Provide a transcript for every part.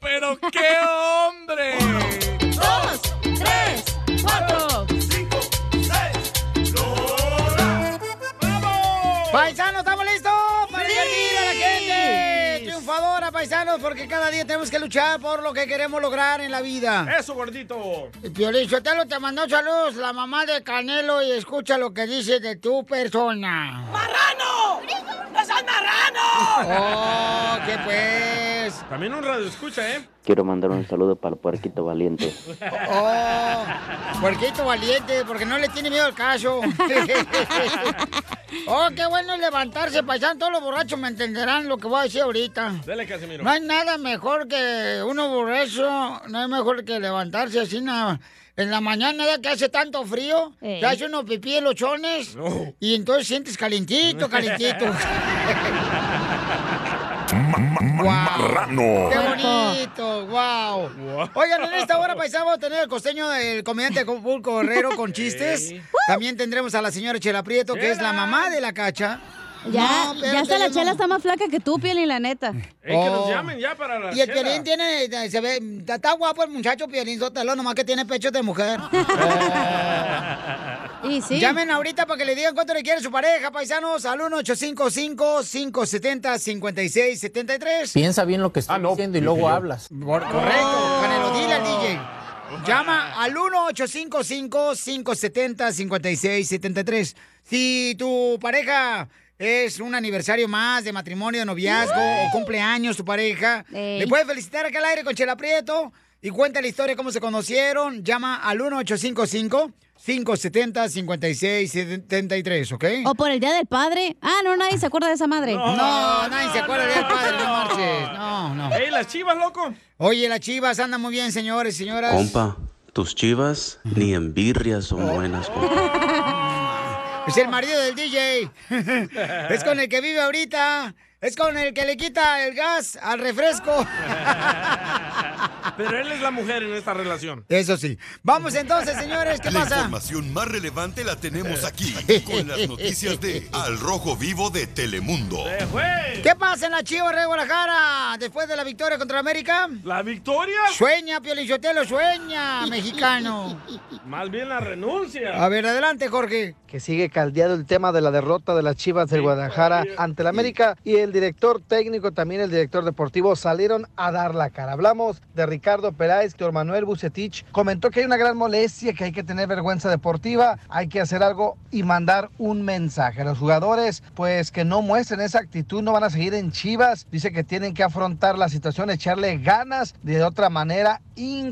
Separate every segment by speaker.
Speaker 1: pero qué hombre.
Speaker 2: Dos, tres, cuatro.
Speaker 3: Paisanos, ¿estamos listos para divertir a la gente? Triunfadora, paisanos, porque cada día tenemos que luchar por lo que queremos lograr en la vida.
Speaker 1: Eso, gordito.
Speaker 3: Piolín Sotelo te mandó saludos la mamá de Canelo y escucha lo que dice de tu persona.
Speaker 2: ¡Marrano! ¡No seas
Speaker 3: marrano! ¡Oh, qué pues!
Speaker 1: También un radio escucha, ¿eh?
Speaker 4: Quiero mandar un saludo para el puerquito valiente.
Speaker 3: ¡Oh! Puerquito valiente, porque no le tiene miedo al caso. ¡Oh, qué bueno levantarse, paisano! Todos los borrachos me entenderán lo que voy a decir ahorita.
Speaker 1: Dale, Casimiro.
Speaker 3: No hay nada mejor que uno borracho, no hay mejor que levantarse así nada. En la mañana ya que hace tanto frío,
Speaker 2: Ey.
Speaker 3: te hace uno pipí en los chones
Speaker 2: No.
Speaker 3: y entonces sientes calentito, calentito.
Speaker 5: Ma- ma- ma- Marrano.
Speaker 3: ¡Qué bonito! ¡Wow! Oigan, en esta hora paisano vamos a tener el costeño, el comediante Acapulco Guerrero con chistes. También tendremos a la señora Chela Prieto, que es la mamá de la cacha.
Speaker 6: Ya,
Speaker 3: No,
Speaker 6: ya hasta
Speaker 3: espérate,
Speaker 6: la
Speaker 3: yo
Speaker 6: chela
Speaker 3: no-
Speaker 6: está más flaca que tú, Piolín, la neta.
Speaker 1: Ey, Eh, que nos llamen ya para la
Speaker 3: Oh. Y el
Speaker 1: chela.
Speaker 3: Piolín tiene, eh, se ve, está, está guapo el muchacho Piolín Sotelo, nomás que tiene pecho de mujer.
Speaker 6: Eh, Y sí.
Speaker 3: Llamen ahorita para que le digan cuánto le quiere su pareja, paisanos, al 1-855-570-5673.
Speaker 7: Piensa bien lo que estoy diciendo y luego hablas.
Speaker 6: Oh.
Speaker 3: Correcto, Canelo, dile al DJ. Llama al 1-855-570-5673. Si tu pareja es un aniversario más de matrimonio, de noviazgo o cumpleaños tu pareja,
Speaker 6: Ey.
Speaker 3: le puedes felicitar acá al aire con Chela Prieto y cuenta la historia, cómo se conocieron. Llama al 1-855. 570-5673, ¿ok?
Speaker 6: O por el Día del Padre. Ah, no, nadie se acuerda de esa madre.
Speaker 3: No, nadie se acuerda del padre, no marches. No, no.
Speaker 1: Ey, las chivas, loco.
Speaker 3: Oye, las chivas andan muy bien, señores y señoras.
Speaker 8: Compa, tus chivas ni en birria son buenas.
Speaker 3: Es el marido del DJ. Es con el que vive ahorita. Es con el que le quita el gas al refresco.
Speaker 1: Pero él es la mujer en esta relación.
Speaker 3: Eso sí. Vamos entonces, señores, ¿qué
Speaker 9: la
Speaker 3: pasa?
Speaker 9: información más relevante la tenemos aquí, con las noticias de Al Rojo Vivo de Telemundo.
Speaker 3: ¿Qué pasa en la Chivas de Guadalajara después de la victoria contra América?
Speaker 1: ¿La victoria?
Speaker 3: Sueña, Piolichotelo, sueña, mexicano.
Speaker 1: Más bien la renuncia.
Speaker 3: A ver, adelante, Jorge.
Speaker 10: que sigue caldeado el tema de la derrota de las Chivas del Guadalajara ante el América y el director técnico, también el director deportivo, salieron a dar la cara. Hablamos de Ricardo Peláez, Héctor Manuel Bucetich comentó que hay una gran molestia, que hay que tener vergüenza deportiva, hay que hacer algo y mandar un mensaje. Los jugadores, pues que no muestren esa actitud, no van a seguir en Chivas. Dice que tienen que afrontar la situación, echarle ganas de otra manera,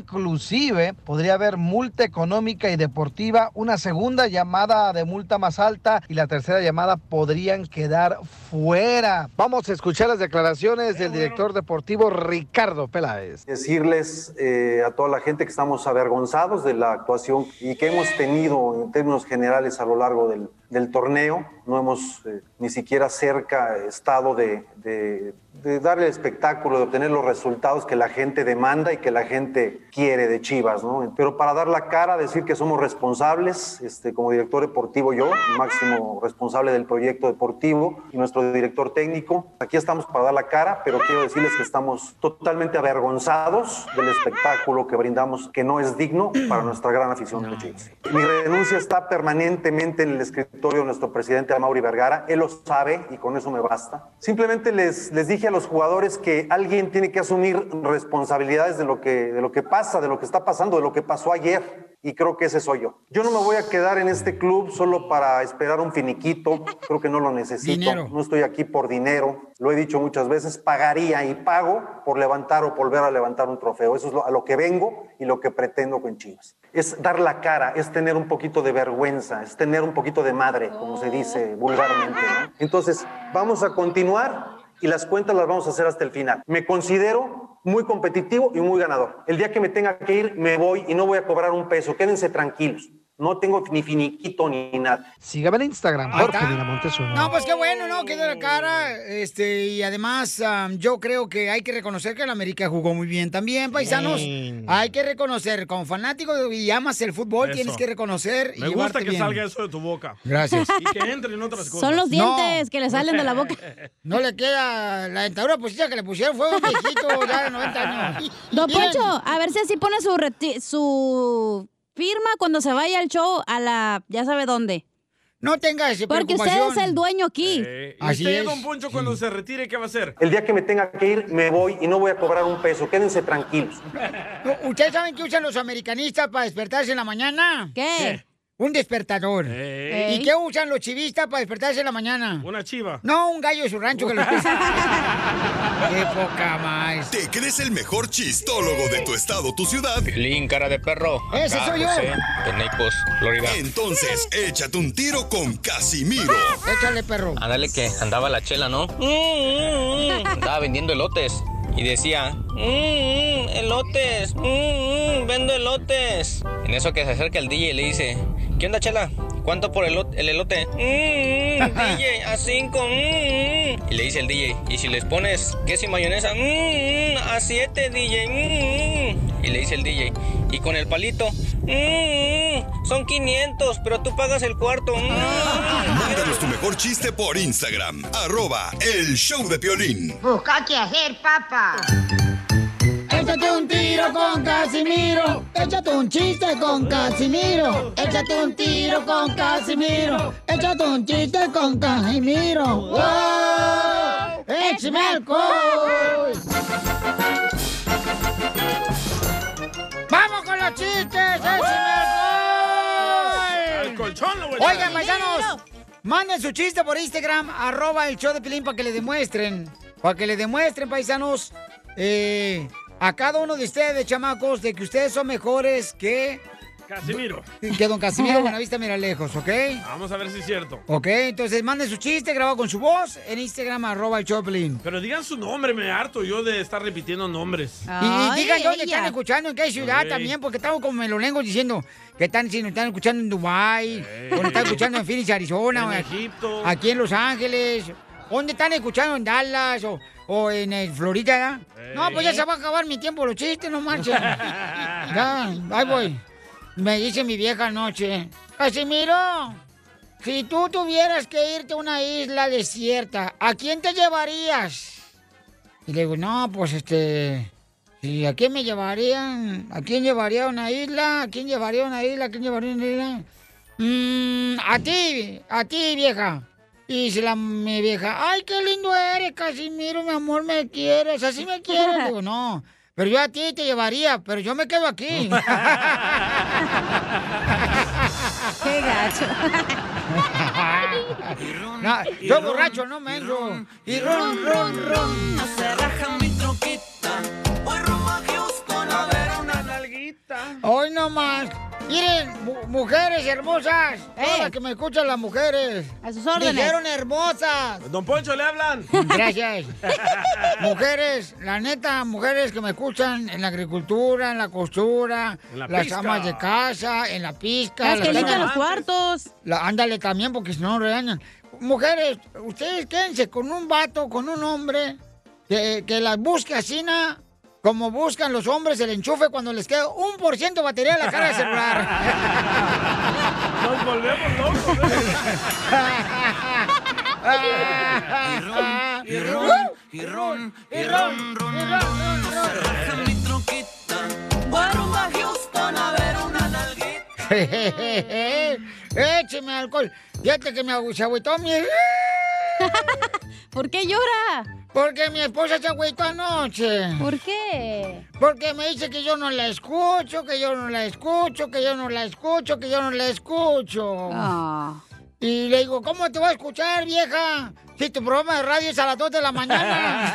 Speaker 10: inclusive podría haber multa económica y deportiva, una segunda llamada de multa más alta y la tercera llamada podrían quedar fuera. Vamos a escuchar las declaraciones del director deportivo Ricardo Peláez.
Speaker 11: Decirles eh, a toda la gente que estamos avergonzados de la actuación y que hemos tenido en términos generales a lo largo del, del torneo. No hemos eh, ni siquiera cerca estado de, de- de dar el espectáculo, de obtener los resultados que la gente demanda y que la gente quiere de Chivas. ¿no? Pero para dar la cara, decir que somos responsables, este, como director deportivo yo, máximo responsable del proyecto deportivo y nuestro director técnico, aquí estamos para dar la cara, pero quiero decirles que estamos totalmente avergonzados del espectáculo que brindamos, que no es digno para nuestra gran afición de Chivas. Mi renuncia está permanentemente en el escritorio de nuestro presidente Amaury Vergara. Él lo sabe y con eso me basta. Simplemente les, les dije a los jugadores que alguien tiene que asumir responsabilidades de lo que, de lo que pasa, de lo que está pasando, de lo que pasó ayer. Y creo que ese soy yo. Yo no me voy a quedar en este club solo para esperar un finiquito. Creo que no lo necesito.
Speaker 3: Dinero.
Speaker 11: No estoy aquí por dinero. Lo he dicho muchas veces. Pagaría y pago por levantar o volver a levantar un trofeo. Eso es lo- a lo que vengo y lo que pretendo con Chivas. Es dar la cara, es tener un poquito de vergüenza, es tener un poquito de madre, como se dice vulgarmente. ¿no? Entonces, vamos a continuar y las cuentas las vamos a hacer hasta el final. Me considero muy competitivo y muy ganador. El día que me tenga que ir, me voy y no voy a cobrar un peso. Quédense tranquilos. No tengo ni finiquito ni nada.
Speaker 10: Sígame en Instagram, Jorge Miramontes uno.
Speaker 3: No, pues qué bueno, ¿no? Quedó la cara. Este, y además, am, yo creo que hay que reconocer que el América jugó muy bien también, paisanos.
Speaker 1: Bien.
Speaker 3: Hay que reconocer, como fanático y amas el fútbol,
Speaker 1: Eso.
Speaker 3: tienes que reconocer y
Speaker 1: Me gusta
Speaker 3: llevarte
Speaker 1: que
Speaker 3: bien.
Speaker 1: salga eso de tu boca.
Speaker 3: Gracias.
Speaker 1: Y que entre en otras cosas.
Speaker 6: Son los dientes que le salen de la boca.
Speaker 3: No le queda la dentadura postiza que le pusieron fue un viejito ya de 90 años.
Speaker 6: Don
Speaker 3: Miren.
Speaker 6: Poncho, a ver si así pone su, reti- su firma cuando se vaya al show a la ya sabe dónde.
Speaker 3: No tengas
Speaker 6: Porque usted es
Speaker 11: preocupación.
Speaker 6: el dueño aquí.
Speaker 1: ¿Y usted, don Poncho, cuando se retire, qué va a hacer?
Speaker 11: El día que me tenga que ir, me voy y no voy a cobrar un peso. Quédense tranquilos.
Speaker 3: No, ¿Ustedes saben qué usan los americanistas para despertarse en la mañana?
Speaker 6: ¿Qué?
Speaker 3: Un despertador.
Speaker 1: Ey.
Speaker 3: ¿Y qué usan los chivistas para despertarse en la mañana?
Speaker 1: Una chiva.
Speaker 3: No, un gallo de su rancho que los pisa. Qué poca más.
Speaker 9: ¿Te crees el mejor chistólogo de tu estado, tu ciudad? Pelín, cara de perro.
Speaker 3: Ese soy yo. José,
Speaker 9: Entonces, échate un tiro con Casimiro.
Speaker 3: Échale, perro.
Speaker 12: Ándale que andaba la chela, ¿no?
Speaker 2: ¡Eh,
Speaker 12: Mm, Andaba vendiendo elotes y decía, "Mm,
Speaker 2: Mmm, elotes. Mmm, vendo elotes.
Speaker 12: en eso que se acerca el DJ y le dice, ¿qué onda chela? ¿Cuánto por el, el elote?
Speaker 4: Mm,
Speaker 12: Mmm,
Speaker 2: DJ a 5.
Speaker 4: mm.
Speaker 2: Mmm.
Speaker 12: Y le dice el DJ, ¿y si les pones queso y mayonesa? Mmm, a 7 DJ. Mmm. Y le dice el DJ, ¿y con el palito? Mmm, mm, son 500, pero tú pagas el cuarto. mm,
Speaker 9: Mándanos tu mejor chiste por Instagram, arroba el show de Piolín.
Speaker 2: Busca qué hacer, papá.
Speaker 3: Échate un tiro con Casimiro. Échate un chiste con Casimiro. Échate un tiro con Casimiro. Échate un chiste con Casimiro. ¡Wow! ¡Échame alcohol! ¡Vamos con los chistes! ¡Échame alcohol!
Speaker 1: Al colchón lo voy a
Speaker 3: Oigan,
Speaker 1: echar.
Speaker 3: paisanos, manden su chiste por Instagram, arroba el show de Pilín, para que le demuestren, para que le demuestren, paisanos, eh, a cada uno de ustedes, chamacos, de que ustedes son mejores que,
Speaker 1: Casimiro.
Speaker 3: que don Casimiro Buenavista mira lejos, ¿ok?
Speaker 1: Vamos a ver si es cierto.
Speaker 3: Ok, entonces manden su chiste grabado con su voz en Instagram, arroba el show de Pilín.
Speaker 1: Pero digan su nombre, me harto yo de estar repitiendo nombres.
Speaker 3: Y, y digan dónde están escuchando, en qué ciudad
Speaker 1: Ey.
Speaker 3: también, porque estamos como melolengos diciendo que están, si nos están escuchando en Dubái, o nos están escuchando en Phoenix, Arizona,
Speaker 1: En
Speaker 3: o
Speaker 1: Egipto.
Speaker 3: aquí en Los Ángeles, ¿dónde están escuchando? En Dallas o, o en eh, Florida, ¿verdad? No, pues ya se va a acabar mi tiempo, los chistes, no marchen. ya, ahí voy. Me dice mi vieja anoche, Casimiro, si tú tuvieras que irte a una isla desierta, ¿a quién te llevarías? Y le digo, no, pues este. ¿Y a quién me llevarían? ¿A quién llevaría a una isla? ¿A quién llevaría a una isla? ¿A quién llevaría a una isla? Mm, a ti, a ti, vieja. Y dice la mi vieja, ay, qué lindo eres, Casimiro, mi amor, me quieres, así me quieres. Digo, no, pero yo a ti te llevaría, pero yo me quedo aquí. qué gacho. No, yo borracho, no me Y ron, ron, ron.
Speaker 2: No se raja mi troquita. Voy rumbo a Houston a ver una nalguita.
Speaker 3: Hoy no más. Miren, mu- mujeres hermosas. Todas las que me escuchan las mujeres. A sus
Speaker 1: órdenes.
Speaker 3: Dijeron hermosas.
Speaker 1: Don Poncho, le hablan.
Speaker 3: Gracias. mujeres, la neta, mujeres que me escuchan en la agricultura, en la costura,
Speaker 1: En la
Speaker 3: las
Speaker 1: pizca.
Speaker 3: amas de casa, en la pizca.
Speaker 6: Las que limpian los
Speaker 3: cuartos. ándale también porque si no regañan. Mujeres, ustedes quédense con un vato, con un hombre que, que las busque así, na, como buscan los hombres el enchufe cuando les queda un por ciento de batería en la cara del celular.
Speaker 1: Nos volvemos locos.
Speaker 2: Y ron, y ron, y ron, ron, ron, ron. No se raja mi troquita. Voy rumbo a Houston a ver una nalguita.
Speaker 3: Écheme alcohol. Fíjate que me agü- se agüitó mi. ¿Por qué llora? Porque mi esposa se agüitó anoche. ¿Por qué? Porque me dice que yo no la escucho, que yo no la escucho, que yo no la escucho, que yo no la escucho. Ah. Y le digo, ¿cómo te voy a escuchar, vieja? Si tu programa de radio es a las 2 de la mañana.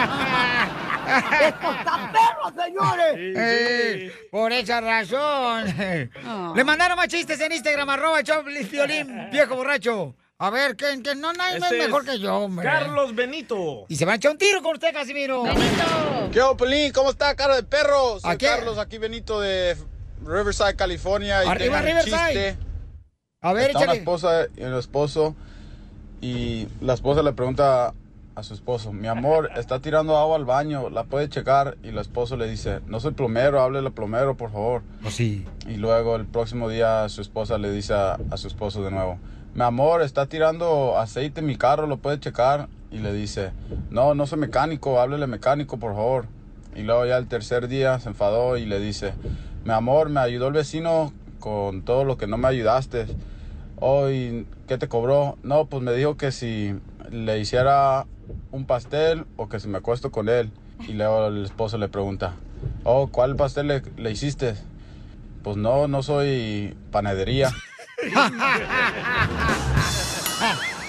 Speaker 3: ¡Esto está perro, señores! Eh, por esa
Speaker 1: Ah.
Speaker 3: razón. Le mandaron más chistes en Instagram, arroba el show de Piolín, viejo borracho. A ver, que, que no nadie es
Speaker 1: Este
Speaker 3: mejor
Speaker 1: es
Speaker 3: que yo, hombre.
Speaker 1: Carlos Benito.
Speaker 3: Y se va a echar un tiro con usted, Casimiro.
Speaker 13: ¿Qué hago, Pelín? ¿Cómo está, cara de perros?
Speaker 3: ¿A
Speaker 13: Soy
Speaker 3: qué?
Speaker 13: Carlos, aquí Benito de Riverside, California. Y
Speaker 3: Arriba,
Speaker 13: tengo un
Speaker 3: Riverside.
Speaker 13: chiste.
Speaker 3: A ver,
Speaker 13: Está una
Speaker 3: échale.
Speaker 13: esposa y el esposo. Y la esposa le pregunta a su esposo: Mi amor, está tirando agua al baño, ¿la puede checar? Y el esposo le dice: No soy plomero, háblele al plomero, por favor.
Speaker 3: Oh, sí.
Speaker 13: Y luego el próximo día su esposa le dice a, a su esposo de nuevo, mi amor, está tirando aceite en mi carro, lo puedes checar. Y le dice, no, no soy mecánico, háblele mecánico, por favor. Y luego ya el tercer día se enfadó y le dice, mi amor, me ayudó el vecino con todo lo que no me ayudaste. Hoy, ¿qué te cobró? No, pues me dijo que si le hiciera un pastel o que si me acuesto con él. Y luego el esposo le pregunta, oh, ¿cuál pastel le- le hiciste? Pues no, no soy panadería.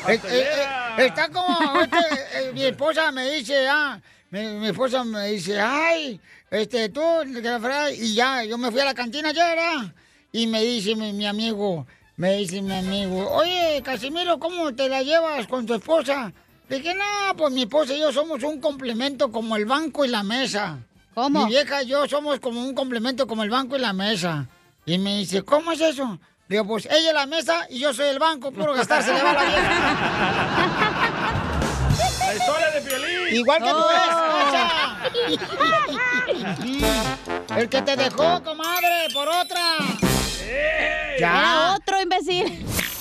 Speaker 3: Eh, eh, eh, está como este, eh, mi esposa me dice, ah, mi, mi esposa me dice, ay, este, tú, que la fra- y ya, yo me fui a la cantina ayer, ah, y me dice mi, mi amigo, me dice mi amigo, oye, Casimiro, ¿cómo te la llevas con tu esposa? Le dije, no, pues mi esposa y yo somos un complemento como el banco y la mesa. ¿Cómo? Mi vieja y yo somos como un complemento como el banco y la mesa. Y me dice, ¿cómo es eso? Le digo, pues ella es la mesa y yo soy el banco, puro gastarse le va la vieja.
Speaker 1: La historia de Piolín.
Speaker 3: Igual que tú ¿eh?
Speaker 1: Oh.
Speaker 3: eres, cacha. El que te dejó, comadre, por otra.
Speaker 6: Ya. otro imbécil.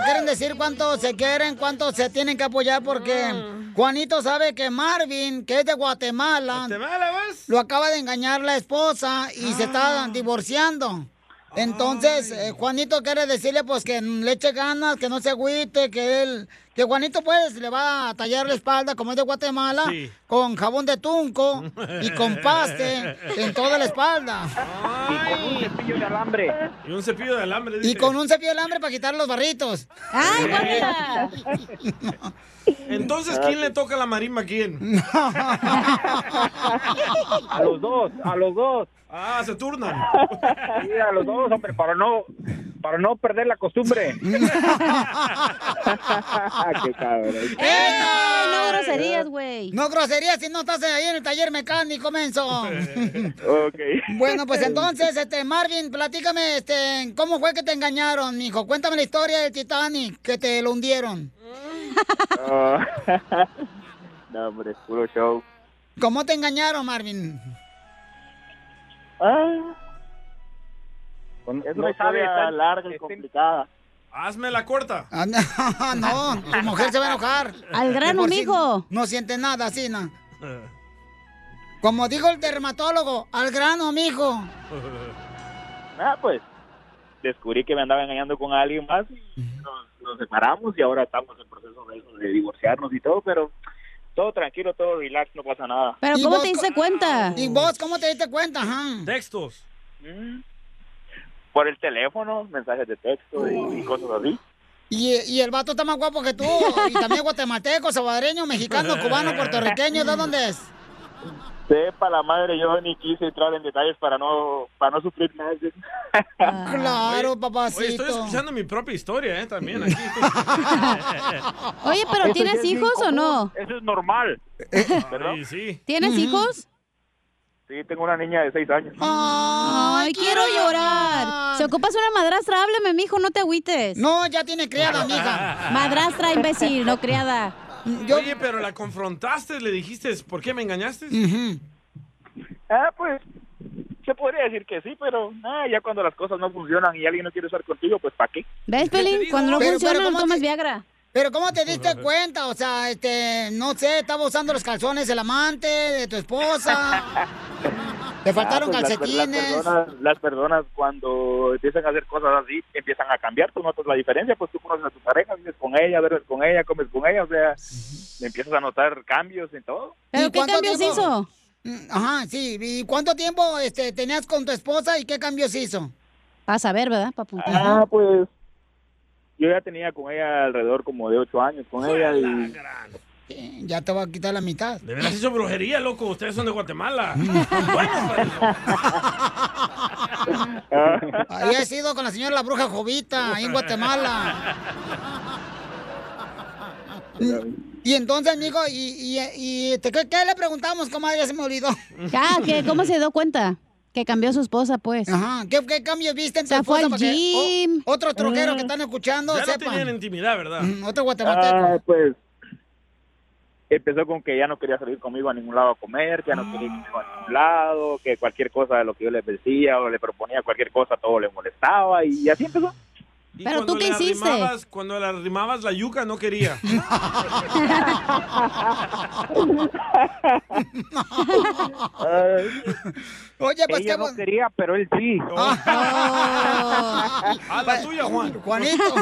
Speaker 3: quieren decir cuánto se quieren, cuánto se tienen que apoyar, porque Juanito sabe que Marvin, que es de Guatemala, lo acaba de engañar la esposa y se está divorciando. Entonces, eh, Juanito quiere decirle pues que le eche ganas, que no se agüite, que él, que Juanito pues le va a tallar la espalda como es de Guatemala,
Speaker 2: Sí.
Speaker 3: con jabón de tunco y con paste en toda la espalda.
Speaker 1: cepillo de alambre. Y un cepillo de alambre.
Speaker 3: Y con un cepillo de alambre para quitar los barritos.
Speaker 1: ¡Ay, guácala!
Speaker 14: Ah,
Speaker 1: Entonces, ¿quién le toca la marimba a quién?
Speaker 14: A los dos, a los dos.
Speaker 1: Ah, se turnan.
Speaker 14: Sí, a los dos, hombre, para no, para no perder la costumbre. Ah, Qué cabrón.
Speaker 3: ¡Eh!
Speaker 6: No groserías, güey.
Speaker 3: No groserías si no estás ahí en el taller mecánico, menso.
Speaker 14: Ok.
Speaker 3: Bueno, pues entonces, este, Marvin, platícame, este, ¿cómo fue que te engañaron, mijo? Cuéntame la historia del Titanic, que te lo hundieron.
Speaker 14: No. Ah. No, hombre, es puro show.
Speaker 3: ¿Cómo te engañaron, Marvin?
Speaker 14: Es
Speaker 4: una historia larga y complicada.
Speaker 1: Hazme la corta.
Speaker 3: Ah, no, no, tu mujer se va a enojar.
Speaker 1: Al grano,
Speaker 3: grano,
Speaker 1: mijo.
Speaker 3: no siente nada, Sina. Como dijo el dermatólogo, al grano, mijo.
Speaker 14: Nada, pues, descubrí que me andaba engañando con alguien más y nos, nos separamos y ahora estamos en proceso de, eso, de divorciarnos y todo, pero todo tranquilo, todo relax, no pasa nada.
Speaker 6: Pero
Speaker 3: ¿Y
Speaker 6: ¿cómo
Speaker 3: vos
Speaker 6: te diste
Speaker 3: co-
Speaker 6: cuenta?
Speaker 3: ¿Y vos cómo te diste cuenta, ajá?
Speaker 1: Textos.
Speaker 14: Por el teléfono, mensajes de texto y, y cosas así.
Speaker 3: Y, y el vato está más guapo que tú. Y también guatemalteco, salvadoreño, mexicano, cubano, puertorriqueño. ¿De dónde es?
Speaker 14: Sepa la madre, yo ni quise entrar en detalles para no para no sufrir más.
Speaker 3: Ah, Claro, papacito.
Speaker 1: Oye, estoy escuchando mi propia historia, ¿eh? También aquí.
Speaker 6: Oye, pero
Speaker 14: Eso
Speaker 6: ¿tienes
Speaker 14: ya es bien
Speaker 6: hijos o
Speaker 14: común,
Speaker 6: no?
Speaker 14: Eso es normal.
Speaker 3: Eh,
Speaker 14: ¿Perdón?
Speaker 6: ¿Tienes hijos?
Speaker 14: Sí, tengo una niña de seis años.
Speaker 3: Ah.
Speaker 6: Ay, quiero llorar. Si ocupas una madrastra, háblame, mijo, no te agüites.
Speaker 3: No, ya tiene criada, mija.
Speaker 6: Madrastra, imbécil, no criada.
Speaker 1: Oye, pero la confrontaste, le dijiste, ¿por qué me engañaste?
Speaker 14: Ah, pues se podría decir que sí, pero ah, ya cuando las cosas no funcionan y alguien no quiere estar contigo, pues ¿para qué?
Speaker 6: ¿Ves, Pelín? Cuando no
Speaker 3: Pero,
Speaker 6: funciona,
Speaker 3: pero,
Speaker 6: no
Speaker 3: ¿cómo
Speaker 6: tomas
Speaker 3: te-
Speaker 6: Viagra.
Speaker 3: Pero ¿cómo te diste cuenta? O sea, este, no sé, estaba usando los calzones del amante, de tu esposa. Te faltaron
Speaker 14: Ah, pues, las per-
Speaker 3: calcetines.
Speaker 14: Las, personas, las personas cuando empiezan a hacer cosas así, empiezan a cambiar. Tú notas la diferencia, pues tú conoces a tu pareja, vives con ella, duermes con ella, comes con ella, o sea, empiezas a notar cambios en todo.
Speaker 3: ¿Pero qué cambios hizo? Mm, Ajá, sí. ¿Y cuánto tiempo este, tenías con tu esposa y qué cambios hizo?
Speaker 6: Vas a ver, ¿verdad, papu?
Speaker 14: Ah, pues yo ya tenía con ella alrededor como de ocho años con ella y
Speaker 3: Ya te va a quitar la mitad.
Speaker 1: De veras hizo brujería, loco. Ustedes son de Guatemala.
Speaker 3: Ahí has ido con la señora la bruja Jovita, ahí en Guatemala. Y entonces, amigo, y, y, y te- ¿qué, qué le preguntamos, comadre? Ya se me olvidó.
Speaker 6: Ah, ¿qué? ¿Cómo se dio cuenta? Que cambió su esposa, pues.
Speaker 3: Ajá, ¿qué, qué cambios viste en tu
Speaker 6: Se fue
Speaker 3: esposa? oh,
Speaker 6: al
Speaker 3: Para que o-
Speaker 6: gym.
Speaker 3: otros troqueros
Speaker 6: Ah.
Speaker 3: que están escuchando
Speaker 1: ya no
Speaker 3: sepan.
Speaker 1: tenían intimidad, ¿verdad?
Speaker 3: otro
Speaker 14: Ah, pues empezó con que ya no quería salir conmigo a ningún lado a comer, que ya no quería ir conmigo a ningún lado, que cualquier cosa de lo que yo le decía o le proponía cualquier cosa, todo le molestaba y así empezó.
Speaker 1: Y
Speaker 6: Pero
Speaker 1: cuando
Speaker 6: tú qué
Speaker 1: le
Speaker 6: hiciste.
Speaker 1: arrimabas- Cuando le arrimabas la yuca, no quería.
Speaker 3: Oye, pues qué
Speaker 14: Ella
Speaker 3: Oh.
Speaker 14: no
Speaker 3: bueno.
Speaker 14: quería, pero él sí.
Speaker 3: A la tuya, Juan. Juanito.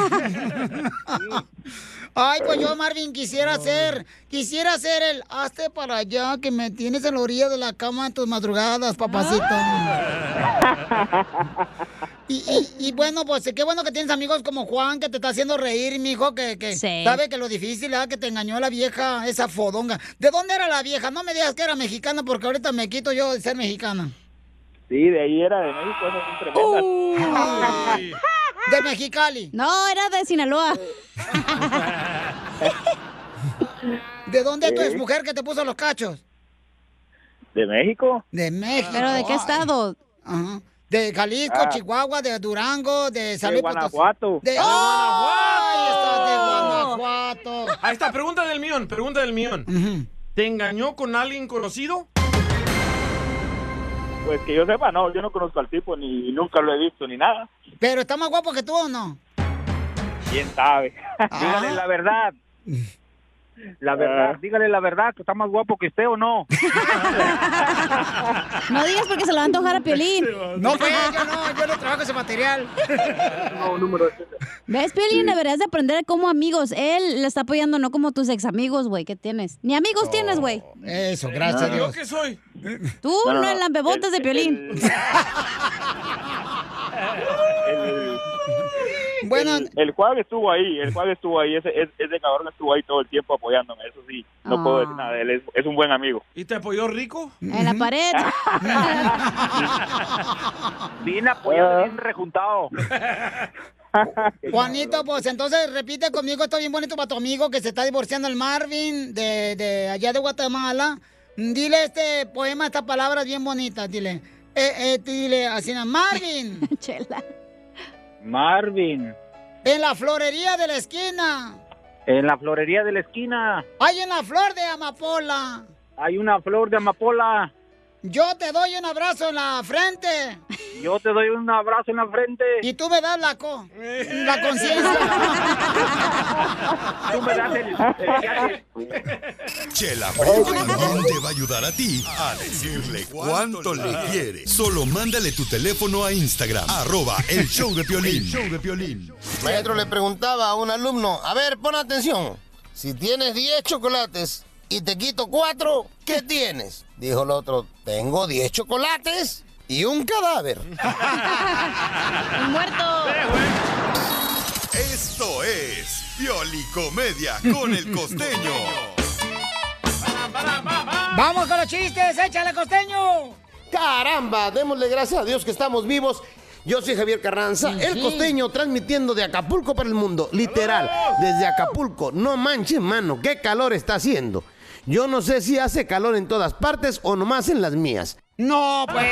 Speaker 3: Ay, pues yo, Marvin, quisiera ser, quisiera ser el hazte para allá que me tienes en la orilla de la cama en tus madrugadas, papacito. Y, y- y bueno, pues qué bueno que tienes amigos como Juan que te está haciendo reír, mijo, que, que sabe que lo difícil es que te engañó la vieja, esa fodonga. ¿De dónde era la vieja? No me digas que era mexicana porque ahorita me quito yo de ser mexicana.
Speaker 14: Sí, de ahí era de México, eso es tremenda.
Speaker 3: Ay. De Mexicali.
Speaker 6: No, era de Sinaloa.
Speaker 3: ¿De dónde es tu
Speaker 14: Sí.
Speaker 3: exmujer que te puso los cachos?
Speaker 14: ¿De México?
Speaker 3: De México.
Speaker 6: ¿Pero de qué estado?
Speaker 3: Ajá. De Jalisco,
Speaker 14: Ah.
Speaker 3: Chihuahua, de Durango, de San
Speaker 14: De
Speaker 3: Luis Potosí.
Speaker 14: Guanajuato.
Speaker 3: De- ¡Oh!
Speaker 14: De
Speaker 3: ¡Ay, está de Guanajuato!
Speaker 1: Ahí está, pregunta del millón, pregunta del millón. ¿Te engañó con alguien conocido?
Speaker 14: Pues que yo sepa, no, yo no conozco al tipo ni nunca lo he visto ni nada.
Speaker 3: ¿Pero está más guapo que tú o no?
Speaker 14: ¿Quién sabe?
Speaker 3: Ah.
Speaker 14: Dígale la verdad. La verdad, dígale la verdad, que está más guapo que usted o no.
Speaker 6: No digas porque se lo va a antojar a Piolín.
Speaker 3: No, pues, yo no, yo no trabajo ese material.
Speaker 14: Ah. No, número
Speaker 6: ¿Ves, Piolín? Deberías de aprender como amigos. Él le está apoyando, no como tus ex amigos, güey, que tienes. Ni amigos tienes, güey.
Speaker 3: Eso, gracias a
Speaker 1: ¿Yo
Speaker 3: Dios.
Speaker 1: qué soy?
Speaker 6: Tú,
Speaker 1: No,
Speaker 6: no,
Speaker 1: no,
Speaker 6: el lambebotas de Piolín.
Speaker 3: Bueno.
Speaker 14: El, el Juan estuvo ahí, el Juan estuvo ahí, ese, ese, ese cabrón estuvo ahí todo el tiempo apoyándome, eso sí, no
Speaker 1: Ah.
Speaker 14: puedo decir nada, de él es, es un buen amigo.
Speaker 1: ¿Y te apoyó rico?
Speaker 6: En la pared.
Speaker 14: Bien
Speaker 3: Ah.
Speaker 14: apoyado, bien rejuntado.
Speaker 3: Juanito, pues entonces repite conmigo, estoy bien bonito para tu amigo que se está divorciando el Marvin de, de allá de Guatemala. Mm, Dile este poema, estas palabras bien bonitas, dile. Eh, eh, dile así, na- Marvin.
Speaker 6: Chela.
Speaker 14: Marvin,
Speaker 3: En la florería de la esquina.
Speaker 14: en la florería de la esquina
Speaker 3: Hay una flor de amapola.
Speaker 14: hay una flor de amapola,
Speaker 3: Yo te doy un abrazo en la frente.
Speaker 14: yo te doy un abrazo en la frente,
Speaker 3: Y tú me das la, co- la conciencia.
Speaker 14: tú me das el- el-
Speaker 9: Chela Prieto también te va a ayudar a ti a decirle cuánto le quiere. Solo mándale tu teléfono a Instagram, arroba el show de Piolín.
Speaker 7: El
Speaker 9: show de Piolín.
Speaker 7: Maestro le preguntaba a un alumno, a ver, pon atención, si tienes 10 chocolates y te quito 4, ¿qué tienes? Dijo el otro, tengo 10 chocolates y un cadáver.
Speaker 6: ¡Muerto!
Speaker 9: Esto es Pioli Comedia con el costeño.
Speaker 3: Vamos con los chistes, échale costeño.
Speaker 7: Caramba, démosle gracias a Dios que estamos vivos. Yo soy Javier Carranza, el costeño, transmitiendo de Acapulco para el mundo, literal, desde Acapulco. No manches, mano, qué calor está haciendo. Yo no sé si hace calor en todas partes o nomás en las mías.
Speaker 3: No,
Speaker 7: pues.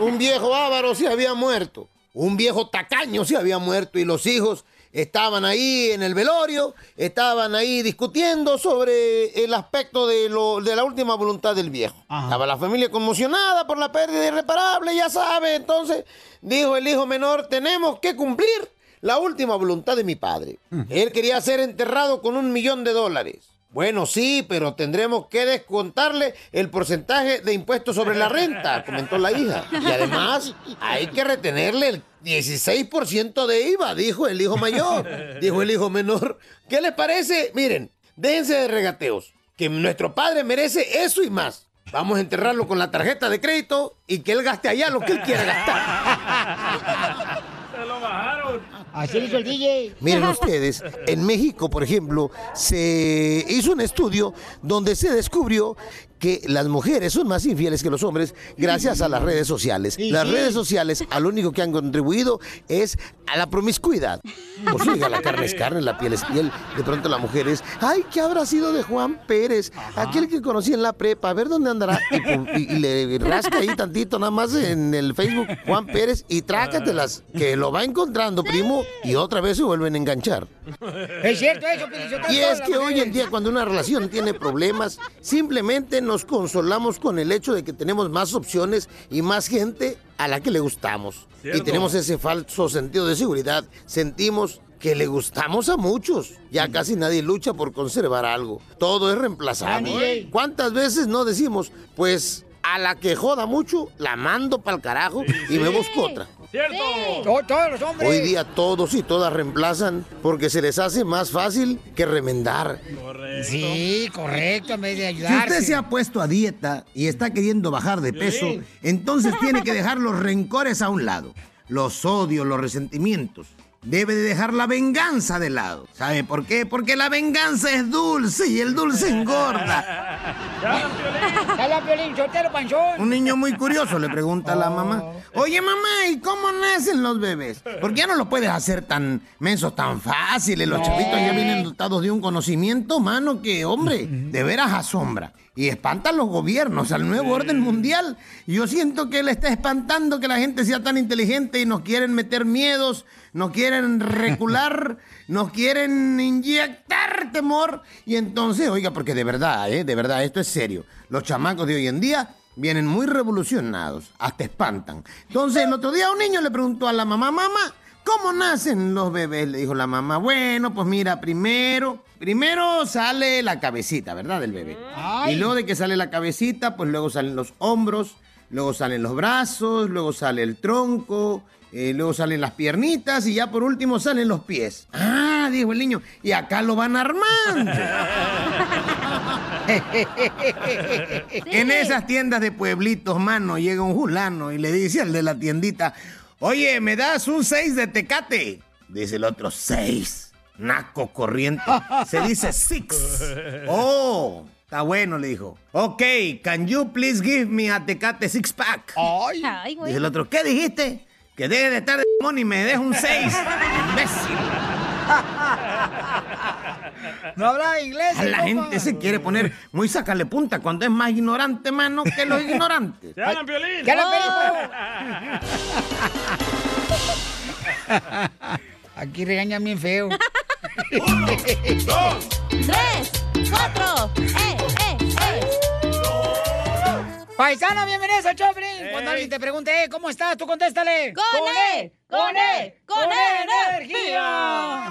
Speaker 7: Un viejo ávaro se había muerto. Un viejo tacaño se había muerto y los hijos estaban ahí en el velorio, estaban ahí discutiendo sobre el aspecto de, lo- de la última voluntad del viejo. Estaba la familia conmocionada por la pérdida irreparable, ya sabe. Entonces dijo el hijo menor, tenemos que cumplir la última voluntad de mi padre. Él quería ser enterrado con un millón de dólares.
Speaker 15: Bueno, sí, pero tendremos que descontarle el porcentaje de impuestos sobre la renta, comentó la hija. Y además, hay que retenerle el 16% de IVA, dijo el hijo mayor, dijo el hijo menor. ¿Qué les parece? Miren, déjense de regateos, que nuestro padre merece eso y más. Vamos a enterrarlo con la tarjeta de crédito y que él gaste allá lo que él quiera gastar.
Speaker 2: Se lo bajaron.
Speaker 3: Así lo hizo el DJ.
Speaker 15: Miren ustedes, en México, por ejemplo, se hizo un estudio donde se descubrió que las mujeres son más infieles que los hombres gracias a las redes sociales.
Speaker 2: Sí,
Speaker 15: Las
Speaker 2: sí.
Speaker 15: redes sociales a lo único que han contribuido es a la promiscuidad. Pues oiga, la carne es carne, la piel es piel. De pronto la mujer es, ay, ¿qué habrá sido de Juan Pérez? Aquel que conocí en la prepa, a ver dónde andará. Y, pum, y- y le rasca ahí tantito nada más en el Facebook Juan Pérez y trácatelas, que lo va encontrando, primo, y otra vez se vuelven a enganchar.
Speaker 3: Es cierto eso, Pelichotelo.
Speaker 15: Y es que hoy en día cuando una relación tiene problemas, simplemente nos consolamos con el hecho de que tenemos más opciones y más gente a la que le gustamos.
Speaker 2: Cierto.
Speaker 15: Y tenemos ese falso sentido de seguridad. Sentimos que le gustamos a muchos. Ya casi nadie lucha por conservar algo. Todo es reemplazable.
Speaker 2: Ah, DJ.
Speaker 15: ¿Cuántas veces no decimos, pues a la que joda mucho, la mando pa'l carajo y me busco otra?
Speaker 1: ¡Cierto!
Speaker 3: Todos los hombres.
Speaker 15: Hoy día todos y todas reemplazan porque se les hace más fácil que remendar.
Speaker 3: Sí, correcto, en vez de
Speaker 7: Si
Speaker 3: ayudarse.
Speaker 7: usted se ha puesto a dieta y está queriendo bajar de peso,
Speaker 3: Sí.
Speaker 7: entonces tiene que dejar los rencores a un lado, los odios, los resentimientos. Debe de dejar la venganza de lado. ¿Sabe por qué? Porque la venganza es dulce y el dulce engorda.
Speaker 3: Dale a Piolín, Sotelo, panzón.
Speaker 7: Un niño muy curioso le pregunta a la mamá,
Speaker 3: Oh.
Speaker 7: oye mamá, ¿y cómo nacen los bebés? Porque ya no los puedes hacer tan mensos, tan fáciles. Los chavitos ya vienen dotados de un conocimiento, mano, que hombre, de veras asombra. Y espanta a los gobiernos, al nuevo orden mundial. Y Yo siento que le está espantando que la gente sea tan inteligente y nos quieren meter miedos, nos quieren recular, nos quieren inyectar temor. Y entonces, oiga, porque de verdad, ¿eh? de verdad, esto es serio. Los chamacos de hoy en día vienen muy revolucionados, hasta espantan. Entonces, el otro día un niño le preguntó a la mamá, mamá, ¿cómo nacen los bebés? Le dijo la mamá, bueno, pues mira, primero, primero sale la cabecita, ¿verdad? Del bebé. Y luego de que sale la cabecita, pues luego salen los hombros, luego salen los brazos, luego sale el tronco, eh, luego salen las piernitas y ya por último salen los pies. Ah, dijo el niño, y acá lo van armando. en esas tiendas de pueblitos, mano, llega un fulano y le dice al de la tiendita, oye, ¿me das un 6 de tecate? Dice el otro, 6. Naco corriente. Se dice six. Oh, está bueno, le dijo. Ok, can you please give me a tecate six pack?
Speaker 6: Ay, güey.
Speaker 7: Dice el otro, ¿qué dijiste? Que deje de estar de mono y me des un 6. Imbécil.
Speaker 3: No habla inglés.
Speaker 7: La gente se quiere poner muy sacarle punta cuando es más ignorante, mano, que los ignorantes.
Speaker 1: ¡Se hablan, Piolín!
Speaker 7: ¡Se hablan,
Speaker 3: Aquí regañan bien feo.
Speaker 2: dos,
Speaker 3: tres, cuatro. ¡Eh, eh, eh! Paisano, bienvenidos a Choplin. Cuando alguien te pregunte, "Eh, ¿cómo estás? Tú contéstale. ¡Con, E! ¡Con E! ¡Con E energía!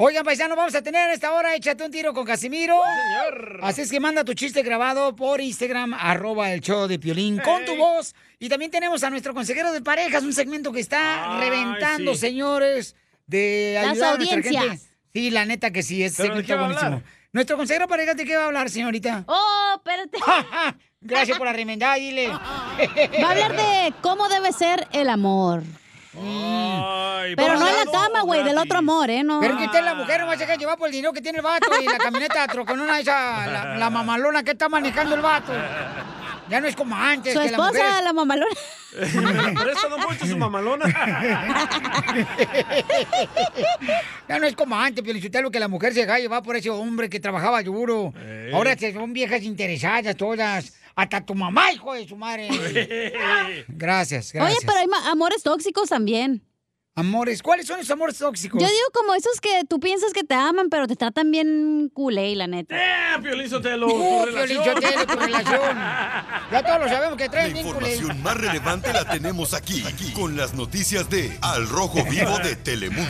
Speaker 3: Oigan, paisano, vamos a tener a esta hora Échate un tiro con Casimiro. señor. Así es que manda tu chiste grabado por Instagram, arroba el show de Piolín, con tu voz. Y también tenemos a nuestro consejero de parejas, un segmento que está reventando,
Speaker 6: sí.
Speaker 3: señores, de
Speaker 6: Las
Speaker 3: ayudar a nuestra gente.
Speaker 6: audiencias.
Speaker 3: Sí, la neta que sí, ese
Speaker 6: ¿Pero de
Speaker 3: segmento
Speaker 6: qué
Speaker 3: está
Speaker 6: va a hablar?
Speaker 3: buenísimo. Nuestro consejero de parejas, ¿de qué va a hablar, señorita?
Speaker 6: ¡Oh, espérate!
Speaker 3: Gracias por la remendada, dile.
Speaker 6: Va a hablar de cómo debe ser el amor.
Speaker 3: Oh.
Speaker 6: Pero no en la cama, güey, del otro amor, ¿eh? No.
Speaker 3: Pero es que usted la mujer no va a dejar llevar por el dinero que tiene el vato y la camioneta troconona esa, la, la mamalona que está manejando el vato. Ya no es como antes.
Speaker 6: Su
Speaker 3: que
Speaker 6: esposa,
Speaker 3: la,
Speaker 6: la mamalona.
Speaker 3: Por eso no mucho su mamalona. ya no es como antes, lo que la mujer se dejaba llevar por ese hombre que trabajaba duro.
Speaker 2: Ey.
Speaker 3: Ahora se- son viejas interesadas todas. Hasta tu mamá, hijo de su madre. Gracias,
Speaker 6: Oye,
Speaker 3: gracias.
Speaker 6: pero hay ma- amores tóxicos también.
Speaker 3: Amores, ¿cuáles son los amores tóxicos?
Speaker 6: Yo digo como esos que tú piensas que te aman, pero te tratan bien culé, la neta.
Speaker 1: ¡Eh, Piolín Sotelo!
Speaker 6: Uh,
Speaker 1: tu
Speaker 6: Piolín
Speaker 1: relación.
Speaker 6: Sotelo, tu
Speaker 3: relación. Ya todos lo sabemos que
Speaker 9: La
Speaker 3: traen vínculos.
Speaker 9: información más relevante la tenemos aquí, aquí, con las noticias de Al Rojo Vivo de Telemundo.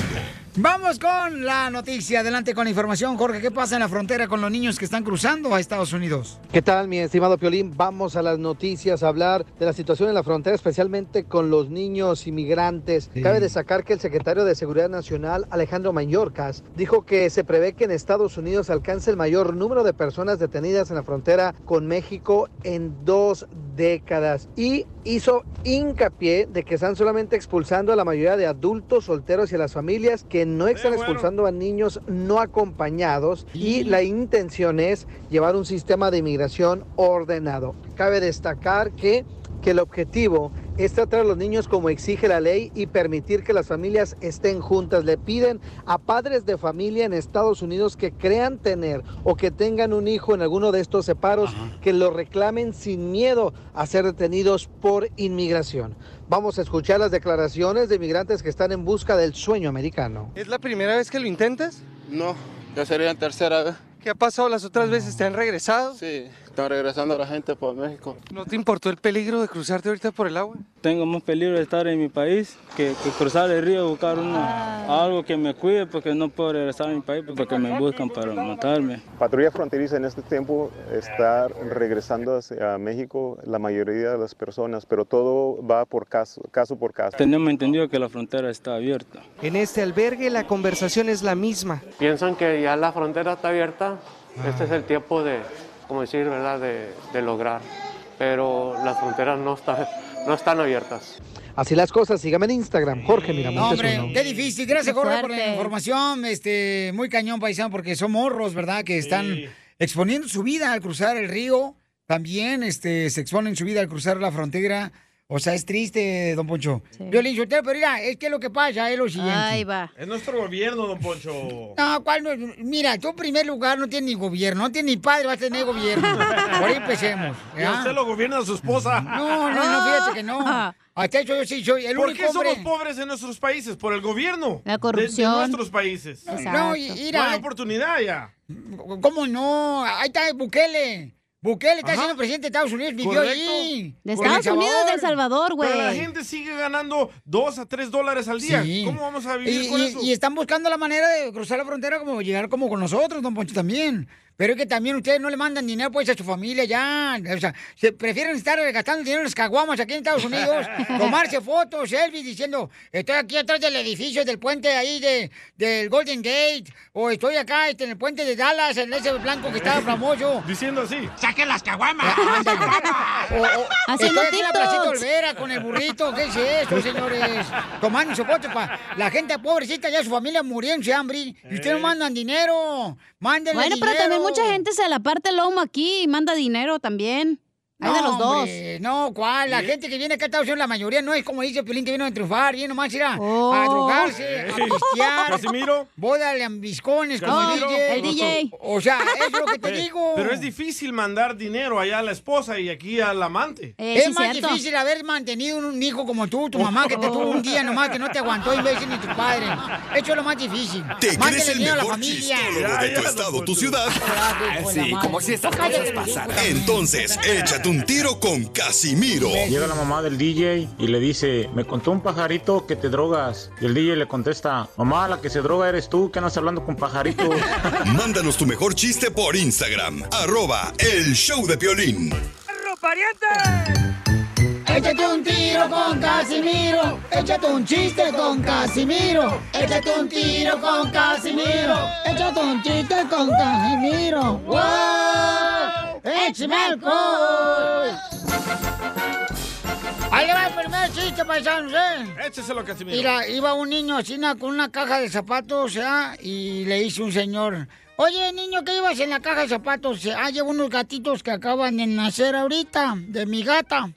Speaker 3: Vamos con la noticia. Adelante con la información, Jorge. ¿Qué pasa en la frontera con los niños que están cruzando a Estados Unidos?
Speaker 10: ¿Qué tal, mi estimado Piolín? Vamos a las noticias a hablar de la situación en la frontera, especialmente con los niños inmigrantes. Cabe destacar que el secretario de Seguridad Nacional, Alejandro Mayorkas, dijo que se prevé que en Estados Unidos alcance el mayor número de personas detenidas en la frontera con México en dos décadas y hizo hincapié de que están solamente expulsando a la mayoría de adultos solteros y a las familias que no están expulsando a niños no acompañados y la intención es llevar un sistema de inmigración ordenado. Cabe destacar que, que el objetivo es tratar a los niños como exige la ley y permitir que las familias estén juntas. Le piden a padres de familia en Estados Unidos que crean tener o que tengan un hijo en alguno de estos separos que lo reclamen sin miedo a ser detenidos por inmigración. Vamos a escuchar las declaraciones de inmigrantes que están en busca del sueño americano.
Speaker 16: ¿Es la primera vez que lo intentas? No, ya sería la tercera vez. ¿Qué ha pasado las otras veces? ¿Te han regresado? Sí, están regresando la gente por México. ¿No te importó el peligro de cruzarte ahorita por el agua?
Speaker 17: Tengo más peligro de estar en mi país que, que cruzar el río y buscar una- algo que me cuide porque no puedo regresar a mi país porque me buscan para matarme.
Speaker 18: Patrulla fronteriza en este tiempo está regresando hacia México la mayoría de las personas, pero todo va por caso, caso por caso.
Speaker 17: Tenemos entendido que la frontera está abierta.
Speaker 19: En este albergue la conversación es la misma.
Speaker 20: Piensan que ya la frontera está abierta.
Speaker 10: Ah.
Speaker 20: Este es el tiempo de, como decir, ¿verdad? De, de lograr. Pero las fronteras no, está- no están abiertas.
Speaker 10: Así las cosas, síganme en Instagram, Jorge
Speaker 3: No,
Speaker 10: Miramontes.
Speaker 3: hombre,
Speaker 10: uno.
Speaker 3: qué difícil. Gracias,
Speaker 6: Qué
Speaker 3: Jorge, por la
Speaker 6: fuerte.
Speaker 3: información. Este, muy cañón, paisano, porque son morros, ¿verdad? Que están
Speaker 6: Sí.
Speaker 3: exponiendo su vida al cruzar el río. También este, se exponen su vida al cruzar la frontera. O sea, es triste, don Poncho. Violín Sotelo, pero mira, es que lo que pasa es lo siguiente.
Speaker 6: Ahí va.
Speaker 1: Es nuestro gobierno, don Poncho.
Speaker 3: No, ¿cuál no? Mira, tú en primer lugar no tienes ni gobierno, no tienes ni padre, vas a tener gobierno. Por ahí empecemos.
Speaker 1: Y a
Speaker 3: ¿ya?
Speaker 1: usted lo gobierna su esposa.
Speaker 3: No, no, no, fíjate que
Speaker 6: Ah.
Speaker 3: no. Hasta eso yo sí soy el
Speaker 1: ¿Por
Speaker 3: único
Speaker 1: qué
Speaker 3: hombre.
Speaker 1: somos pobres en nuestros países? Por el gobierno.
Speaker 3: La
Speaker 1: De-
Speaker 3: corrupción.
Speaker 1: De, nuestros países.
Speaker 3: Exacto. No, y- mira.
Speaker 1: hay oportunidad ya.
Speaker 3: ¿Cómo no? Ahí está Bukele. Bukele está
Speaker 1: Ajá.
Speaker 3: siendo presidente de Estados Unidos, vivió
Speaker 1: Correcto.
Speaker 3: ahí.
Speaker 6: De
Speaker 3: Con El
Speaker 6: Estados Unidos, de El Salvador, güey.
Speaker 1: Pero la gente sigue ganando 2 a 3 dólares al día.
Speaker 3: Sí.
Speaker 1: ¿Cómo vamos a vivir
Speaker 3: y,
Speaker 1: con
Speaker 3: y-
Speaker 1: eso?
Speaker 3: y están buscando la manera de cruzar la frontera como llegar como con nosotros, don Poncho, también. Pero es que también ustedes no le mandan dinero pues a su familia ya. O sea, se prefieren estar gastando dinero en las caguamas aquí en Estados Unidos, tomarse fotos, selfies diciendo, estoy aquí atrás del edificio del puente ahí de, del Golden Gate, o estoy acá este, en el puente de Dallas, en ese blanco que estaba famoso.
Speaker 1: Diciendo así.
Speaker 3: ¡Saquen las caguamas! Haciendo
Speaker 6: eh,
Speaker 2: Haciendo
Speaker 3: aquí en la
Speaker 2: TikToks.
Speaker 3: Placita Olvera con el burrito, ¿qué es esto, señores? Tomando su foto para la gente pobrecita, ya su familia muriendo de hambre. Y ustedes no mandan dinero. Mándenle
Speaker 6: Eh. Bueno, pero
Speaker 3: dinero.
Speaker 6: también mucha gente se la parte el lomo aquí y manda dinero también. Hay de los dos.
Speaker 3: hombre, no, ¿cuál? La gente que viene acá a Estados Unidos, la mayoría no es como dice Pelín que vino a triunfar, viene nomás ir a,
Speaker 6: Oh.
Speaker 3: a drogarse, a pistear.
Speaker 1: Casimiro.
Speaker 3: Boda de ambiscones, como el
Speaker 1: Casimiro.
Speaker 3: DJ.
Speaker 1: El DJ.
Speaker 3: O sea, es lo que te
Speaker 1: Eh,
Speaker 3: digo.
Speaker 1: Pero es difícil mandar dinero allá a la esposa y aquí al amante.
Speaker 6: Eh,
Speaker 3: es más difícil haber mantenido un- un hijo como tú, tu mamá que te tuvo un día nomás, que no te aguantó imbécil ni tu padre. Eso es lo más difícil.
Speaker 9: ¿Te
Speaker 3: Mándale
Speaker 9: crees el
Speaker 3: dinero a la
Speaker 9: mejor
Speaker 3: familia.
Speaker 9: chistólogo de tu estado, tu ciudad?
Speaker 3: Ah, Sí, como si estas cosas
Speaker 9: pasaran. Entonces, échate un tiro con Casimiro.
Speaker 21: Llega la mamá del DJ y le dice, me contó un pajarito que te drogas. Y el DJ le contesta, mamá, la que se droga eres tú, que andas hablando con pajaritos.
Speaker 9: Mándanos tu mejor chiste por Instagram, arroba el show de Piolín.
Speaker 3: Échate un tiro con Casimiro. Échate un chiste con Casimiro. Échate un tiro con Casimiro. Échate un chiste con Casimiro. ¡Wow! ¡Échame alcohol! Ahí le va el primer chiste, paisanos, ¿eh?
Speaker 1: Écheselo, Casimiro.
Speaker 3: Mira, iba un niño así na- con una caja de zapatos, ¿ya? Y le dice un señor, oye, niño, ¿qué llevas en la caja de zapatos? Ah, llevo unos gatitos que acaban de nacer ahorita, de mi gata.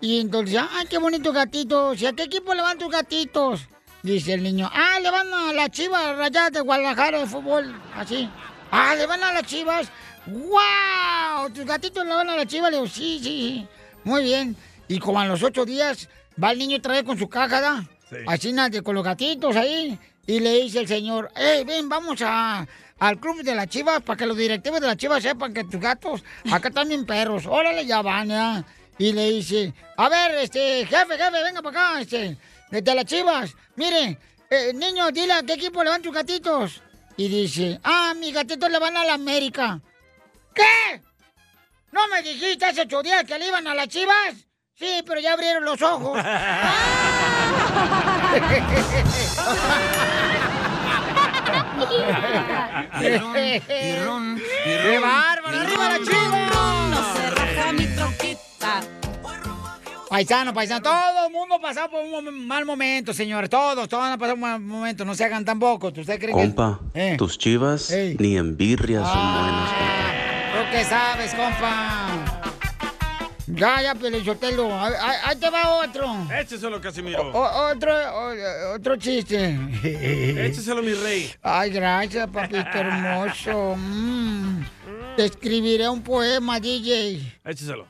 Speaker 3: Y entonces, ay, qué bonitos gatitos. ¿Y a qué equipo le van tus gatitos? Dice el niño, ah, le van a las chivas rayadas de Guadalajara de fútbol, así. Ah, le van a las chivas. ¡Wow! Tus gatitos le van a las chivas. Le digo, sí, sí, sí. Muy bien. Y como a los ocho días, va el niño otra vez con su caja, ¿da? Así nada, de- con los gatitos ahí. Y le dice el señor, hey, ven, vamos a, al club de las chivas para que los directivos de las chivas sepan que tus gatos acá están bien perros. Órale, ya van, ya. Y le dice, a ver, este, jefe, jefe, venga para acá, este, de de las chivas. Mire, eh, niño, dile a qué equipo le van tus gatitos. Y dice, ah, mis gatitos le van a la América. ¿Qué? ¿No me dijiste hace ocho días que le iban a las chivas? Sí, pero ya abrieron los ojos.
Speaker 2: ¡Qué
Speaker 3: bárbaro! ¡Arriba la
Speaker 2: chiva! No se raja mi troquita.
Speaker 3: Paisano, paisano, todo el mundo ha pasado por un mom- mal momento, señor. Todos, todos han pasado un mal momento. No se hagan tan pocos. ¿Usted cree que...?
Speaker 5: Compa, tus chivas ni en birria son buenas.
Speaker 3: ¿Tú qué sabes, compa? Ya, ya, Pelichotelo. Ahí- Ahí ahí te va otro.
Speaker 1: Écheselo, Casimiro.
Speaker 3: O- otro, o- otro chiste.
Speaker 1: Écheselo, mi rey.
Speaker 3: Ay, gracias, papito hermoso. Mm. Te escribiré un poema, DJ,
Speaker 1: Écheselo.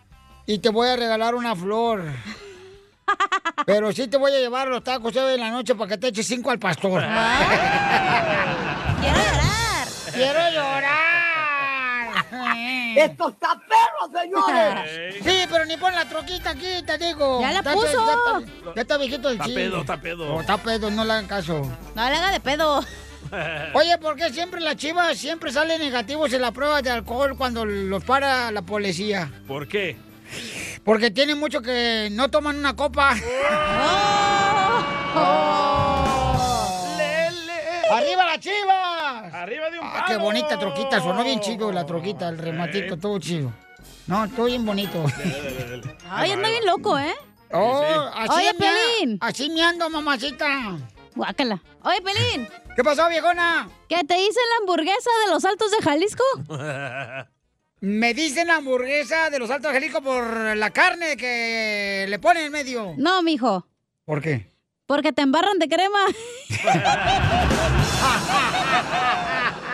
Speaker 3: y te voy a regalar una flor. Pero sí te voy a llevar los tacos hoy en la noche para que te eches cinco al pastor. ¡Quiero llorar! ¡Esto está perro, señores! Sí, pero ni pon la troquita aquí, te digo.
Speaker 6: Ya la
Speaker 3: Está-
Speaker 6: puso.
Speaker 3: Ya está, ya está viejito el
Speaker 6: Está
Speaker 3: chiste.
Speaker 6: pedo, está pedo.
Speaker 3: No, está pedo, no le hagan caso.
Speaker 6: No le haga de pedo.
Speaker 3: Oye, ¿por qué siempre las chivas siempre salen negativos en la prueba de alcohol cuando los para la policía?
Speaker 1: ¿Por qué?
Speaker 3: Porque tienen mucho que no toman una copa. Oh. ¡Arriba las chivas!
Speaker 1: ¡Arriba de un
Speaker 3: Ah, qué bonita troquita, sonó bien chido la troquita, el rematito, todo chido. No, todo bien bonito.
Speaker 6: Ay, anda bien loco, ¿eh?
Speaker 3: Oh, así
Speaker 6: Oye,
Speaker 3: me-
Speaker 6: Pelín.
Speaker 3: Así me ando, mamacita.
Speaker 6: Guácala. Oye, Pelín.
Speaker 3: ¿Qué pasó, viejona?
Speaker 6: ¿Qué te hice la hamburguesa de los altos de Jalisco?
Speaker 3: Me dicen hamburguesa de los Altos Angélicos por la carne que le ponen en medio.
Speaker 6: No, mijo.
Speaker 3: ¿Por qué?
Speaker 6: Porque te embarran de crema.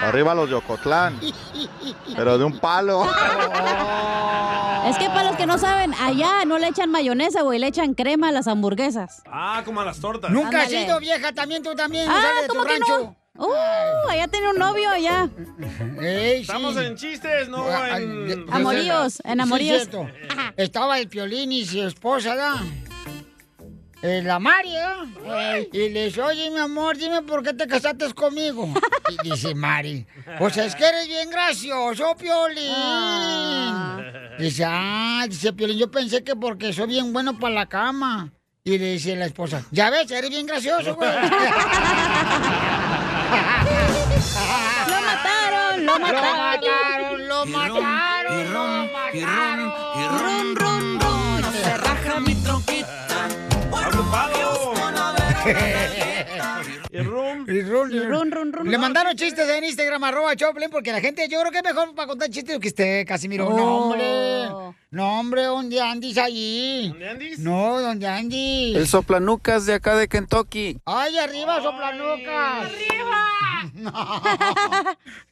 Speaker 7: Arriba los Yocotlán, pero de un palo.
Speaker 6: Es que para los que no saben, allá no le echan mayonesa, güey, le echan crema a las hamburguesas.
Speaker 1: Ah, como a las tortas.
Speaker 3: Nunca has ido, vieja, también tú también.
Speaker 6: Ah,
Speaker 3: sale de tu
Speaker 6: ¿cómo que
Speaker 3: rancho.
Speaker 6: no? Uh, allá tiene un novio allá.
Speaker 1: Estamos en chistes, no en...
Speaker 6: Amoríos, en amoríos.
Speaker 3: Ah, Sí, cierto. Estaba el Piolín y su esposa, ¿da? Eh, la Mari, ¿da? Y le dice, oye, mi amor, dime por qué te casaste conmigo. Y dice Mari, pues es que eres bien gracioso, Piolín. Dice, ah, dice Piolín, yo pensé que porque soy bien bueno para la cama. Y le dice la esposa, ya ves, eres bien gracioso, güey.
Speaker 2: Lo
Speaker 6: mataron,
Speaker 2: lo mataron.
Speaker 3: Lo mataron,
Speaker 2: Y ron, y ron, y ron, ron, ron. No se raja mi troquita.
Speaker 1: Y rum.
Speaker 3: Y rum,
Speaker 2: Y rum, rum, rum.
Speaker 3: Le mandaron chistes en Instagram, arroba Choplin, porque la gente, yo creo que es mejor para contar chistes que usted, Casimiro. No,
Speaker 2: Oh.
Speaker 3: hombre. No, hombre, ¿dónde andis ahí? ¿Dónde andis? No, ¿dónde andis?
Speaker 8: El soplanucas de acá de Kentucky.
Speaker 3: ¡Ay, arriba, soplanucas! ¡Arriba! No.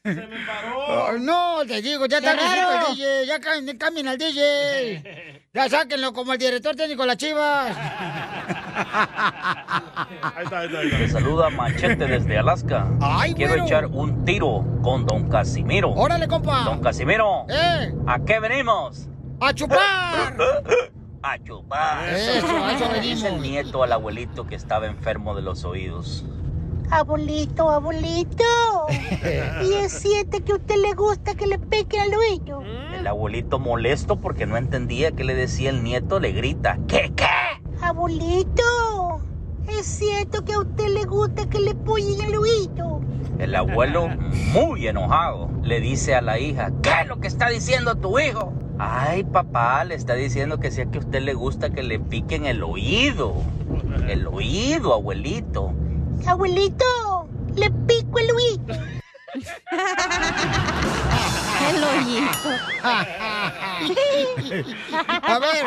Speaker 3: Se me paró. No, te digo, ya
Speaker 2: Qué
Speaker 3: está viejito
Speaker 2: raro.
Speaker 3: el DJ, ya cam- camina el DJ. Ya sáquenlo como el director técnico de las chivas.
Speaker 1: Ahí está, ahí está, ahí
Speaker 22: Te
Speaker 1: está.
Speaker 22: saluda Machete desde Alaska.
Speaker 3: Ay,
Speaker 22: Quiero
Speaker 3: güero.
Speaker 22: echar un tiro con Don Casimiro.
Speaker 3: Órale, compa.
Speaker 22: Don Casimiro,
Speaker 3: ¡Eh!
Speaker 22: ¿a qué venimos?
Speaker 3: ¡A chupar!
Speaker 22: A chupar.
Speaker 3: Eso, a eso venimos.
Speaker 22: Dice el nieto al abuelito que estaba enfermo de los oídos.
Speaker 23: Abuelito, abuelito. Y es siete que a usted le gusta que le peque al oído.
Speaker 22: El abuelito molesto porque no entendía qué le decía el nieto, le grita. ¿Qué, qué?
Speaker 23: Abuelito. Es cierto que a usted le gusta que le pollen al oído.
Speaker 22: El abuelo, muy enojado, le dice a la hija, ¿qué es lo que está diciendo tu hijo? Ay, papá, le está diciendo que si es que a usted le gusta que le piquen el oído. El oído, abuelito.
Speaker 23: Abuelito, le pico el oído.
Speaker 6: El oído.
Speaker 3: A ver,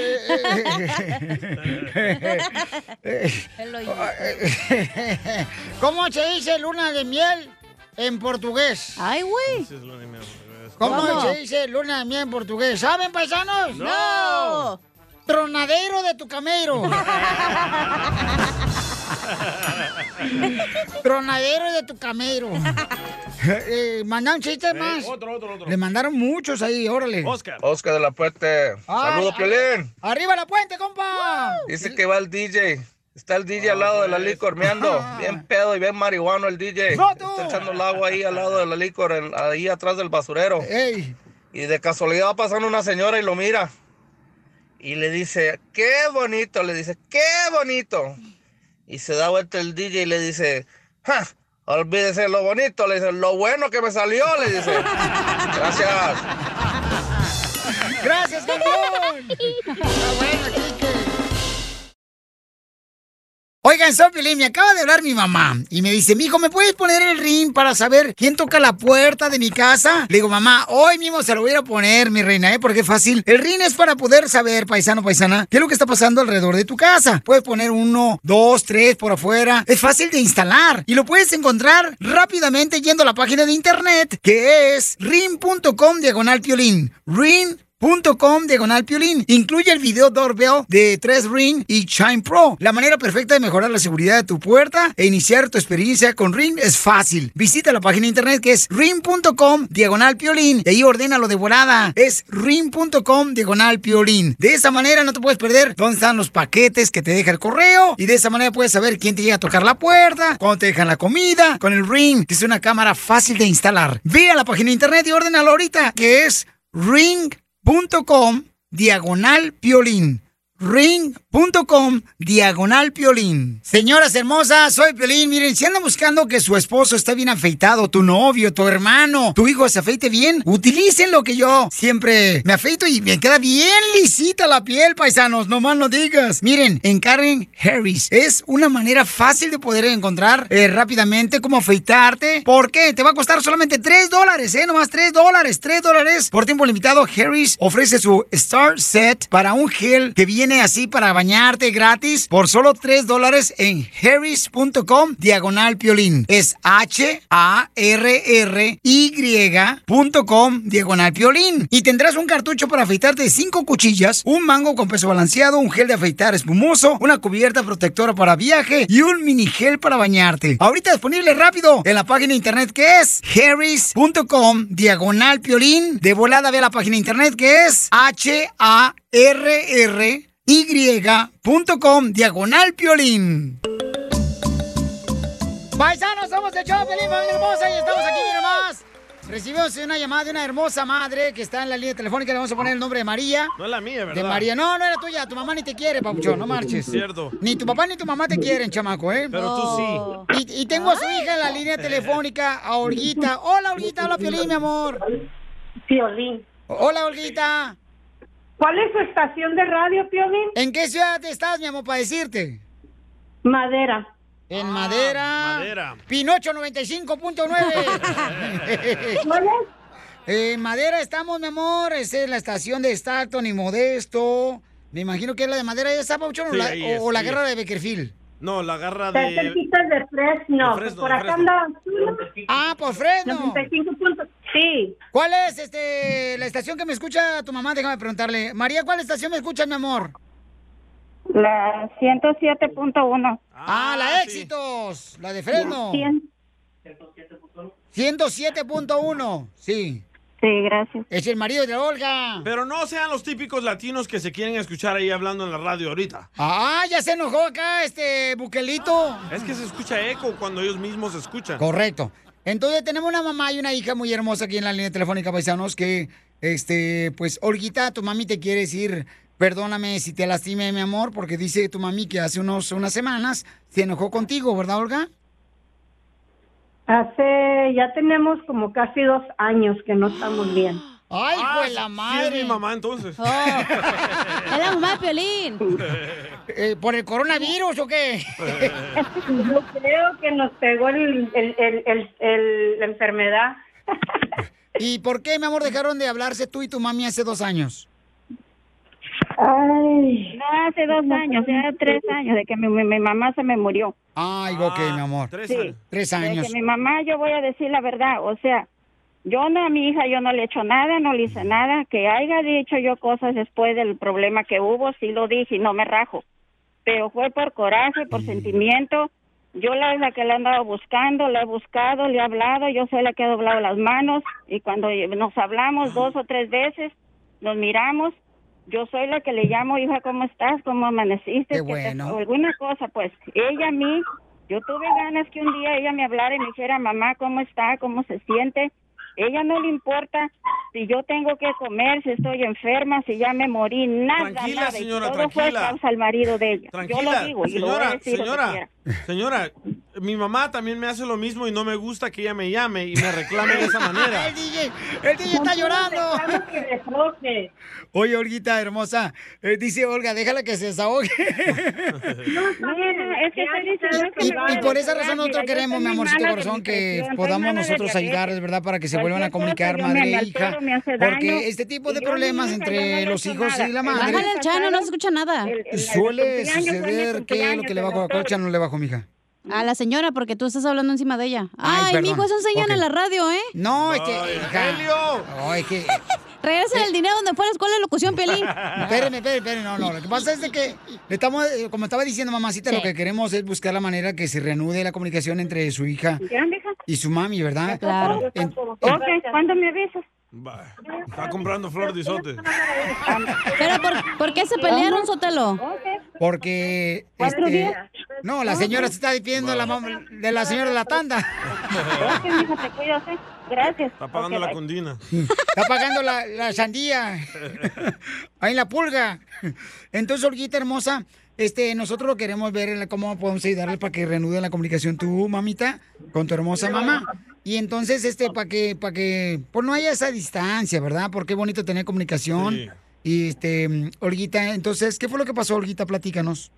Speaker 3: ¿Cómo se dice luna de miel en portugués?
Speaker 6: Ay, güey.
Speaker 3: ¿Cómo,
Speaker 6: ¿Cómo?
Speaker 3: se dice luna de miel en portugués? ¿Saben, paisanos?
Speaker 6: No.
Speaker 3: Tronadero de tu cameiro. Tronadero de tu cameiro. Eh, eh, mandaron chistes más.
Speaker 1: Otro, otro, otro.
Speaker 3: Le mandaron muchos ahí, órale.
Speaker 1: Oscar.
Speaker 24: Oscar de la Puente.
Speaker 3: Ay,
Speaker 24: Saludos,
Speaker 3: ay,
Speaker 24: Piolín.
Speaker 3: ¡Arriba la puente, compa!
Speaker 24: Dice que va el DJ
Speaker 4: Está el DJ al lado de la licor meando, bien pedo y bien marihuano el DJ. Está echando el agua ahí al lado de la licor, en- ahí atrás del basurero. Y de casualidad va pasando una señora y lo mira. Y le dice, qué bonito, le dice, qué bonito. Y se da vuelta el DJ y le dice, "Ja, olvídese lo bonito, le dice, lo bueno que me salió, le dice. Gracias.
Speaker 3: ¡Gracias, campeón! Oigan, Sopilín, me acaba de hablar mi mamá y me dice, mijo, ¿me puedes poner el ring para saber quién toca la puerta de mi casa? Le digo, mamá, hoy mismo se lo voy a ir a poner, mi reina, ¿eh? Porque es fácil. El ring es para poder saber, paisano, paisana, qué es lo que está pasando alrededor de tu casa. Puedes poner uno, dos, tres por afuera. Es fácil de instalar y lo puedes encontrar rápidamente yendo a la página de internet que es ring.com diagonal piolín. Ring Com diagonal piolín. Incluye el video doorbell de 3 Ring y Chime Pro. La manera perfecta de mejorar la seguridad de tu puerta e iniciar tu experiencia con Ring es fácil. Visita la página de internet que es ring.com diagonal piolín y ahí ordénalo de volada. Es ring.com diagonal piolín. De esa manera no te puedes perder dónde están los paquetes que te deja el correo y de esa manera puedes saber quién te llega a tocar la puerta, cuándo te dejan la comida, con el Ring, que es una cámara fácil de instalar. Ve a la página de internet y ordénalo ahorita que es ring ring.com diagonal piolín. Ring.com diagonal piolín. Señoras hermosas, soy piolín. Miren, si andan buscando que su esposo está bien afeitado, tu novio, tu hermano, tu hijo se afeite bien, utilicen lo que yo siempre me afeito y me queda bien lisita la piel, paisanos. No más no digas. Miren, en Karen Harris es una manera fácil de poder encontrar eh, rápidamente cómo afeitarte. ¿Por qué? Te va a costar solamente 3 dólares, ¿eh? Nomás 3 dólares, 3 dólares. Por tiempo limitado, Harris ofrece su Star Set para un gel que viene así para bañarte gratis por solo 3 dólares en harris.com diagonal piolín. Es H-A-R-R-Y.com diagonal piolín. Y tendrás un cartucho para afeitarte de 5 cuchillas, un mango con peso balanceado, un gel de afeitar espumoso, una cubierta protectora para viaje y un mini gel para bañarte. Ahorita disponible rápido en la página de internet que es harris.com diagonal piolín. De volada ve a la página de internet que es H-A-R-R-Y.com diagonal piolín. Paisanos, somos el show, feliz familia hermosa y estamos aquí mira más. Recibimos una llamada de una hermosa madre que está en la línea telefónica. Le vamos a poner el nombre de María.
Speaker 1: No es la mía, ¿verdad?
Speaker 3: De María. No, no era tuya. Tu mamá ni te quiere, Papuchón. No marches.
Speaker 1: Cierto.
Speaker 3: Ni tu papá ni tu mamá te quieren, chamaco, ¿eh?
Speaker 1: Pero tú
Speaker 3: sí. Y, y tengo a su hija en la línea telefónica, a Olguita. Hola, Olguita. Hola, Piolín, mi amor. Piolín. Hola, Olguita. ¿Cuál es su estación de radio, Piolín? ¿En qué ciudad estás, mi amor, para decirte? Madera. En Madera.
Speaker 1: Ah, Madera.
Speaker 3: Pinocho 95.9. En Madera estamos, mi amor. Esa es la estación de Stockton y Modesto. Me imagino que es la de Madera. ¿Ya está, Pauchón? o
Speaker 1: Sí,
Speaker 3: la-
Speaker 1: ahí
Speaker 3: o,
Speaker 1: es,
Speaker 3: o la
Speaker 1: sí
Speaker 3: guerra
Speaker 1: es.
Speaker 3: de Beckerfield?
Speaker 1: No, la garra
Speaker 3: Está
Speaker 1: de...
Speaker 3: cerquita
Speaker 23: de Fresno. pues,
Speaker 1: De Fresno,
Speaker 23: por
Speaker 1: de Fresno.
Speaker 23: acá andaba
Speaker 3: Ah, por Fresno.
Speaker 23: 95 puntos. Sí.
Speaker 3: ¿Cuál es este, la estación que me escucha tu mamá? Déjame preguntarle. María, ¿cuál estación me escucha, mi amor?
Speaker 23: La 107.1.
Speaker 3: Ah, la Éxitos. La de Fresno.
Speaker 23: Cien.
Speaker 3: 107.1. Sí.
Speaker 23: Sí, gracias.
Speaker 3: Es el marido de Olga.
Speaker 1: Pero no sean los típicos latinos que se quieren escuchar ahí hablando en la radio ahorita.
Speaker 3: Ah, ya se enojó acá este buquelito.
Speaker 1: Es que se escucha eco cuando ellos mismos se escuchan.
Speaker 3: Correcto. Entonces tenemos una mamá y una hija muy hermosa aquí en la línea telefónica, paisanos, que, este, pues, Olguita, tu mami te quiere decir, perdóname si te lastimé, mi amor, porque dice tu mami que hace unos, unas semanas se enojó contigo, ¿verdad, Olga?
Speaker 23: Hace, ya tenemos como casi dos años que no estamos bien.
Speaker 3: ¡Ay,
Speaker 1: hijo de la madre! Ah, es mi mamá, entonces.
Speaker 6: Oh.
Speaker 3: Es la mamá de Piolín. Eh, ¿Por el coronavirus o qué?
Speaker 23: Yo creo que nos pegó el, el, el, el- el- la enfermedad.
Speaker 3: ¿Y por qué, mi amor, dejaron de hablarse tú y tu mami hace dos años?
Speaker 23: Ay. No pues, hace dos años, ya tres años de que mi, mi- mi mamá se me murió.
Speaker 3: Ay, ok, mi amor. Tres,
Speaker 23: Sí. años. De
Speaker 3: años.
Speaker 23: que mi mamá, yo voy a decir la verdad, o sea, yo no a mi hija, yo no le he hecho nada, no le hice nada, que haya dicho yo cosas después del problema que hubo, sí lo dije y no me rajo, pero fue por coraje, por sentimiento, yo la es la que la he andado buscando, la he buscado, le he hablado, yo soy la que he doblado las manos y cuando nos hablamos dos o tres veces, nos miramos, Yo soy la que le llamo, hija, ¿cómo estás? ¿Cómo amaneciste? ¿Qué
Speaker 3: bueno.
Speaker 23: o alguna cosa, pues. Ella a mí, yo tuve ganas que un día ella me hablara y me dijera, mamá, ¿cómo está? ¿Cómo se siente? Ella no le importa si yo tengo que comer, si estoy enferma, si ya me morí, nada,
Speaker 1: Tranquila,
Speaker 23: nada. Y
Speaker 1: señora,
Speaker 23: todo fue
Speaker 1: tranquila.
Speaker 23: causa al marido de ella. yo lo
Speaker 1: Tranquila,
Speaker 23: digo y lo voy a
Speaker 1: señora,
Speaker 23: decir lo que
Speaker 1: señora,
Speaker 23: quiera.
Speaker 1: señora, mi mamá también me hace lo mismo y no me gusta que ella me llame y me reclame de esa manera.
Speaker 3: el DJ, el DJ está llorando. Oye, Olguita, hermosa. eh, dice Olga, déjala que se desahogue.
Speaker 23: No, no, es que estoy diciendo que
Speaker 3: Y,
Speaker 23: me voy
Speaker 3: y
Speaker 23: a
Speaker 3: por esa
Speaker 23: desesperar,
Speaker 3: razón
Speaker 23: mira,
Speaker 3: nosotros
Speaker 23: yo
Speaker 3: queremos,
Speaker 23: soy
Speaker 3: mi
Speaker 23: muy
Speaker 3: amorcito
Speaker 23: mala de
Speaker 3: corazón, que
Speaker 23: depresión, soy
Speaker 3: podamos
Speaker 23: mala de
Speaker 3: nosotros
Speaker 23: diabetes.
Speaker 3: ayudarles, ¿verdad? Para que se
Speaker 23: Cualquier
Speaker 3: vuelvan a comunicar,
Speaker 23: cosa, yo
Speaker 3: madre
Speaker 23: me
Speaker 3: e hija.
Speaker 23: altero, me hace daño,
Speaker 3: Porque este tipo de
Speaker 23: y yo a mi
Speaker 3: problemas
Speaker 23: hija yo no
Speaker 3: entre
Speaker 23: le
Speaker 3: los
Speaker 23: echo
Speaker 3: hijos
Speaker 23: nada.
Speaker 3: y la madre
Speaker 6: Bájale el chano, no se escucha nada.
Speaker 3: suele suceder
Speaker 6: mi
Speaker 3: que lo que le
Speaker 6: cumpleaños,
Speaker 3: bajo a Cocha no le bajo, mija.
Speaker 6: A la señora, porque tú estás hablando encima de ella. Ay,
Speaker 3: perdón.
Speaker 6: mijo, es un señal
Speaker 3: Ok.
Speaker 6: en la radio, ¿eh?
Speaker 3: No, es que. hija, no, es que.
Speaker 6: Regresa el dinero donde fue a la escuela de locución, Pielín.
Speaker 3: Espérame, espérame, espérame, no, no. Lo que pasa es de que le estamos, eh, como estaba diciendo mamacita,
Speaker 6: Sí.
Speaker 3: lo que queremos es buscar la manera que se reanude la comunicación entre su hija y su mami, ¿verdad?
Speaker 23: Claro.
Speaker 3: En-
Speaker 23: Ok, ¿cuándo me avisas?
Speaker 1: Va, Está comprando flor de isote.
Speaker 6: Pero, ¿por, por qué se pelearon, Sotelo?
Speaker 3: Porque.
Speaker 6: ¿Cuatro
Speaker 3: este,
Speaker 6: días?
Speaker 3: No, la señora se está despidiendo de la, mam- de la señora de la tanda.
Speaker 23: Ok, mija, te cuidas, ¿eh? Gracias.
Speaker 1: Está pagando
Speaker 3: Ok,
Speaker 1: la
Speaker 3: bye.
Speaker 1: condina.
Speaker 3: Está pagando la, la sandía. Ahí en la pulga. Entonces, Olguita hermosa, este, nosotros lo queremos ver en la- cómo podemos ayudarle para que reanude la comunicación tu mamita con tu hermosa mamá. Y entonces, este, para que, para que, pues no haya esa distancia, ¿verdad? Porque es bonito tener comunicación.
Speaker 1: Sí.
Speaker 3: Y este, mm, Olguita, entonces, ¿qué fue lo que pasó, Olguita? Platícanos.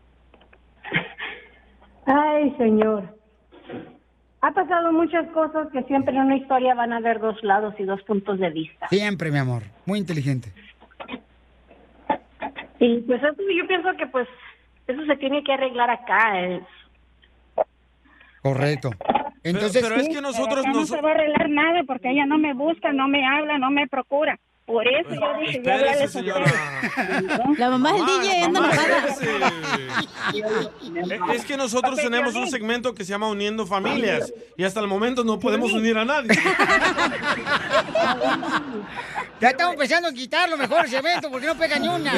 Speaker 11: Ay, señor. Ha pasado muchas cosas que siempre en una historia van a haber dos lados y dos puntos de vista.
Speaker 3: Siempre, mi amor. Muy inteligente.
Speaker 11: Y pues eso yo pienso que pues eso se tiene que arreglar acá. eh.
Speaker 3: Correcto. Entonces,
Speaker 23: Sí,
Speaker 1: eh,
Speaker 23: pero acá no se va a arreglar nada porque ella no me busca, no me habla, no me procura. Por eso yo dije, yo hablarles
Speaker 1: Espérese,
Speaker 23: a
Speaker 1: señora.
Speaker 6: La mamá del DJ anda
Speaker 1: mamá,
Speaker 6: enojada.
Speaker 1: Eh, Es que nosotros tenemos un segmento que se llama Uniendo Familias y hasta el momento no podemos unir a nadie.
Speaker 3: ya estamos pensando en quitarlo mejor ese evento porque no pega ni una.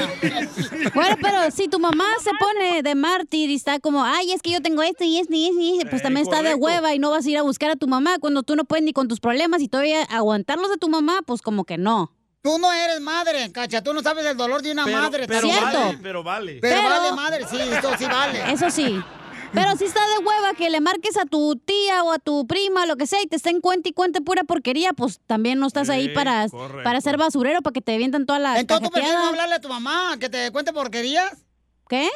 Speaker 6: Bueno, pero si tu mamá se pone de mártir y está como, ay, es que yo tengo esto y esto y esto, y esto", pues
Speaker 3: Eh,
Speaker 6: también está de
Speaker 3: correcto.
Speaker 6: hueva y no vas a ir a buscar a tu mamá cuando tú no puedes ni con tus problemas y todavía aguantarlos de tu mamá, pues como que no.
Speaker 3: Tú no eres madre, cacha, tú no sabes el dolor de una
Speaker 6: Pero-
Speaker 3: madre.
Speaker 6: pero
Speaker 3: ¿cierto?
Speaker 6: vale,
Speaker 1: Pero vale.
Speaker 3: Pero vale madre, sí, esto sí vale.
Speaker 6: Eso sí. Pero si está de hueva que le marques a tu tía o a tu prima, lo que sea, y te estén cuenta y cuenta pura porquería, pues también no estás ahí
Speaker 3: Sí,
Speaker 6: para,
Speaker 3: correcto.
Speaker 6: para ser basurero, para que te avientan toda la
Speaker 3: Entonces, ¿tú prefieres no
Speaker 6: cajeteada.
Speaker 3: hablarle a tu mamá que te cuente porquerías?
Speaker 6: ¿Qué?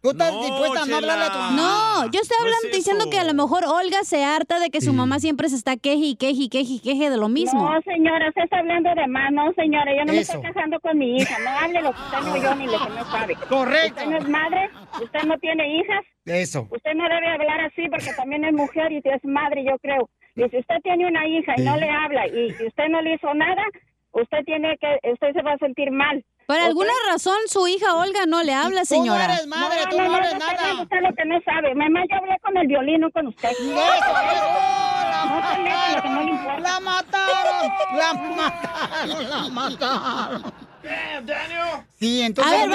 Speaker 3: ¿Tú estás dispuesta a no hablarle a tu mamá?
Speaker 6: No, yo estoy hablando diciendo que a lo mejor Olga se harta de que su mamá siempre se está queje y queje y queje y queje de lo mismo.
Speaker 23: No, señora, usted está hablando de más. No, señora, yo no me
Speaker 6: Eso.
Speaker 23: estoy casando con mi hija. No hable lo que usted no oyó ni lo que no sabe.
Speaker 3: Correcto.
Speaker 23: Usted no es madre, usted no tiene hijas,
Speaker 3: Eso.
Speaker 23: usted no debe hablar así porque también es mujer y es madre, yo creo. Y si usted tiene una hija y no
Speaker 3: Sí.
Speaker 23: le habla y, y usted no le hizo nada, usted tiene que, usted se va a sentir mal.
Speaker 6: Por
Speaker 23: ¿ok?
Speaker 6: alguna razón su hija Olga no le habla, señora.
Speaker 23: No, no, no, no, usted- Usted lo que no sabe. Mamá, yo hablé con el violín, no con usted. No se meta en lo que no le importa.
Speaker 3: ¡La mataron! ¡La mataron! ¡La mataron! Sí, entonces...
Speaker 23: A mí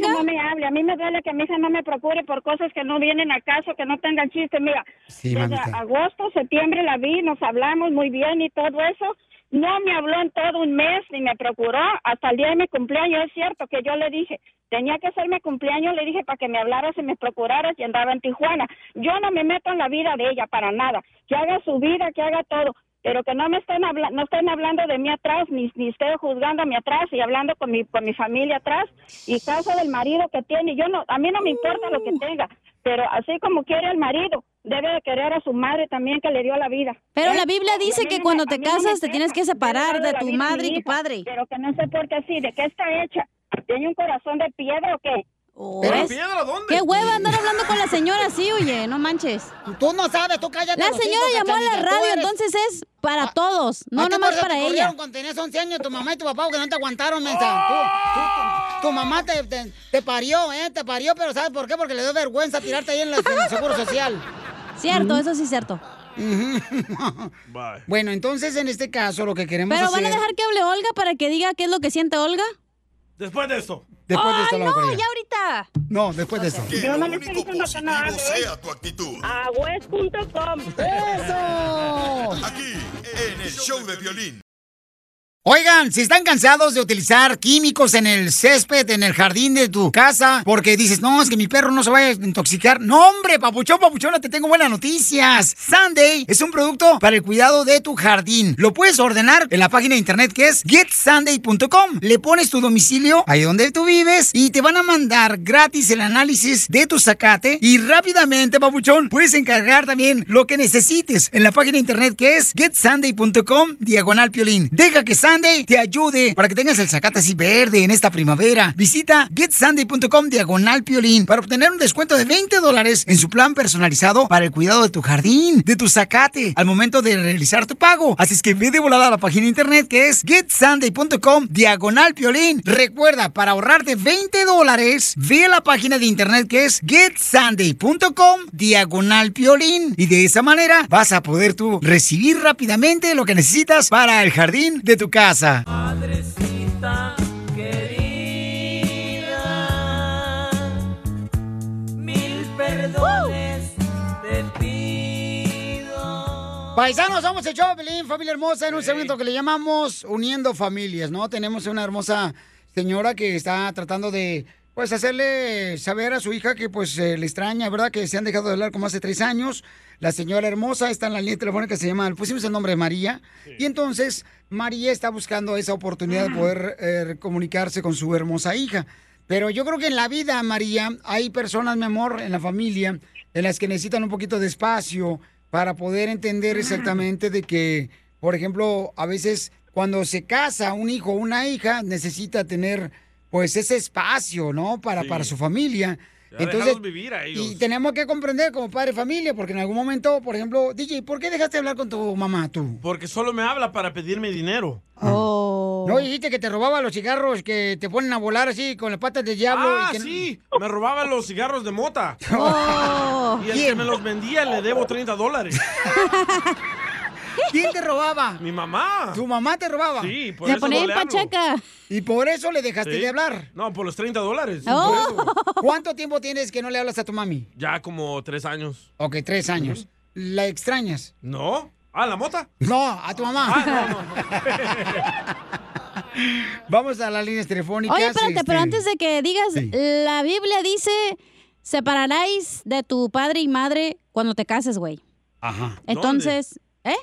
Speaker 23: No me hable, a mí me duele que mi hija no me procure por cosas que no vienen a caso, que no tengan chiste. Mira,
Speaker 3: Sí,
Speaker 23: desde
Speaker 3: mamita.
Speaker 23: agosto, septiembre la vi, nos hablamos muy bien y todo eso. No me habló en todo un mes ni me procuró hasta el día de mi cumpleaños. Es cierto que yo le dije, tenía que hacerme cumpleaños, le dije para que me hablaras y me procuraras y andaba en Tijuana. Yo no me meto en la vida de ella para nada. Que haga su vida, que haga todo. Pero que no me estén, habla- no estén hablando de mí atrás, ni, ni estén juzgándome atrás y hablando con mi, con mi familia atrás y causa del marido que tiene. Yo no, a mí no me importa lo que tenga, pero así como quiere el marido, debe de querer a su madre también que le dio la vida.
Speaker 6: Pero
Speaker 23: ¿Eh?
Speaker 6: la Biblia
Speaker 23: Y a
Speaker 6: dice
Speaker 23: mí
Speaker 6: que
Speaker 23: no
Speaker 6: cuando
Speaker 23: me- a
Speaker 6: te
Speaker 23: mí no me
Speaker 6: casas te
Speaker 23: pesa.
Speaker 6: tienes que
Speaker 23: Yo le
Speaker 6: separar
Speaker 23: hablo
Speaker 6: de
Speaker 23: la
Speaker 6: tu
Speaker 23: vida a mi
Speaker 6: madre y tu
Speaker 23: hija,
Speaker 6: padre.
Speaker 23: Pero que no se porte así, ¿de qué está hecha? ¿Tiene un corazón de piedra o qué?
Speaker 6: Oh, ¿Ves? ¿Qué hueva andar hablando con la señora así, oye? No manches.
Speaker 3: Tú no sabes, tú cállate.
Speaker 6: La
Speaker 3: los
Speaker 6: señora
Speaker 3: hijos,
Speaker 6: llamó a la
Speaker 3: Cachanilla, tú
Speaker 6: radio,
Speaker 3: eres- Ah,
Speaker 6: entonces es para todos, no
Speaker 3: ¿A ti por
Speaker 6: nomás
Speaker 3: eso te
Speaker 6: para
Speaker 3: corrieron
Speaker 6: ella.
Speaker 3: cuando tenías 11 años tu mamá y tu papá porque no te aguantaron, mensa? Tú- tú- tu- tu mamá te, te- te parió, ¿eh? Te parió, pero ¿sabes por qué? Porque le dio vergüenza tirarte ahí en, la- en el seguro social.
Speaker 6: Cierto,
Speaker 3: Ujú.
Speaker 6: eso sí es cierto.
Speaker 3: Ujú. bueno, entonces en este caso lo que queremos
Speaker 6: Pero
Speaker 3: hacer...
Speaker 6: van a dejar que hable Olga para que diga qué es lo que siente Olga.
Speaker 1: Después de esto.
Speaker 12: Después de esto
Speaker 6: ¡Ay,
Speaker 12: lo
Speaker 6: no!
Speaker 12: hago
Speaker 6: ¡Ya ahorita!
Speaker 12: No, después de eso.
Speaker 11: Yo no le estoy diciendo que no hagas. A web.com.
Speaker 3: ¡Eso!
Speaker 9: Aquí, en el show de violín.
Speaker 3: Oigan, si están cansados de utilizar químicos en el césped, en el jardín de tu casa, porque dices, no, es que mi perro no se vaya a intoxicar. No, hombre, papuchón, papuchona, te tengo buenas noticias. Sunday es un producto para el cuidado de tu jardín. Lo puedes ordenar en la página de internet que es getsunday.com. Le pones tu domicilio ahí donde tú vives y te van a mandar gratis el análisis de tu zacate y rápidamente, papuchón, puedes encargar también lo que necesites en la página de internet que es getsunday.com diagonal piolín. Deja que Sunday te ayude para que tengas el zacate así verde en esta primavera. Visita getsunday.com diagonal piolín para obtener un descuento de 20 dólares en su plan personalizado para el cuidado de tu jardín, de tu zacate, al momento de realizar tu pago. Así es que ve de volada a la página de internet que es getsunday.com diagonal piolín. Recuerda, para ahorrarte 20 dólares, ve a la página de internet que es getsunday.com diagonal piolín. Y de esa manera vas a poder tú recibir rápidamente lo que necesitas para el jardín de tu casa.
Speaker 2: Madrecita querida, mil perdones te pido.
Speaker 3: Paisanos, somos el Choplin, familia hermosa, en un segmento que le llamamos Uniendo Familias, ¿no? Tenemos una hermosa señora que está tratando de, pues, hacerle saber a su hija que, pues, eh, le extraña, ¿verdad? Que se han dejado de hablar como hace tres años. La señora hermosa está en la línea telefónica, se llama, le pusimos el nombre de María. Y entonces, María está buscando esa oportunidad de poder eh, comunicarse con su hermosa hija. Pero yo creo que en la vida, María, hay personas, mi amor, en la familia, en las que necesitan un poquito de espacio para poder entender exactamente de que, por ejemplo, a veces cuando se casa un hijo o una hija, necesita tener pues ese espacio, ¿no? Para,
Speaker 1: Sí.
Speaker 3: para su familia.
Speaker 1: Ya dejarlos vivir a ellos.
Speaker 3: Y tenemos que comprender como padre de familia, porque en algún momento, por ejemplo, DJ, ¿por qué dejaste de hablar con tu mamá tú?
Speaker 1: Porque solo me habla para pedirme dinero.
Speaker 3: No dijiste que te robaba los cigarros que te ponen a volar así con las patas de diablo.
Speaker 1: Ah,
Speaker 3: y que-
Speaker 1: sí, me robaba los cigarros de mota.
Speaker 3: Oh.
Speaker 1: y el que me los vendía le debo 30 dólares.
Speaker 3: ¿Quién te robaba?
Speaker 1: Mi mamá.
Speaker 3: Tu mamá te robaba.
Speaker 1: Sí, por eso no le hablo.
Speaker 3: Y por eso le dejaste
Speaker 1: Sí.
Speaker 3: de hablar.
Speaker 1: No, por los 30 dólares.
Speaker 6: Oh.
Speaker 1: Por eso.
Speaker 3: ¿Cuánto tiempo tienes que no le hablas a tu mami?
Speaker 1: Ya como tres años.
Speaker 3: Ok, tres años. ¿La extrañas?
Speaker 1: No. Ah, la mota. Ah,
Speaker 3: No, a tu mamá. Vamos a las líneas telefónicas.
Speaker 6: Oye, espérate,
Speaker 3: este.
Speaker 6: pero antes de que digas,
Speaker 3: Sí.
Speaker 6: la Biblia dice, separaráis de tu padre y madre cuando te cases, güey.
Speaker 1: Ajá.
Speaker 6: Entonces, ¿eh?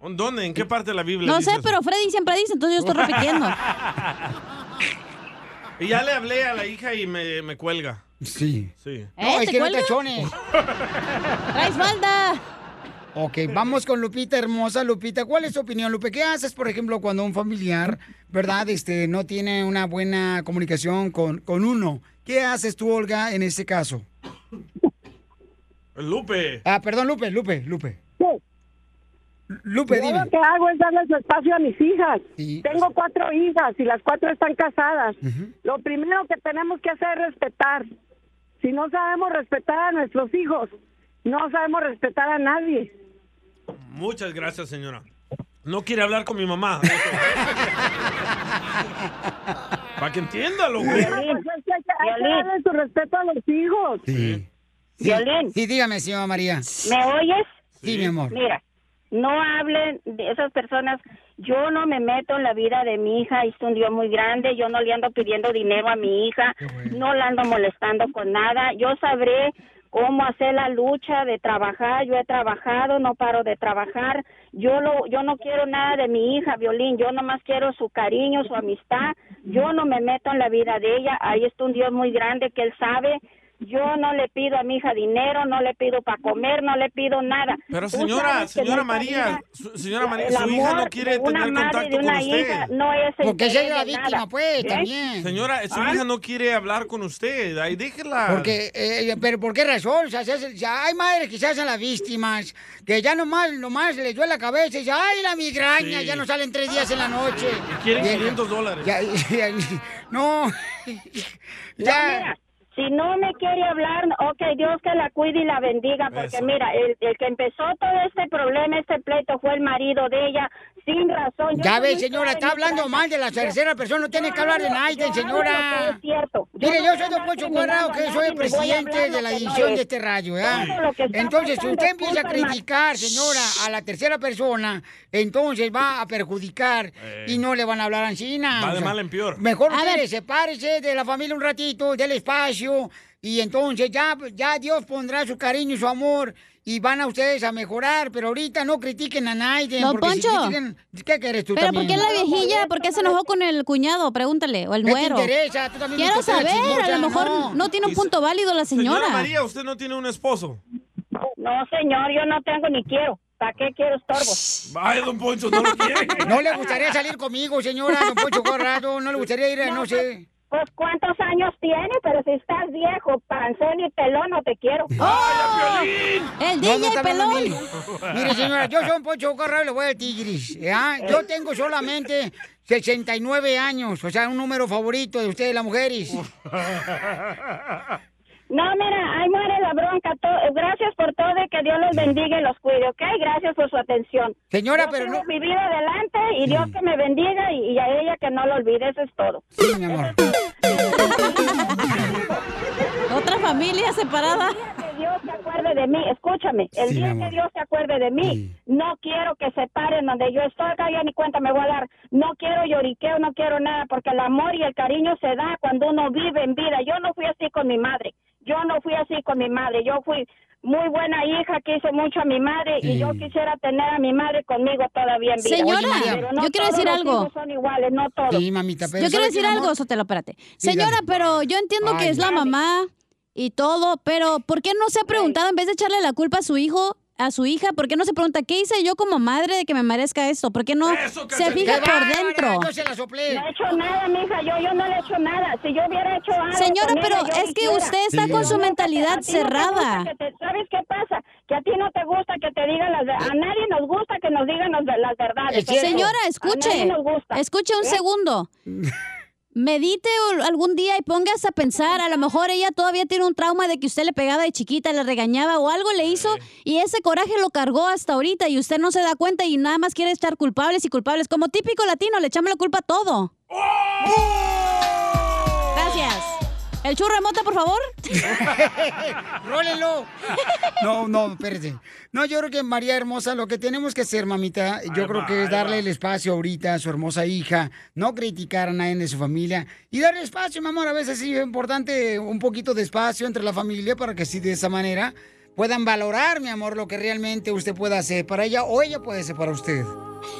Speaker 1: ¿Dónde? ¿En qué parte de la Biblia?
Speaker 6: No
Speaker 1: dice
Speaker 6: sé,
Speaker 1: eso?
Speaker 6: pero Freddy siempre dice, entonces yo estoy repitiendo.
Speaker 1: Y ya le hablé a la hija y me, me cuelga.
Speaker 3: Sí.
Speaker 1: Sí.
Speaker 6: ¡Eh!
Speaker 3: No, es que no te achones.
Speaker 6: ¡Traes falda!
Speaker 3: Ok, vamos con Lupita, hermosa Lupita. ¿Cuál es tu opinión, Lupe? ¿Qué haces, por ejemplo, cuando un familiar, verdad, este, no tiene una buena comunicación con, con uno? ¿Qué haces tú, Olga, en este caso?
Speaker 1: Lupe.
Speaker 3: Ah, perdón, Lupe, Lupe, Lupe. Lupe,
Speaker 11: Yo
Speaker 3: dime.
Speaker 11: lo que hago es darles espacio a mis hijas. Tengo cuatro hijas y las cuatro están casadas. Lo primero que tenemos que hacer es respetar. Si no sabemos respetar a nuestros hijos, no sabemos respetar a nadie.
Speaker 1: Muchas gracias, señora. No quiere hablar con mi mamá. Para que entienda, loco.
Speaker 11: Pues es que hay que- hay que darle su respeto a los hijos.
Speaker 3: Sí. Sí, dígame, señora María.
Speaker 23: ¿Me oyes?
Speaker 3: Sí, mi amor.
Speaker 23: Mira, no hablen de esas personas. Yo no me meto en la vida de mi hija. Hizo un Dios muy grande. Yo no le ando pidiendo dinero a mi hija. No la ando molestando con nada. Yo sabré cómo hacer la lucha de trabajar. Yo he trabajado, no paro de trabajar. Yo lo, yo no quiero nada de mi hija, Violín. Yo nomás quiero su cariño, su amistad. Yo no me meto en la vida de ella. Ahí está un Dios muy grande que él sabe. Yo no le pido a mi hija dinero, no le pido para comer, no le pido nada.
Speaker 1: Pero
Speaker 23: Tú
Speaker 1: señora,
Speaker 23: sabes que
Speaker 1: señora
Speaker 23: nunca
Speaker 1: María,
Speaker 23: digas
Speaker 1: su- señora María,
Speaker 23: el
Speaker 1: su hija
Speaker 23: amor
Speaker 1: no quiere
Speaker 23: de una
Speaker 1: tener
Speaker 23: madre
Speaker 1: contacto
Speaker 23: de
Speaker 1: con
Speaker 23: una
Speaker 1: usted.
Speaker 23: hija no es el Porque ella es interés la de víctima, nada. pues, ¿Eh? también.
Speaker 1: Señora, su
Speaker 3: Ah.
Speaker 1: hija no quiere hablar con usted. Ahí déjela.
Speaker 3: Porque, eh, pero ¿por qué razón? O sea, se hace- ya hay madres que se hacen las víctimas, que ya nomás, nomás les duele la cabeza y ya, ay, la migraña,
Speaker 1: Sí.
Speaker 3: ya no salen tres días en la noche.
Speaker 1: Y quieren 500 dólares.
Speaker 3: Ya, ya, no,
Speaker 23: mira, si no me quiere hablar, ok, Dios que la cuide y la bendiga, porque Eso. mira, el, el que empezó todo este problema, este pleito, fue el marido de ella, sin razón. Yo
Speaker 3: Ya
Speaker 23: soy
Speaker 3: ve,
Speaker 23: hija
Speaker 3: señora,
Speaker 23: de
Speaker 3: está hablando
Speaker 23: migrante.
Speaker 3: mal de la tercera persona. No tiene que hablar de nadie, señora.
Speaker 23: Es cierto.
Speaker 3: Mire,
Speaker 23: no
Speaker 3: yo
Speaker 23: voy a
Speaker 3: soy Don
Speaker 23: andar
Speaker 3: Poncho
Speaker 23: criminando
Speaker 3: Cuadrado,
Speaker 23: a
Speaker 3: que
Speaker 23: nadie,
Speaker 3: soy
Speaker 23: ni
Speaker 3: el
Speaker 23: voy a
Speaker 3: presidente de
Speaker 23: hablar
Speaker 3: la
Speaker 23: lo que no
Speaker 3: edición
Speaker 23: es.
Speaker 3: de este radio, ¿verdad?
Speaker 23: Todo lo que está
Speaker 3: Entonces, si
Speaker 23: pasando
Speaker 3: usted
Speaker 23: es
Speaker 3: empieza a
Speaker 23: culpa de Mar-
Speaker 3: criticar, señora, a la tercera persona, entonces va a perjudicar y no le van a hablar a China.
Speaker 1: Eh. Va de mal en peor.
Speaker 3: Mejor
Speaker 1: A
Speaker 3: usted
Speaker 1: ver.
Speaker 3: sepárese de la familia un ratito, del espacio, y entonces ya, ya Dios pondrá su cariño y su amor y van a ustedes a mejorar, pero ahorita no critiquen a nadie.
Speaker 6: Don
Speaker 3: porque si
Speaker 6: Poncho.
Speaker 3: critiquen- ¿Qué quieres tú
Speaker 6: Pero ¿por
Speaker 3: también?
Speaker 6: qué la viejilla? ¿Por
Speaker 23: pues,
Speaker 6: qué se enojó con el cuñado? Pregúntale, o el
Speaker 3: ¿Qué te
Speaker 6: nuero.
Speaker 3: interesa? Tú también
Speaker 6: Quiero
Speaker 3: viste que era
Speaker 6: saber, a
Speaker 3: chismosa,
Speaker 6: lo mejor no, tiene un punto válido la señora.
Speaker 1: María, usted no tiene un esposo.
Speaker 23: No, señor, yo no tengo ni quiero. ¿Para qué quiero estorbos?
Speaker 1: Vaya, don Poncho, pues, no lo quiere.
Speaker 3: No le gustaría salir conmigo, señora, don Poncho Corrado. No le gustaría ir, a, no sé.
Speaker 23: Pues cuántos años tiene, pero si estás viejo, panzón y pelón, no te quiero.
Speaker 6: ¡Oh! El
Speaker 3: No, no
Speaker 6: DJ
Speaker 3: está hablando
Speaker 6: pelón.
Speaker 3: de mí. Mire, señora, yo soy un Poncho Corrado y le voy al Tigris. ¿ya? Yo tengo solamente 69 años, o sea, un número favorito de ustedes, las mujeres.
Speaker 23: No, mira, ahí muere la bronca. To- Gracias por todo y que Dios los bendiga y los cuide, ¿ok? Gracias por su atención.
Speaker 3: Señora,
Speaker 23: Yo
Speaker 3: pero
Speaker 23: sigo
Speaker 3: no-
Speaker 23: Mi vida adelante y Dios que me bendiga y, y a ella que no lo olvide, eso es todo.
Speaker 3: Sí, mi amor.
Speaker 23: Otra familia separada. Que Dios se acuerde de mí, escúchame. El
Speaker 3: Sí, mi
Speaker 23: día
Speaker 3: amor.
Speaker 23: que Dios se acuerde de mí, no quiero que se paren donde yo estoy, que ya ni cuenta me voy a dar. No quiero lloriqueo, no quiero nada, porque el amor y el cariño se da cuando uno vive en vida. Yo no fui así con mi madre. Yo no fui así con mi madre. Yo fui muy buena hija, quise mucho a mi madre y yo quisiera tener a mi madre conmigo todavía en vida.
Speaker 6: Señora, Oye, María, yo quiero
Speaker 23: todos
Speaker 6: decir
Speaker 23: los
Speaker 6: algo.
Speaker 23: hijos Son iguales, no todos.
Speaker 3: Sí, mamita, pero
Speaker 6: yo quiero
Speaker 23: ¿sabes qué,
Speaker 6: decir
Speaker 23: mi
Speaker 6: algo,
Speaker 23: amor?
Speaker 6: Sotelo, espérate.
Speaker 23: Sí,
Speaker 6: Señora,
Speaker 23: dale.
Speaker 6: pero yo entiendo que
Speaker 23: Ay.
Speaker 6: es la mamá y todo, pero ¿por qué no se ha preguntado, en vez de echarle la culpa a su hijo, a su hija, ¿por qué no se pregunta qué hice yo como madre de que me merezca esto? ¿Por qué no se fija
Speaker 23: ¡Qué
Speaker 6: por
Speaker 23: bárbara!
Speaker 6: dentro?
Speaker 23: Yo se la soplé. No he hecho nada, mija. Yo, yo no le he hecho nada. Si yo hubiera hecho algo.
Speaker 6: Señora,
Speaker 23: con ella,
Speaker 6: pero
Speaker 23: yo
Speaker 6: es que
Speaker 23: quisiera.
Speaker 6: usted está Sí. con su
Speaker 23: A ti no te
Speaker 6: mentalidad
Speaker 23: gusta que
Speaker 6: cerrada.
Speaker 23: te- ¿Sabes qué pasa? Que a ti no te gusta que te digan las verdades. A nadie nos gusta que nos digan las, las verdades.
Speaker 6: Señora,
Speaker 23: Ah, A nadie
Speaker 6: escuche,
Speaker 23: nos gusta.
Speaker 6: escuche un
Speaker 23: ¿Eh?
Speaker 6: segundo. Medite o- algún día y póngase a pensar, a lo mejor ella todavía tiene un trauma de que usted le pegaba de chiquita, le regañaba o algo le hizo y ese coraje lo cargó hasta ahorita y usted no se da cuenta y nada más quiere estar culpables y culpables. Como típico latino, le echamos la culpa a todo. Gracias. El churro remota, por favor.
Speaker 3: ¡Rólenlo! No, no, espérate. No, yo creo que María Hermosa, lo que tenemos que hacer, mamita, yo
Speaker 1: Ahí
Speaker 3: creo
Speaker 1: va,
Speaker 3: que es
Speaker 1: ahí
Speaker 3: darle el espacio ahorita a su hermosa hija, no criticar a nadie de su familia y darle espacio, mi amor. A veces sí es importante un poquito de espacio entre la familia para que sí de esa manera puedan valorar, mi amor, lo que realmente usted pueda hacer para ella o ella puede hacer para usted.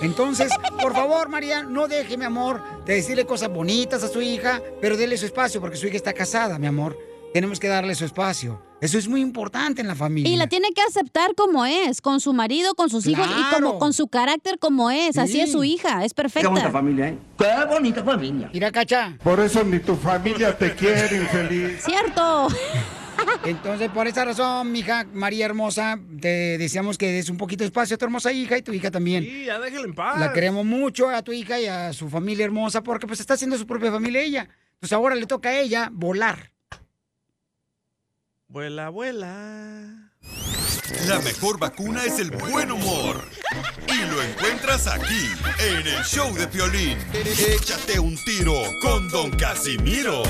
Speaker 3: Entonces, por favor, María, no deje, mi amor, de decirle cosas bonitas a su hija, pero déle su espacio porque su hija está casada, mi amor. Tenemos que darle su espacio. Eso es muy importante en la familia.
Speaker 6: Y la tiene que aceptar como es, con su marido, con sus hijos y
Speaker 3: Claro.
Speaker 6: como con su carácter como es. Así es
Speaker 3: Sí.
Speaker 6: su hija, es perfecta.
Speaker 12: familia, ¿eh? ¡Qué bonita familia!
Speaker 3: Mira, cacha.
Speaker 12: Por eso ni tu familia te quiere, infeliz.
Speaker 6: Cierto.
Speaker 3: Entonces, por esa razón, mija María hermosa, te deseamos que des un poquito de espacio a tu hermosa hija y tu hija también.
Speaker 1: Sí, ah. ya déjela en paz.
Speaker 3: La queremos mucho a tu hija y a su familia hermosa porque pues está haciendo su propia familia ella. Pues ahora le toca a ella volar.
Speaker 1: Vuela, vuela.
Speaker 9: La mejor vacuna es el buen humor. Y lo encuentras aquí, en el show de Piolín. Échate un tiro con Don Casimiro.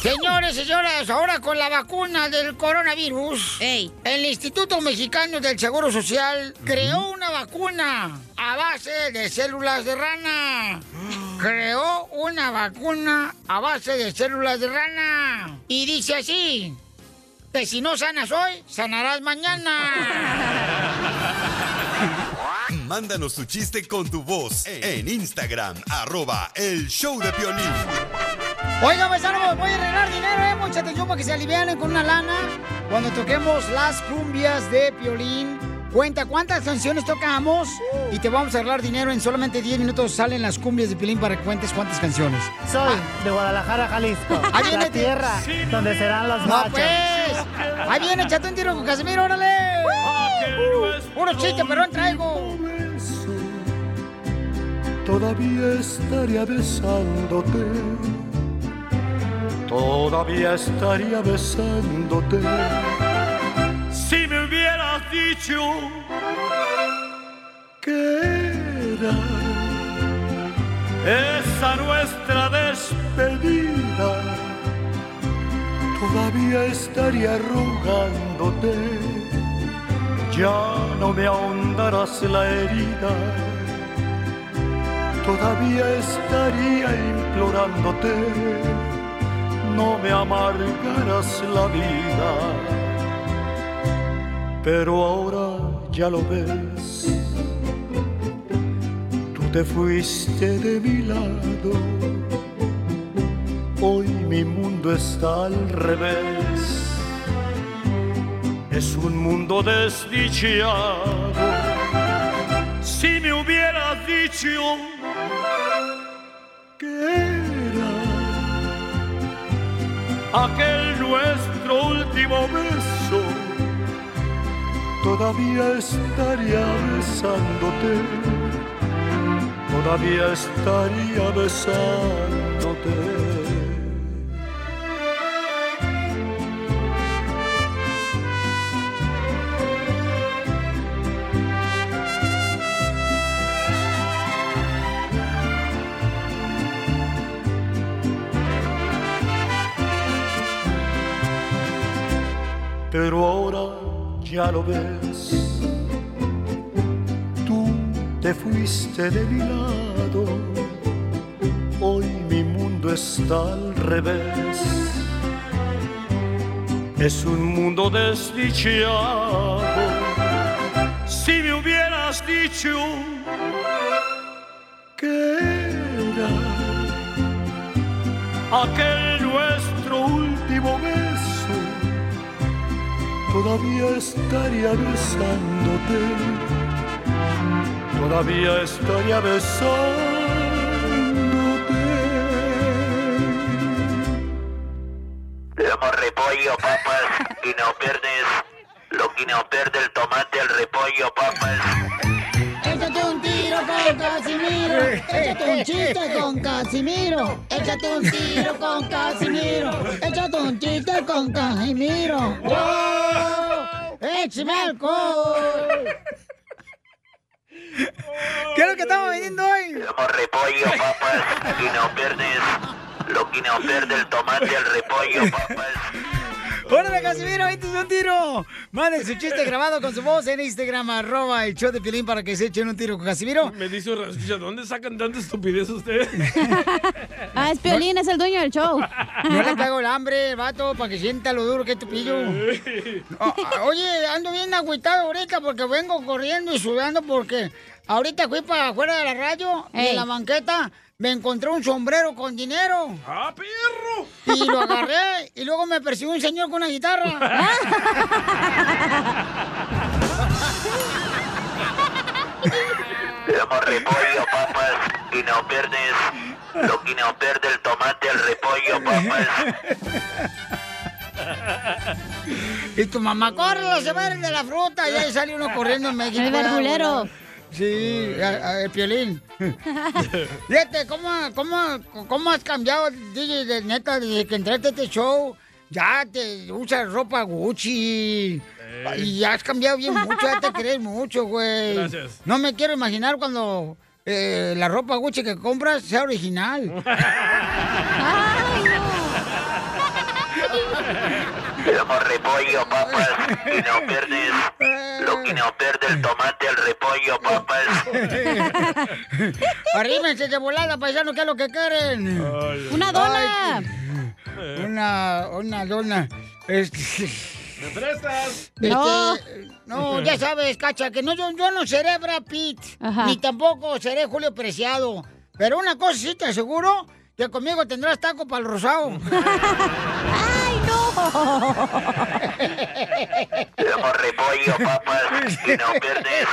Speaker 3: Señores, señoras, ahora con la vacuna del coronavirus, el Instituto Mexicano del Seguro Social creó una vacuna a base de células de rana. Creó una vacuna a base de células de rana. Y dice así, que si no sanas hoy, sanarás mañana.
Speaker 9: Mándanos tu chiste con tu voz en Instagram, arroba el show de Piolín.
Speaker 3: Oiga, paisanos, voy a regalar dinero, eh. Mucha atención para que se alivianen con una lana. Cuando toquemos las cumbias de Piolín, cuenta cuántas canciones tocamos y te vamos a regalar dinero. En solamente 10 minutos salen las cumbias de Piolín para que cuentes cuántas canciones.
Speaker 13: Soy de Guadalajara, Jalisco.
Speaker 3: Ahí viene
Speaker 13: la tierra
Speaker 3: Sí,
Speaker 13: donde serán los
Speaker 3: No,
Speaker 13: machos.
Speaker 3: pues. Ahí viene, échate un tiro con Casimiro, órale. Puro chiste, pero traigo.
Speaker 25: Todavía estaría besándote. Todavía estaría besándote.
Speaker 2: Si me hubieras dicho
Speaker 25: Que será esa nuestra despedida? Todavía estaría rogándote, ya no me ahondarás la herida. Todavía estaría implorándote, no me amargarás la vida. Pero ahora ya lo ves, tú te fuiste de mi lado. Hoy mi mundo está al revés, es un mundo desdichado. Si me hubieras dicho que era aquel nuestro último beso todavía estaría besándote, todavía estaría besándote. Pero ahora ya lo ves, tú te fuiste de mi lado, hoy mi mundo está al revés, es un mundo desdichado, si me hubieras dicho que era aquel nuestro último beso todavía estaría besándote, todavía estaría besándote.
Speaker 14: Te amo repollo, papas, y no pierdes lo que no pierde el tomate al repollo, papas.
Speaker 3: Échate un tiro con Casimiro. Échate un chiste con Casimiro. Échate un tiro con Casimiro. Échate un chiste con Casimiro. ¡Wow! ¡Échame alcohol! ¿Qué es lo que estamos vendiendo hoy?
Speaker 14: Te amo repollo, papas, y no pierdes lo que no pierde el tomate al repollo, papas.
Speaker 3: ¡Órale, Casimiro! ¡Ahí te doy un tiro! Manden su chiste grabado con su voz en Instagram, arroba el show de Piolín para que se echen un tiro con Casimiro.
Speaker 1: Me dice una escucha, ¿dónde sacan tanta estupidez ustedes?
Speaker 6: Ah, es Piolín, es el dueño del show.
Speaker 3: No le cago el hambre, el vato, para que sienta lo duro que es tu pillo. Ah, ah, Oye, ando bien agüitado ahorita porque vengo corriendo y sudando porque ahorita fui para afuera de la radio y
Speaker 6: Ey.
Speaker 3: en la banqueta me encontré un sombrero con dinero. ¡Ah, perro! Y lo agarré y luego me persiguió un señor con una guitarra.
Speaker 14: Te amo repollo, papas, y no pierdes lo que no pierde el tomate al repollo, papas.
Speaker 3: y tu mamá, corre a llevar de la fruta. Y ahí sale uno corriendo en México.
Speaker 6: El verdulero.
Speaker 3: Sí, a- a- el piolín. Fíjate, ¿cómo, cómo, ¿cómo has cambiado, DJ, de neta, desde que entraste a este show? Ya te usas ropa Gucci. Y ya has cambiado bien mucho, ya te crees mucho, güey.
Speaker 1: Gracias.
Speaker 3: No me quiero imaginar cuando eh, la ropa Gucci que compras sea original.
Speaker 14: Te amo repollo, papas, y no pierdes lo que no pierde el tomate al repollo, papas.
Speaker 3: Arrímense de volada, paisano, ¿qué es lo que quieren?
Speaker 6: ¡Una dona!
Speaker 3: Ay, Una, una dona. Este,
Speaker 1: ¿Me prestas?
Speaker 3: este, no, ya sabes, cacha, que no, yo, yo no seré Brad Pitt,
Speaker 6: Ajá.
Speaker 3: ni tampoco seré Julio Preciado. Pero una cosa sí te aseguro, que conmigo tendrás taco para el rosado. ¡Ay, no!
Speaker 14: Te amo repollo, papas, y no pierdes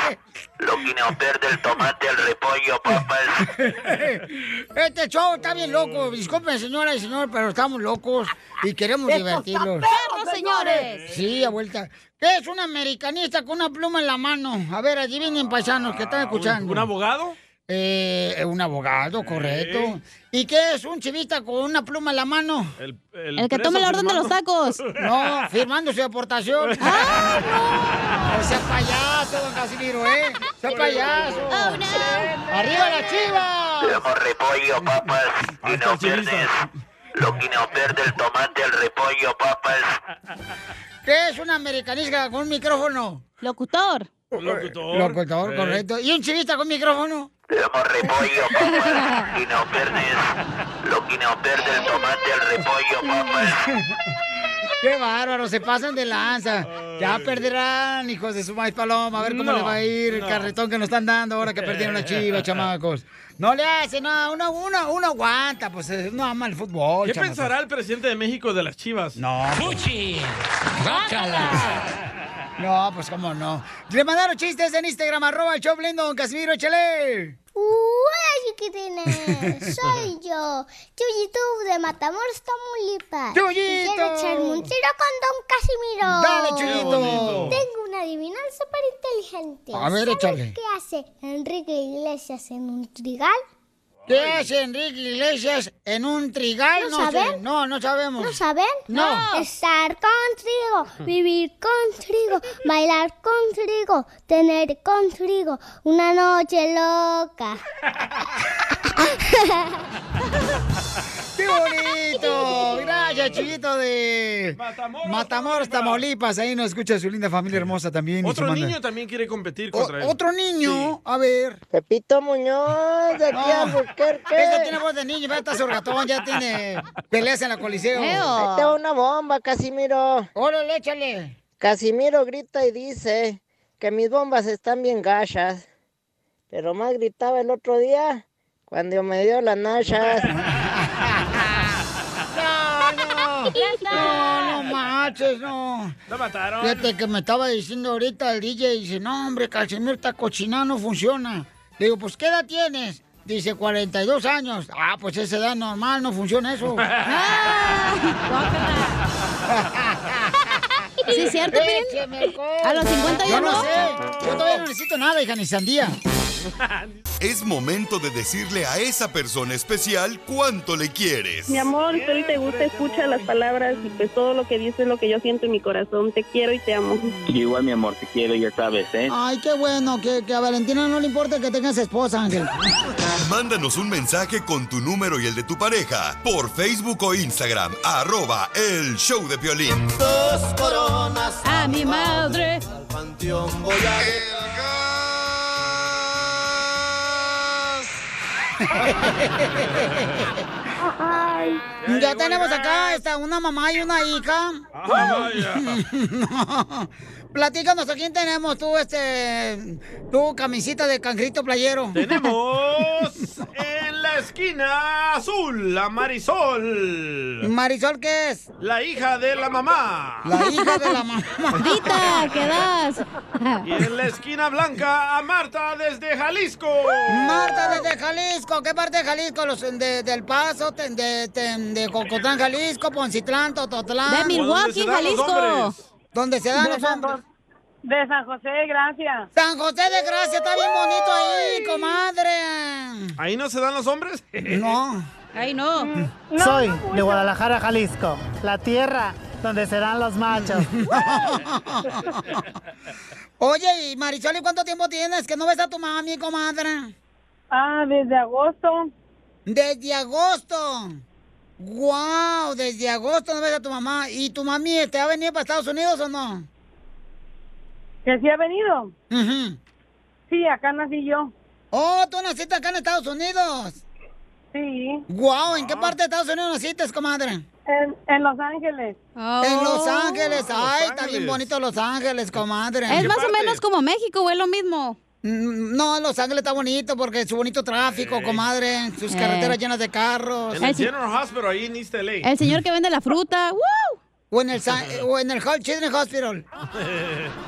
Speaker 14: lo que no pierde el tomate al repollo, papas.
Speaker 3: Este show está bien loco. Disculpen, señora y señor, pero estamos locos y queremos
Speaker 6: ¡Esto está
Speaker 3: divertirnos.
Speaker 6: perro, señores!
Speaker 3: Sí, a vuelta. ¿Qué es un americanista con una pluma en la mano? A ver, allí vienen paisanos que están escuchando.
Speaker 1: Ah, ¿Un abogado?
Speaker 3: Eh, un abogado, correcto. ¿Y qué es un chivista con una pluma en la mano?
Speaker 1: El,
Speaker 6: El que tome la orden de los tacos.
Speaker 3: No, firmando su aportación. ¡Ah, no! O sea, payaso, don Casimiro, ¿eh? ¡Sea payaso!
Speaker 6: Oh,
Speaker 3: ¡Arriba la chiva!
Speaker 14: Somos repollo, papas, y no pierdes. Lo que no pierde el tomate, el repollo, papas.
Speaker 3: ¿Qué es una americanista con un micrófono?
Speaker 6: Locutor.
Speaker 3: Locutor. Locutor,
Speaker 14: Eh.
Speaker 3: correcto. ¿Y un chivista con micrófono?
Speaker 14: Somos repollo, papas, y no pierdes. Lo que no pierde el tomate, el repollo, papas.
Speaker 3: ¡Qué bárbaro! Se pasan de lanza. Ya perderán, hijos de su maíz paloma. A ver cómo
Speaker 2: No,
Speaker 3: le va a ir el
Speaker 2: no.
Speaker 3: carretón que nos están dando ahora que perdieron la chiva, chamacos. No le hace nada. Uno, uno, uno aguanta. Pues eh, uno ama el fútbol,
Speaker 1: ¿Qué
Speaker 3: chamacos.
Speaker 1: pensará el presidente de México de las chivas?
Speaker 3: No.
Speaker 1: ¡Puchi!
Speaker 3: No, pues cómo no. Le mandaron chistes en Instagram, arroba el show de Don Casimiro, échale.
Speaker 26: Hola chiquitines, soy yo, Chuyito de Matamoros, Tamaulipas.
Speaker 2: Chuyito.
Speaker 26: Y Quiero echarme un tiro con Don Casimiro.
Speaker 2: Dale, Chuyito. Qué bonito.
Speaker 26: Tengo una adivinanza para inteligentes.
Speaker 2: A ver,
Speaker 26: ¿Sabes
Speaker 2: échale.
Speaker 26: ¿Qué hace Enrique Iglesias en un trigal?
Speaker 3: ¿Qué hace Enrique Iglesias en un trigal?
Speaker 26: ¿No,
Speaker 3: No sé.
Speaker 26: saben?
Speaker 3: No, no sabemos.
Speaker 26: ¿No saben?
Speaker 3: No.
Speaker 26: Estar con trigo, vivir con trigo, bailar con trigo, tener con trigo una noche loca.
Speaker 3: ¡Qué bonito! Gracias, Chuyito de Matamoros, Tamaulipas. Ahí nos escucha su linda familia hermosa también. y su
Speaker 1: Otro
Speaker 3: banda.
Speaker 1: niño también quiere competir contra él.
Speaker 3: Otro niño, a ver. Pepito Muñoz, de
Speaker 1: aquí a
Speaker 3: Albuquerque. Este tiene voz de niño, ya está sorgatón, ya tiene peleas en la coliseo.
Speaker 15: Ahí te va una bomba, Casimiro.
Speaker 3: Órale, échale.
Speaker 15: Casimiro grita y dice que mis bombas están bien gachas. Pero más gritaba el otro día cuando me dio las nachas.
Speaker 3: no, no. No, no manches, no.
Speaker 1: La mataron.
Speaker 3: Oh. Fíjate que me estaba diciendo ahorita el DJ, dice, no, hombre, Casimiro está cochinado, no funciona. Le digo, pues, ¿qué edad tienes? Dice, 42 años. Ah, pues esa edad normal, no funciona eso.
Speaker 6: Sí, es cierto, Piolín. A los 50 ya
Speaker 3: Yo
Speaker 6: no.
Speaker 3: no sé. Yo todavía no necesito nada, hija, ni sandía.
Speaker 9: Es momento de decirle a esa persona especial cuánto le quieres.
Speaker 16: Mi amor, si te gusta, escucha las palabras y pues todo lo que dices es lo que yo siento en mi corazón. Te quiero y te amo.
Speaker 17: Yo igual, mi amor, te quiero, ya sabes, ¿eh?
Speaker 3: Ay, qué bueno, que, que a Valentina no le importa que tengas esposa, Ángel.
Speaker 9: Mándanos un mensaje con tu número y el de tu pareja por Facebook o Instagram, arroba el show de Piolín.
Speaker 2: Dos coronas
Speaker 6: a mi madre.
Speaker 2: Panteón voy a
Speaker 3: Ya tenemos acá está una mamá y una hija.
Speaker 2: Ah,
Speaker 3: Platícanos, ¿a quién tenemos tú, este, tu camisita de cangrito playero?
Speaker 1: Tenemos en la esquina azul a Marisol.
Speaker 3: ¿Marisol qué es?
Speaker 1: La hija de la mamá.
Speaker 3: La hija de la mamá.
Speaker 6: Dita, ¿qué das?
Speaker 1: Y en la esquina blanca a Marta desde Jalisco.
Speaker 3: Marta desde Jalisco, ¿qué parte de Jalisco? Los de, del Paso, ten- de, ten- de Cocotán, Jalisco, Poncitlán, Tototlán.
Speaker 6: De Milwaukee, ¿Dónde se dan los Jalisco. hombres?
Speaker 3: Donde se dan
Speaker 16: De
Speaker 3: los
Speaker 16: San
Speaker 3: hombres.
Speaker 16: De San José, gracias.
Speaker 3: San José de Gracia, está bien bonito ahí, comadre.
Speaker 1: ¿Ahí no se dan los hombres?
Speaker 3: Ah. No.
Speaker 6: Ay, no.
Speaker 16: Mm,
Speaker 13: Mm, Soy de Guadalajara, Jalisco, la tierra donde serán los machos.
Speaker 3: Oye, y Marisol, ¿y cuánto tiempo tienes que no ves a tu mami, comadre?
Speaker 16: Ah, desde agosto.
Speaker 3: Desde agosto. Wow, desde agosto no ves a tu mamá. ¿Y tu mami te ha venido para Estados Unidos o no?
Speaker 16: ¿Que sí ha venido? Sí, acá nací yo.
Speaker 3: Oh, tú naciste acá en Estados Unidos.
Speaker 16: Sí.
Speaker 3: Wow, ¿en qué parte de Estados Unidos naciste, comadre?
Speaker 16: En, Los Ángeles.
Speaker 3: En Los Ángeles,
Speaker 6: Ah, Los
Speaker 3: ay, está bien
Speaker 6: Ángeles.
Speaker 3: bonito Los Ángeles, comadre.
Speaker 6: Oh. Es más o menos como México, güey, lo mismo.
Speaker 3: Mm, No, Los Ángeles está bonito porque su bonito tráfico, comadre, sus
Speaker 6: Eh.
Speaker 3: carreteras llenas de carros.
Speaker 1: En el General Hospital, ahí en East LA.
Speaker 6: El señor que vende la fruta, ¡wow!
Speaker 3: O en el, Sa- o en el Hall Children's Hospital.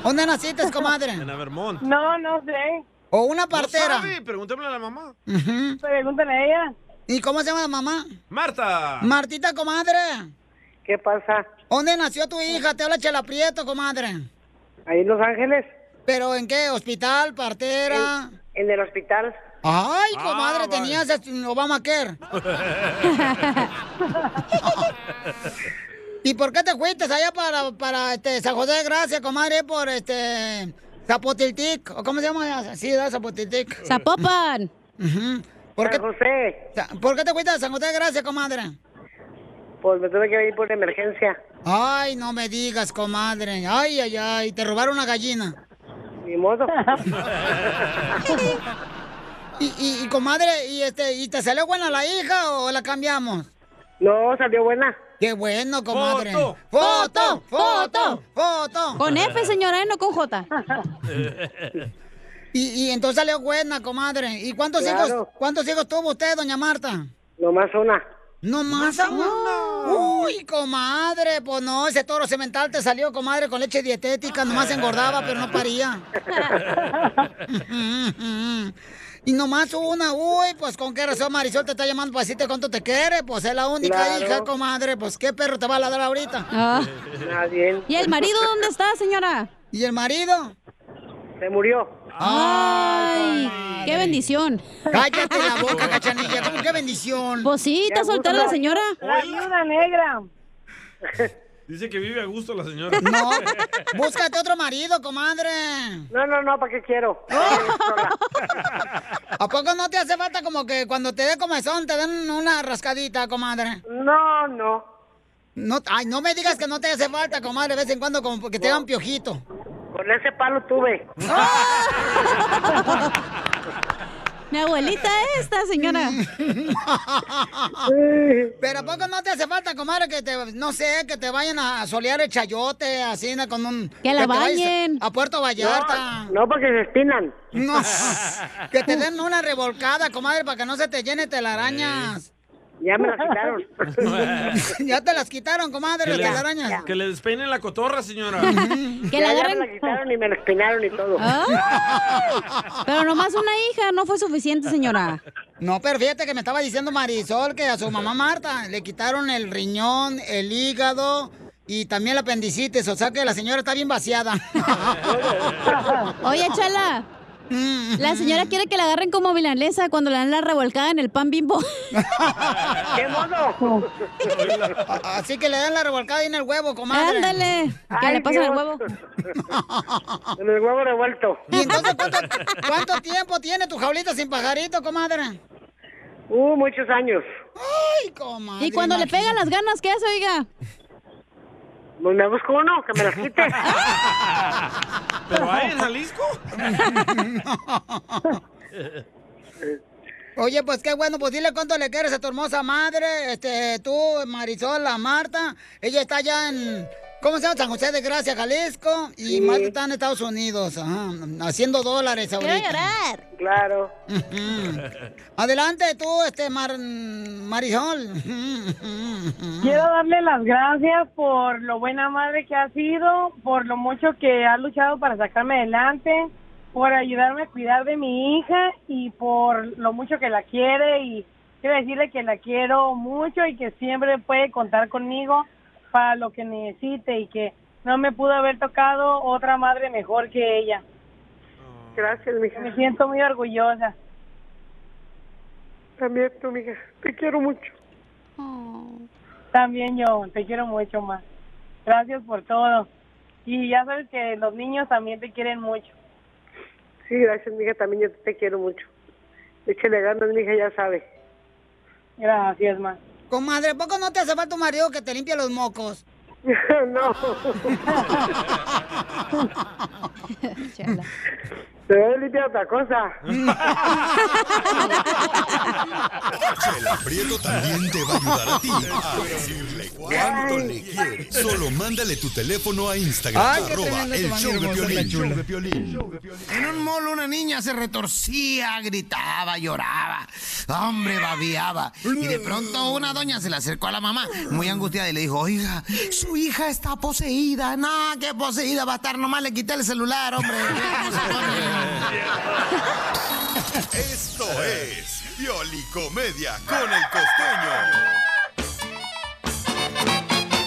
Speaker 3: ¿Dónde naciste, comadre?
Speaker 1: En Vermont.
Speaker 16: No, no sé.
Speaker 3: O una
Speaker 1: No
Speaker 3: partera.
Speaker 1: sabe, pregúntame a la mamá.
Speaker 16: Pregúntale a ella.
Speaker 3: ¿Y cómo se llama la mamá?
Speaker 1: Marta.
Speaker 3: Martita, comadre. ¿Qué pasa? ¿Dónde nació tu hija? Te habla Chela Prieto, comadre.
Speaker 18: Ahí en Los Ángeles,
Speaker 3: ¿Pero en qué? ¿Hospital? ¿Partera?
Speaker 18: en el hospital.
Speaker 3: Ay, comadre,
Speaker 18: Ah, vale.
Speaker 3: tenías este, Obamacare. ¿Y por qué te fuiste allá para, para este, San José de Gracia, comadre, por este Zapotiltic, ¿o cómo se llama? Sí, da Zapotiltic.
Speaker 6: Zapopan.
Speaker 3: ¿Por qué? Sa- ¿Por qué te cuidas de San José? Gracias, comadre.
Speaker 18: Pues me tuve que ir por emergencia.
Speaker 3: Ay, no me digas, comadre. Ay, ay, ay, te robaron una gallina.
Speaker 18: Ni modo.
Speaker 3: y, y, y, comadre, y este, ¿y te salió buena la hija o la cambiamos?
Speaker 18: No, salió buena.
Speaker 3: Qué bueno, comadre.
Speaker 6: Foto.
Speaker 3: foto, foto, foto.
Speaker 6: Con F, señora, ¿eh? no con J.
Speaker 3: Y, y entonces salió buena, comadre. ¿Y cuántos
Speaker 18: Claro.
Speaker 3: hijos, cuántos hijos tuvo usted, doña Marta?
Speaker 18: Nomás una.
Speaker 3: Nomás una. Uy, comadre, pues no, ese toro cemental te salió, comadre, con leche dietética, nomás engordaba, pero no paría. Y nomás una, uy, pues con qué razón Marisol te está llamando para decirte cuánto te quiere, pues es la única
Speaker 6: Claro.
Speaker 3: hija, comadre, pues qué perro te va a ladrar ahorita.
Speaker 6: Ah. ¿Y el marido dónde está, señora?
Speaker 3: ¿Y el marido?
Speaker 18: Se murió.
Speaker 6: ¡Ay! ¡Qué bendición!
Speaker 3: Cállate la boca, cachanilla. ¿Cómo qué bendición?
Speaker 6: Pues sí, está soltera la señora.
Speaker 1: La
Speaker 18: viuda negra.
Speaker 1: Dice que vive a gusto la señora.
Speaker 3: No, búscate otro marido, comadre.
Speaker 18: No, no, no, ¿para qué quiero?
Speaker 3: ¿A poco no te hace falta como que cuando te dé comezón te den una rascadita, comadre?
Speaker 18: No, no.
Speaker 3: No, ay, no me digas que no te hace falta, comadre, de vez en cuando como que te dan piojito.
Speaker 18: Con ese palo tuve.
Speaker 6: Mi abuelita esta, señora.
Speaker 3: Pero ¿a poco no te hace falta, comadre, que te, no sé, que te vayan a solear el chayote, así, na- con un...
Speaker 6: Que la
Speaker 3: te vayas
Speaker 6: bañen.
Speaker 3: A Puerto Vallarta.
Speaker 18: No, porque se espinan.
Speaker 3: No. Que te den una revolcada, comadre, para que no se te llene telarañas.
Speaker 18: Ya me las quitaron.
Speaker 3: ya te las quitaron, comadre,
Speaker 1: que,
Speaker 3: las
Speaker 1: le,
Speaker 3: telarañas.
Speaker 1: que le despeinen la cotorra, señora.
Speaker 6: Que
Speaker 18: Ya,
Speaker 6: la
Speaker 18: ya
Speaker 6: agarren-
Speaker 18: me la quitaron y me la espinaron y todo.
Speaker 6: Ah. Pero nomás una hija no fue suficiente, señora.
Speaker 3: No, pero fíjate que me estaba diciendo Marisol que a su mamá Marta le quitaron el riñón, el hígado y también la apendicitis. O sea que la señora está bien vaciada.
Speaker 6: Oye, Chala. La señora quiere que la agarren como milanesa cuando le dan la revolcada en el pan bimbo.
Speaker 18: ¡Qué mono!
Speaker 3: Así que le dan la revolcada y en el huevo, comadre.
Speaker 6: Ándale, que le pasen el huevo.
Speaker 18: En el huevo revuelto.
Speaker 3: ¿Y entonces cuánto, cuánto tiempo tiene tu jaulita sin pajarito, comadre?
Speaker 18: Uh, muchos años.
Speaker 3: Ay, comadre.
Speaker 6: Y cuando le pegan las ganas, ¿qué hace, oiga?
Speaker 18: Pues me busco uno, que me las quite.
Speaker 1: ¿Pero hay en Jalisco?
Speaker 3: Oye, pues qué bueno, pues dile cuánto le quieres a tu hermosa madre, este, tú, Marisol, la Marta, ella está allá en, ¿cómo se llama? San José de Gracia, Jalisco, y
Speaker 18: Sí.
Speaker 3: Marta está en Estados Unidos, ajá, haciendo dólares ahorita.
Speaker 18: Claro.
Speaker 3: Adelante tú, este, Mar- Marisol.
Speaker 5: Quiero darle las gracias por lo buena madre que ha sido, por lo mucho que ha luchado para sacarme adelante, por ayudarme a cuidar de mi hija y por lo mucho que la quiere y quiero decirle que la quiero mucho y que siempre puede contar conmigo para lo que necesite y que no me pudo haber tocado otra madre mejor que ella.
Speaker 18: Gracias, mija.
Speaker 5: Me siento muy orgullosa.
Speaker 18: También tú, mija. Te quiero mucho.
Speaker 5: Oh. También yo, te quiero mucho más. Gracias por todo. Y ya sabes que los niños también te quieren mucho.
Speaker 18: Sí, gracias, mija. También yo te quiero mucho. Échale ganas, mija, ya sabe.
Speaker 5: Gracias, ma.
Speaker 3: Comadre, ¿a poco no te hace falta tu marido que te limpie los mocos?
Speaker 18: no. Te voy a limpiar otra cosa.
Speaker 9: Chela Prieto también te va a ayudar a ti a decirle cuánto le quieres. Solo mándale tu teléfono a Instagram,
Speaker 10: Ay, qué
Speaker 9: arroba
Speaker 10: tremendo,
Speaker 9: el
Speaker 10: tu
Speaker 9: show de
Speaker 10: hermosa,
Speaker 9: Piolín.
Speaker 10: la chula.
Speaker 9: Show de Piolín.
Speaker 10: En un mall una niña se retorcía, gritaba, lloraba, hombre, babiaba. Y de pronto una doña se le acercó a la mamá, muy angustiada, y le dijo, oiga, su hija está poseída. No, que poseída va a estar, nomás le quité el celular, hombre.
Speaker 9: Esto es Pioli Comedia con el costeño.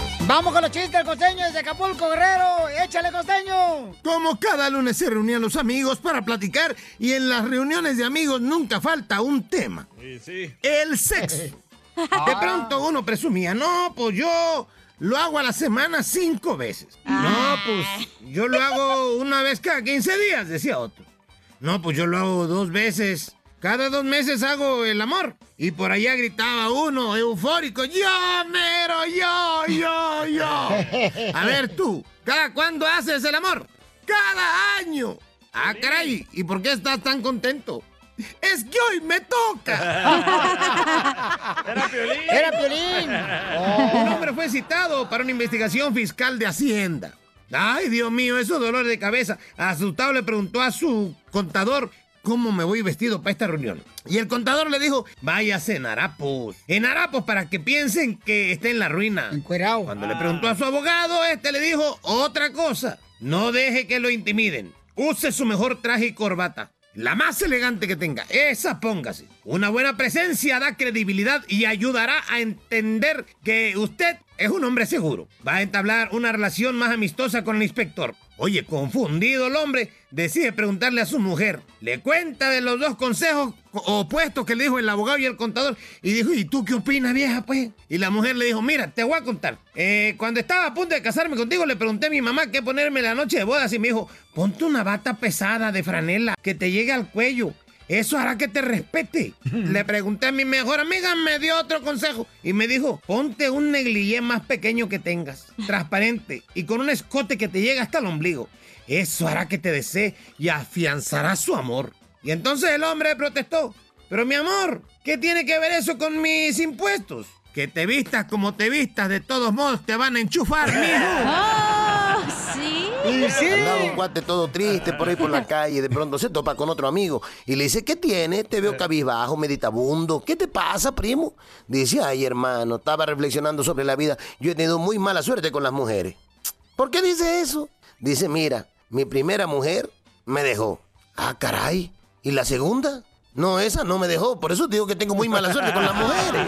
Speaker 3: Vamos con los chistes del costeño desde Acapulco, Guerrero. Échale, costeño.
Speaker 10: Como cada lunes se reunían los amigos para platicar y en las reuniones de amigos nunca falta un tema.
Speaker 1: Sí, sí.
Speaker 10: El sexo. De pronto uno presumía, no, pues yo lo hago a la semana cinco veces. No, pues yo lo hago una vez cada 15 días, decía otro. No, pues yo lo hago dos veces. Cada dos meses hago el amor. Y por allá gritaba uno, eufórico, yo, mero, yo, yo, yo. A ver tú, ¿cada cuándo haces el amor? Cada año. Ah, caray, ¿y por qué estás tan contento? Es que hoy me toca.
Speaker 2: Era Piolín.
Speaker 10: Era Piolín. Oh. Un hombre fue citado para una investigación fiscal de Hacienda. Ay, Dios mío, eso dolor de cabeza. Asustado le preguntó a su contador cómo me voy vestido para esta reunión. Y el contador le dijo, váyase en harapos. En harapos para que piensen que esté en la ruina. Cuando le preguntó a su abogado, este le dijo otra cosa. No deje que lo intimiden. Use su mejor traje y corbata. La más elegante que tenga, esa póngase. Una buena presencia da credibilidad y ayudará a entender que usted es un hombre seguro. Va a entablar una relación más amistosa con el inspector. Oye, confundido el hombre, decide preguntarle a su mujer. Le cuenta de los dos consejos opuestos que le dijo el abogado y el contador. Y dijo, ¿y tú qué opinas, vieja, pues? Y la mujer le dijo, mira, te voy a contar. Eh, cuando estaba a punto de casarme contigo, le pregunté a mi mamá qué ponerme la noche de bodas. Y me dijo, ponte una bata pesada de franela que te llegue al cuello. Eso hará que te respete. Le pregunté a mi mejor amiga, me dio otro consejo y me dijo, ponte un negligé más pequeño que tengas, transparente y con un escote que te llegue hasta el ombligo. Eso hará que te desee y afianzará su amor. Y entonces el hombre protestó, pero mi amor, ¿qué tiene que ver eso con mis impuestos? Que te vistas como te vistas, de todos modos te van a enchufar,
Speaker 3: ¡Ah!
Speaker 10: mijo.
Speaker 2: sí.
Speaker 10: Y sí.
Speaker 7: Andaba un cuate todo triste por ahí por la calle, de pronto se topa con otro amigo y le dice, ¿qué tiene? Te veo cabizbajo, meditabundo, ¿qué te pasa, primo? Dice, ay hermano, estaba reflexionando sobre la vida, yo he tenido muy mala suerte con las mujeres. ¿Por qué dice eso? Dice, mira, mi primera mujer me dejó. Ah, caray, ¿y la segunda? No, esa no me dejó, por eso te digo que tengo muy mala suerte con las mujeres.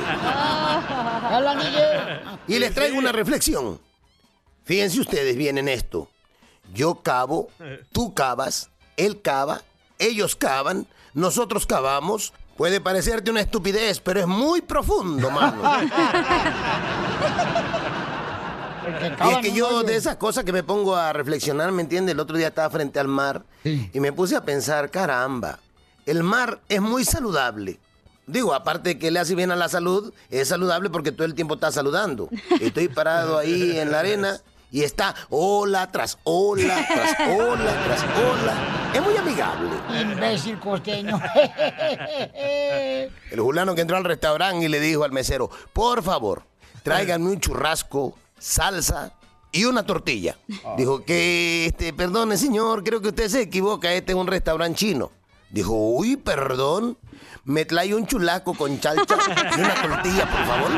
Speaker 6: Ah.
Speaker 7: Y les traigo una reflexión. Fíjense ustedes bien en esto. Yo cavo, tú cavas, él cava, ellos cavan, nosotros cavamos. Puede parecerte una estupidez, pero es muy profundo, mano. Y es que yo de esas cosas que me pongo a reflexionar, ¿me entiendes? El otro día estaba frente al mar y me puse a pensar, caramba, el mar es muy saludable. Digo, aparte de que le hace bien a la salud, es saludable porque todo el tiempo está saludando. Estoy parado ahí en la arena y está ola tras ola, tras ola, tras ola. Es muy amigable.
Speaker 3: Imbécil costeño.
Speaker 7: El fulano que entró al restaurante y le dijo al mesero, por favor, tráiganme un churrasco, salsa y una tortilla. Dijo que, este, perdone señor, creo que usted se equivoca, este es un restaurante chino. Dijo, uy, perdón, me trae un chulaco con chalcha y una tortilla, por favor.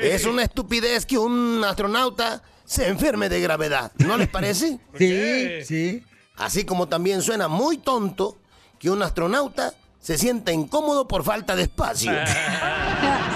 Speaker 7: Es una estupidez que un astronauta se enferme de gravedad, ¿no les parece? Sí, sí. Así como también suena muy tonto que un astronauta se sienta incómodo por falta de espacio.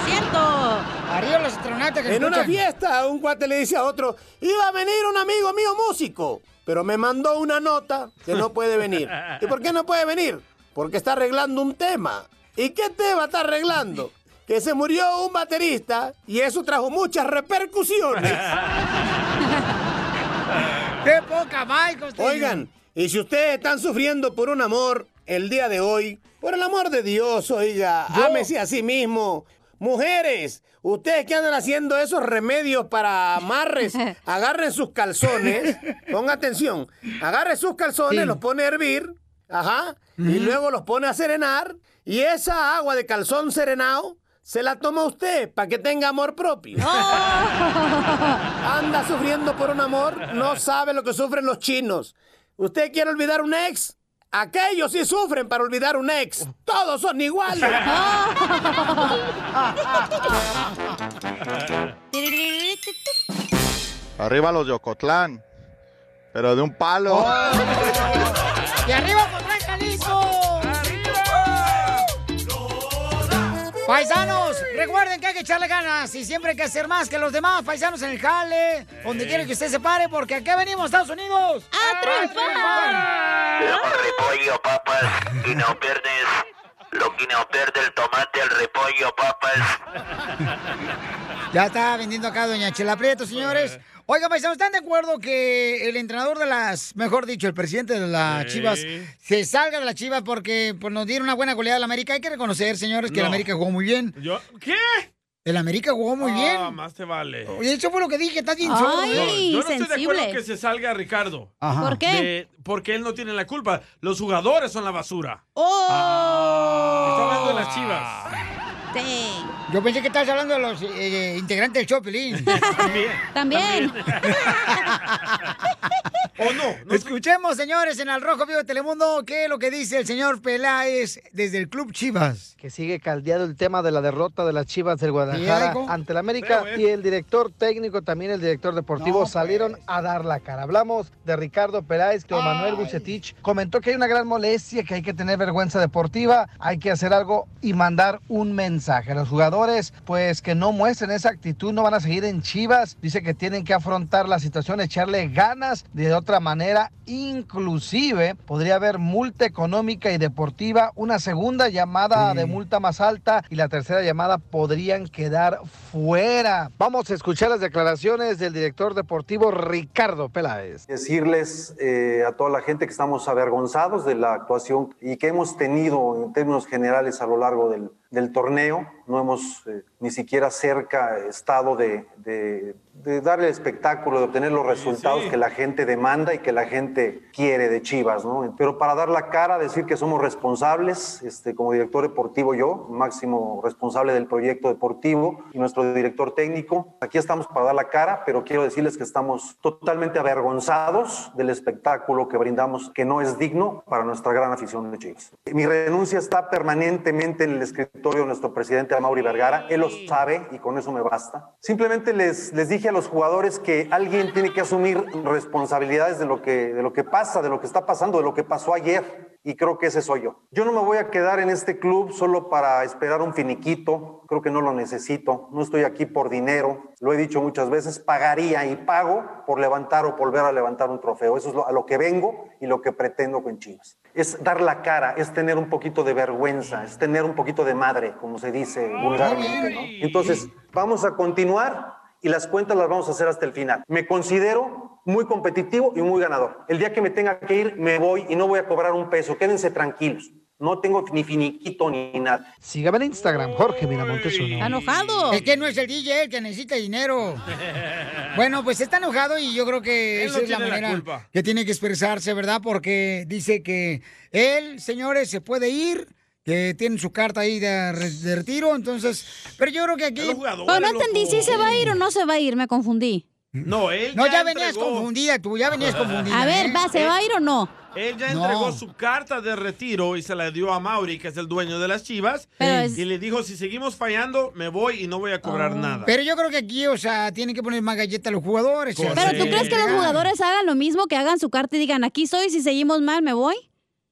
Speaker 3: ¡Cierto! Arriba los astronautas que
Speaker 7: En una
Speaker 3: escuchan.
Speaker 7: fiesta, un cuate le dice a otro, iba a venir un amigo mío músico, pero me mandó una nota que no puede venir. ¿Y por qué no puede venir? Porque está arreglando un tema. ¿Y qué tema está arreglando? Que se murió un baterista y eso trajo muchas repercusiones.
Speaker 3: ¡Qué poca, Michael!
Speaker 7: Oigan, y si ustedes están sufriendo por un amor el día de hoy, por el amor de Dios, oiga, ámese a sí mismo. Mujeres, ustedes que andan haciendo esos remedios para amarres, agarren sus calzones, pongan atención, agarren sus calzones, los pone a hervir, ajá, y luego los pone a serenar, y esa agua de calzón serenado se la toma usted para que tenga amor propio. Anda sufriendo por un amor, no sabe lo que sufren los chinos. ¿Usted quiere olvidar un ex? Aquellos sí sufren para olvidar un ex. Todos son iguales.
Speaker 8: Arriba los Yocotlán. Pero de un palo.
Speaker 3: ¡Y arriba con Gran Jalisco! Paisanos, recuerden que hay que echarle ganas y siempre hay que hacer más que los demás paisanos en el jale, donde quiera que usted se pare, porque acá venimos, Estados Unidos. ¡A
Speaker 14: Somos repollo, papas, y no pierdes lo que no pierde el tomate, el repollo, papas.
Speaker 3: Ya está vendiendo acá doña Chela Prieto, señores. Oiga, paisanos, ¿están de acuerdo que el entrenador de las, mejor dicho, el presidente de las
Speaker 27: Sí.
Speaker 3: Chivas, se salga de las Chivas porque pues, nos dieron una buena goleada a la América? Hay que reconocer, señores, que el
Speaker 1: No.
Speaker 3: América jugó muy bien.
Speaker 1: ¿Yo? ¿Qué?
Speaker 3: El América jugó muy
Speaker 1: Ah,
Speaker 3: bien.
Speaker 1: más te vale.
Speaker 3: Oye, eso fue lo que dije, estás bien
Speaker 1: No,
Speaker 3: solo,
Speaker 1: yo
Speaker 3: ¿eh?
Speaker 1: no estoy de acuerdo que se salga Ricardo.
Speaker 3: Ajá. ¿Por qué?
Speaker 1: De- porque él no tiene la culpa. Los jugadores son la basura.
Speaker 6: ¡Oh!
Speaker 1: Ah, Está hablando de las chivas.
Speaker 3: Yo pensé que estabas hablando de los eh, integrantes del Chopelín.
Speaker 6: También.
Speaker 1: ¿O no?
Speaker 3: Escuchemos, señores, en Al Rojo Vivo de Telemundo, qué es lo que dice el señor Peláez desde el Club Chivas.
Speaker 10: que sigue caldeado el tema de la derrota de las Chivas del
Speaker 3: Sí,
Speaker 10: Guadalajara
Speaker 3: algo.
Speaker 10: ante la América
Speaker 3: Feo, ¿eh?
Speaker 10: y el director técnico también el director deportivo
Speaker 3: pues.
Speaker 10: salieron a dar la cara. Hablamos de Ricardo Peláez, que don Manuel Bucetich comentó que hay una gran molestia, que hay que tener vergüenza deportiva, hay que hacer algo y mandar un mensaje. Los jugadores pues que no muestren esa actitud no van a seguir en Chivas. Dice que tienen que afrontar la situación, echarle ganas de otra manera, inclusive podría haber multa económica y deportiva, una segunda llamada de multa más alta y la tercera llamada podrían quedar fuera. Vamos a escuchar las declaraciones del director deportivo Ricardo Peláez.
Speaker 11: Decirles eh, a toda la gente que estamos avergonzados de la actuación y que hemos tenido en términos generales a lo largo del, del torneo. No hemos eh, ni siquiera cerca estado de, de- de dar el espectáculo, de obtener los resultados que la gente demanda y que la gente quiere de Chivas. ¿no? Pero para dar la cara, decir que somos responsables, este, como director deportivo yo, máximo responsable del proyecto deportivo y nuestro director técnico, aquí estamos para dar la cara, pero quiero decirles que estamos totalmente avergonzados del espectáculo que brindamos, que no es digno para nuestra gran afición de Chivas. Mi renuncia está permanentemente en el escritorio de nuestro presidente Mauri Vergara, él lo sabe y con eso me basta. Simplemente les, les dije a los jugadores que alguien tiene que asumir responsabilidades de lo que, de lo que pasa, de lo que está pasando, de lo que pasó ayer y creo que ese soy yo. Yo no me voy a quedar en este club solo para esperar un finiquito, creo que no lo necesito, no estoy aquí por dinero, lo he dicho muchas veces, pagaría y pago por levantar o volver a levantar un trofeo, eso es lo- a lo que vengo y lo que pretendo con Chivas. Es dar la cara, es tener un poquito de vergüenza, es tener un poquito de madre, como se dice vulgarmente. ¿no? Entonces, vamos a continuar y las cuentas las vamos a hacer hasta el final. Me considero muy competitivo y muy ganador. El día que me tenga que ir, me voy y no voy a cobrar un peso. Quédense tranquilos. No tengo ni finiquito ni nada.
Speaker 10: Sígame en Instagram, Jorge Miramontes uno.
Speaker 3: enojado. Es que no es el DJ el que necesita dinero. Bueno, pues está enojado y yo creo que
Speaker 27: Él
Speaker 3: esa
Speaker 27: no
Speaker 3: es la
Speaker 27: tiene la
Speaker 3: manera
Speaker 27: culpa.
Speaker 3: que tiene que expresarse, ¿verdad? Porque dice que él, señores, se puede ir, que tiene su carta ahí de, re- de retiro, entonces... Pero yo creo que aquí...
Speaker 6: Pero no entendí si se va a ir o no se va a ir, me confundí.
Speaker 1: No, él
Speaker 3: No,
Speaker 1: ya,
Speaker 3: ya venías
Speaker 1: entregó-
Speaker 3: confundida tú, ya venías confundida.
Speaker 6: A ver,
Speaker 3: ¿eh?
Speaker 6: va, ¿se va a ir o no?
Speaker 1: Él ya
Speaker 6: No.
Speaker 1: entregó su carta de retiro y se la dio a Mauri, que es el dueño de las chivas.
Speaker 3: Pero es-
Speaker 1: Y le dijo, si seguimos fallando, me voy y no voy a cobrar nada.
Speaker 3: Ah. Pero yo creo que aquí, o sea, tienen que poner más galleta a los jugadores. o sea,
Speaker 6: Pero ¿tú
Speaker 3: sí.
Speaker 6: crees que los jugadores hagan lo mismo, que hagan su carta y digan, aquí soy, si seguimos mal, me voy?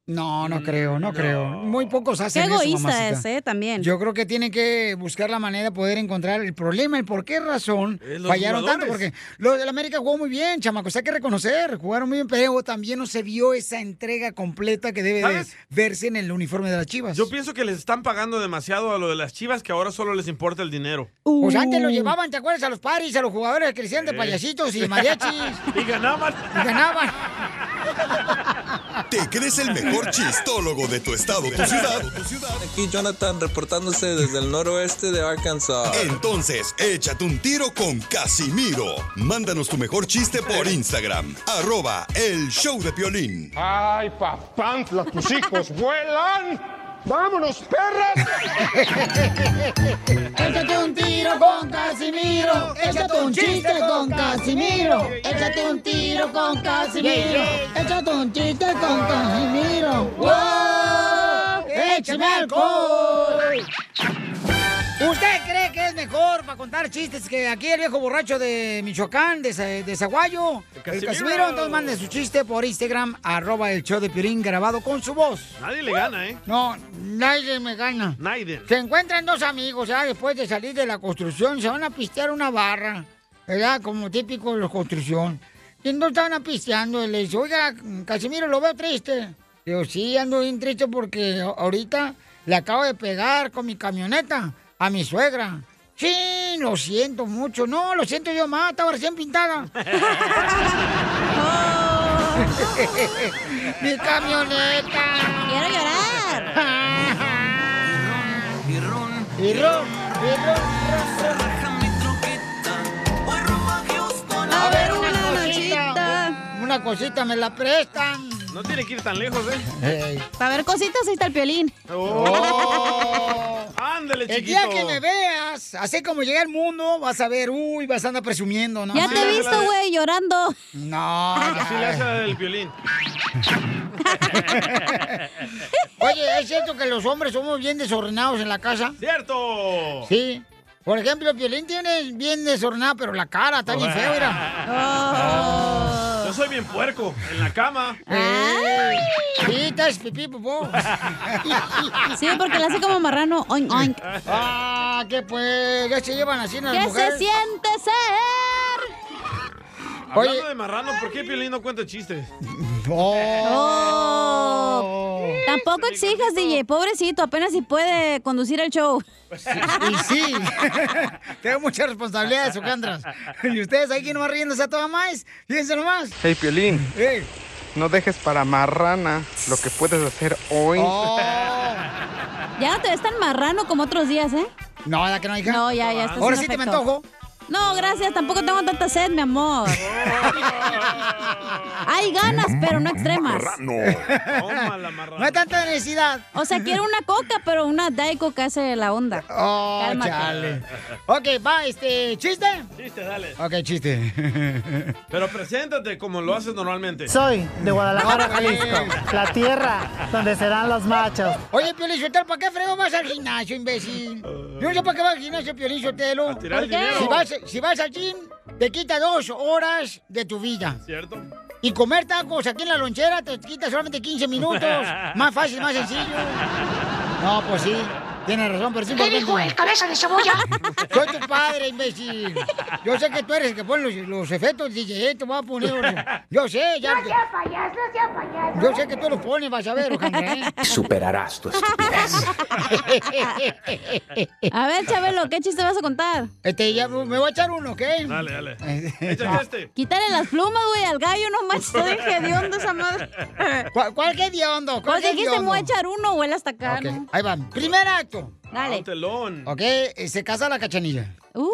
Speaker 3: No, no creo, no, creo. Muy pocos
Speaker 6: Qué
Speaker 3: hacen eso,
Speaker 6: egoísta
Speaker 3: mamacita.
Speaker 6: es, ¿eh? También.
Speaker 3: Yo creo que tienen que buscar la manera de poder encontrar el problema, el por qué razón
Speaker 6: Eh, los
Speaker 3: fallaron tanto.
Speaker 6: jugadores.
Speaker 3: Porque los del América jugó muy bien, chamacos, hay que reconocer, jugaron muy bien, pero también no se vio esa entrega completa que debe de
Speaker 1: ¿Sabes?
Speaker 3: verse en el uniforme de las chivas.
Speaker 1: Yo pienso que les están pagando demasiado a lo de las chivas, que ahora solo les importa el dinero.
Speaker 3: Pues antes lo llevaban, ¿te acuerdas? A los paris, a los jugadores que le hacían de payasitos y de mariachis.
Speaker 1: y ganaban.
Speaker 3: Y ganaban.
Speaker 9: ¿Te crees el mejor chistólogo de tu estado, tu ciudad?
Speaker 4: Aquí Jonathan reportándose desde el noroeste de Arkansas.
Speaker 9: Entonces, échate un tiro con Casimiro. Mándanos tu mejor chiste por Instagram. Arroba el show de Piolín.
Speaker 2: ¡Ay, papantla, tus hijos vuelan! ¡Vámonos, perras!
Speaker 3: Échate un tiro con Casimiro. Échate un chiste con Casimiro. Échate un tiro con Casimiro. Échate un chiste con Casimiro. ¡Wow! ¡Échame alcohol! ¿Usted cree que es mejor para contar chistes que aquí el viejo borracho de Michoacán, de, Sa- de Zaguayo? El
Speaker 1: Casimiro.
Speaker 3: Casimiro, entonces mande su chiste por Instagram, arroba el show de Pirín grabado con su voz.
Speaker 1: Nadie le gana, ¿eh?
Speaker 3: No, nadie me gana.
Speaker 1: Naiden.
Speaker 3: Se encuentran dos amigos, ya después de salir de la construcción, se van a pistear una barra, ¿verdad? Como típico de la construcción. Y no estaban a pisteando, y le dice, oiga, Casimiro, lo veo triste. Digo, sí, ando bien triste porque a- ahorita le acabo de pegar con mi camioneta a mi suegra. ¡Sí! Ay, lo siento mucho. No, lo siento yo más, estaba recién pintada. Mi camioneta.
Speaker 6: Quiero llorar.
Speaker 3: Y ron, y ron. A ver, una cosita. Una cosita me la prestan.
Speaker 1: No tiene que ir tan lejos, ¿eh?
Speaker 6: Para ver cositas, ahí está el piolín.
Speaker 1: Oh. Ándale,
Speaker 3: El
Speaker 1: chiquito.
Speaker 3: día que me veas, así como llegué al mundo, vas a ver, uy, vas a andar presumiendo, ¿no?
Speaker 6: Ya te he
Speaker 3: manches.
Speaker 6: visto, güey, llorando.
Speaker 3: No.
Speaker 1: Así le hace el violín.
Speaker 3: Oye, ¿es cierto que los hombres somos bien desordenados en la casa?
Speaker 1: ¡Cierto!
Speaker 3: Sí. Por ejemplo, Piolín tiene bien desordenado, pero la cara está bien fea, mira.
Speaker 1: Yo soy bien puerco, en la cama.
Speaker 3: Eh, Ey. Sí, estás pipí, popó.
Speaker 6: Sí, porque le hace como marrano. Oink, oink.
Speaker 3: Ah, que pues, ya se llevan así las
Speaker 6: ¿Qué se
Speaker 3: mujeres.
Speaker 6: siente ser?
Speaker 1: Hablando
Speaker 3: Oye.
Speaker 1: de marrano, ¿por qué Piolín no cuenta chistes?
Speaker 6: Oh. Tampoco exijas, DJ. Pobrecito, apenas si puede conducir el show.
Speaker 3: Y sí, tengo mucha responsabilidad, Socandras. Y ustedes ahí que no van riéndose a toda más. Fíjense nomás.
Speaker 11: Hey, Piolín. No dejes para marrana lo que puedes hacer hoy.
Speaker 10: Oh.
Speaker 6: Ya no te ves tan marrano como otros días, ¿eh?
Speaker 3: No, ya que no, hija.
Speaker 6: No, ya, ya. estás
Speaker 3: Ahora
Speaker 6: sin
Speaker 3: sí te me
Speaker 6: afecto.
Speaker 3: antojo.
Speaker 6: No, gracias. Tampoco tengo tanta sed, mi amor. Hay ganas, pero no extremas.
Speaker 3: No hay tanta necesidad.
Speaker 6: O sea, quiero una coca, pero una Diet Coke hace la onda.
Speaker 3: Oh, chale. Ok, va, este, ¿chiste?
Speaker 1: Chiste, dale.
Speaker 3: Ok, chiste.
Speaker 1: Pero preséntate como lo haces normalmente.
Speaker 13: Soy de Guadalajara, Jalisco, la tierra donde serán los machos.
Speaker 3: Oye, Piolín Sotelo, ¿para qué frego vas al gimnasio, imbécil? Yo no sé para qué vas al gimnasio, Piolín Sotelo.
Speaker 1: tirar ¿Por qué? dinero.
Speaker 3: Si vas, si vas al gym, te quita dos horas de tu vida.
Speaker 1: ¿Cierto?
Speaker 3: Y comer tacos aquí en la lonchera te quita solamente 15 minutos. Más fácil, más sencillo. No, pues sí. Tienes razón, pero sí.
Speaker 2: ¿Qué dijo el cabeza de cebolla?
Speaker 3: Soy tu padre, imbécil. Yo sé que tú eres el que pone los, los efectos, DJ, te voy a poner. los- Yo sé, ya.
Speaker 2: No sea payaso, no sea payaso.
Speaker 3: Yo sé que tú los pones, vas a ver, Alejandra, ¿eh?
Speaker 12: Superarás tu
Speaker 6: A ver, Chabelo, ¿qué chiste vas a contar?
Speaker 3: Este, ya me voy a echar uno, ¿ok?
Speaker 1: Dale, dale. Échate
Speaker 6: Ah,
Speaker 1: este.
Speaker 6: Quítale las plumas, güey, al gallo, no manches, está bien hediondo esa madre.
Speaker 3: ¿Cuál, cuál qué hediondo?
Speaker 6: Porque
Speaker 3: ¿Cuál qué
Speaker 6: dijiste, me
Speaker 3: hediondo?
Speaker 6: voy a echar uno, huele hasta acá,
Speaker 3: Ok,
Speaker 6: ¿no?
Speaker 3: Ahí van. Primer acto.
Speaker 6: Dale.
Speaker 1: telón.
Speaker 3: Ok, eh, se casa la cachanilla.
Speaker 6: Uh,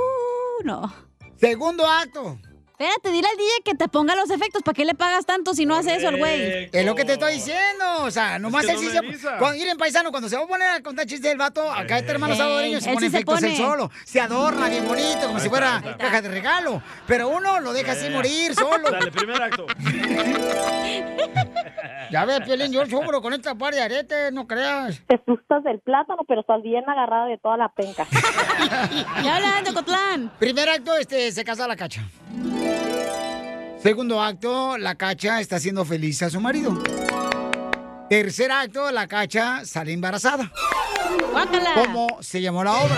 Speaker 6: no.
Speaker 3: Segundo acto.
Speaker 6: Espérate, dile al DJ que te ponga los efectos. ¿Para qué le pagas tanto si no hace eso el güey?
Speaker 3: Es lo que te estoy diciendo. O sea, nomás
Speaker 6: que
Speaker 3: él
Speaker 6: no
Speaker 3: sí
Speaker 6: me
Speaker 3: se.
Speaker 6: avisa. Eh.
Speaker 3: Cuando, miren, paisano, cuando se va a poner a contar chistes del vato, acá este hermano
Speaker 6: Ey,
Speaker 3: salvadoreño se
Speaker 6: él
Speaker 3: pone
Speaker 6: sí se
Speaker 3: efectos él
Speaker 6: pone.
Speaker 3: solo. Se adorna bien bonito,
Speaker 6: Ahí
Speaker 3: como si
Speaker 6: está,
Speaker 3: fuera
Speaker 6: ahí está. Eh.
Speaker 3: caja de regalo. Pero uno lo deja
Speaker 2: Eh.
Speaker 3: así morir solo.
Speaker 1: Dale, primer acto.
Speaker 3: Ya ves, Piolín, yo sobro con esta par de aretes, no creas.
Speaker 25: Te frustras del plátano, pero estás bien agarrada de toda la penca.
Speaker 3: Ya hablan de Cotlán. Primer acto, este, se casa la cacha. Segundo acto, la cacha está siendo feliz a su marido. Tercer acto, la cacha sale embarazada. ¿Cómo se llamó la obra?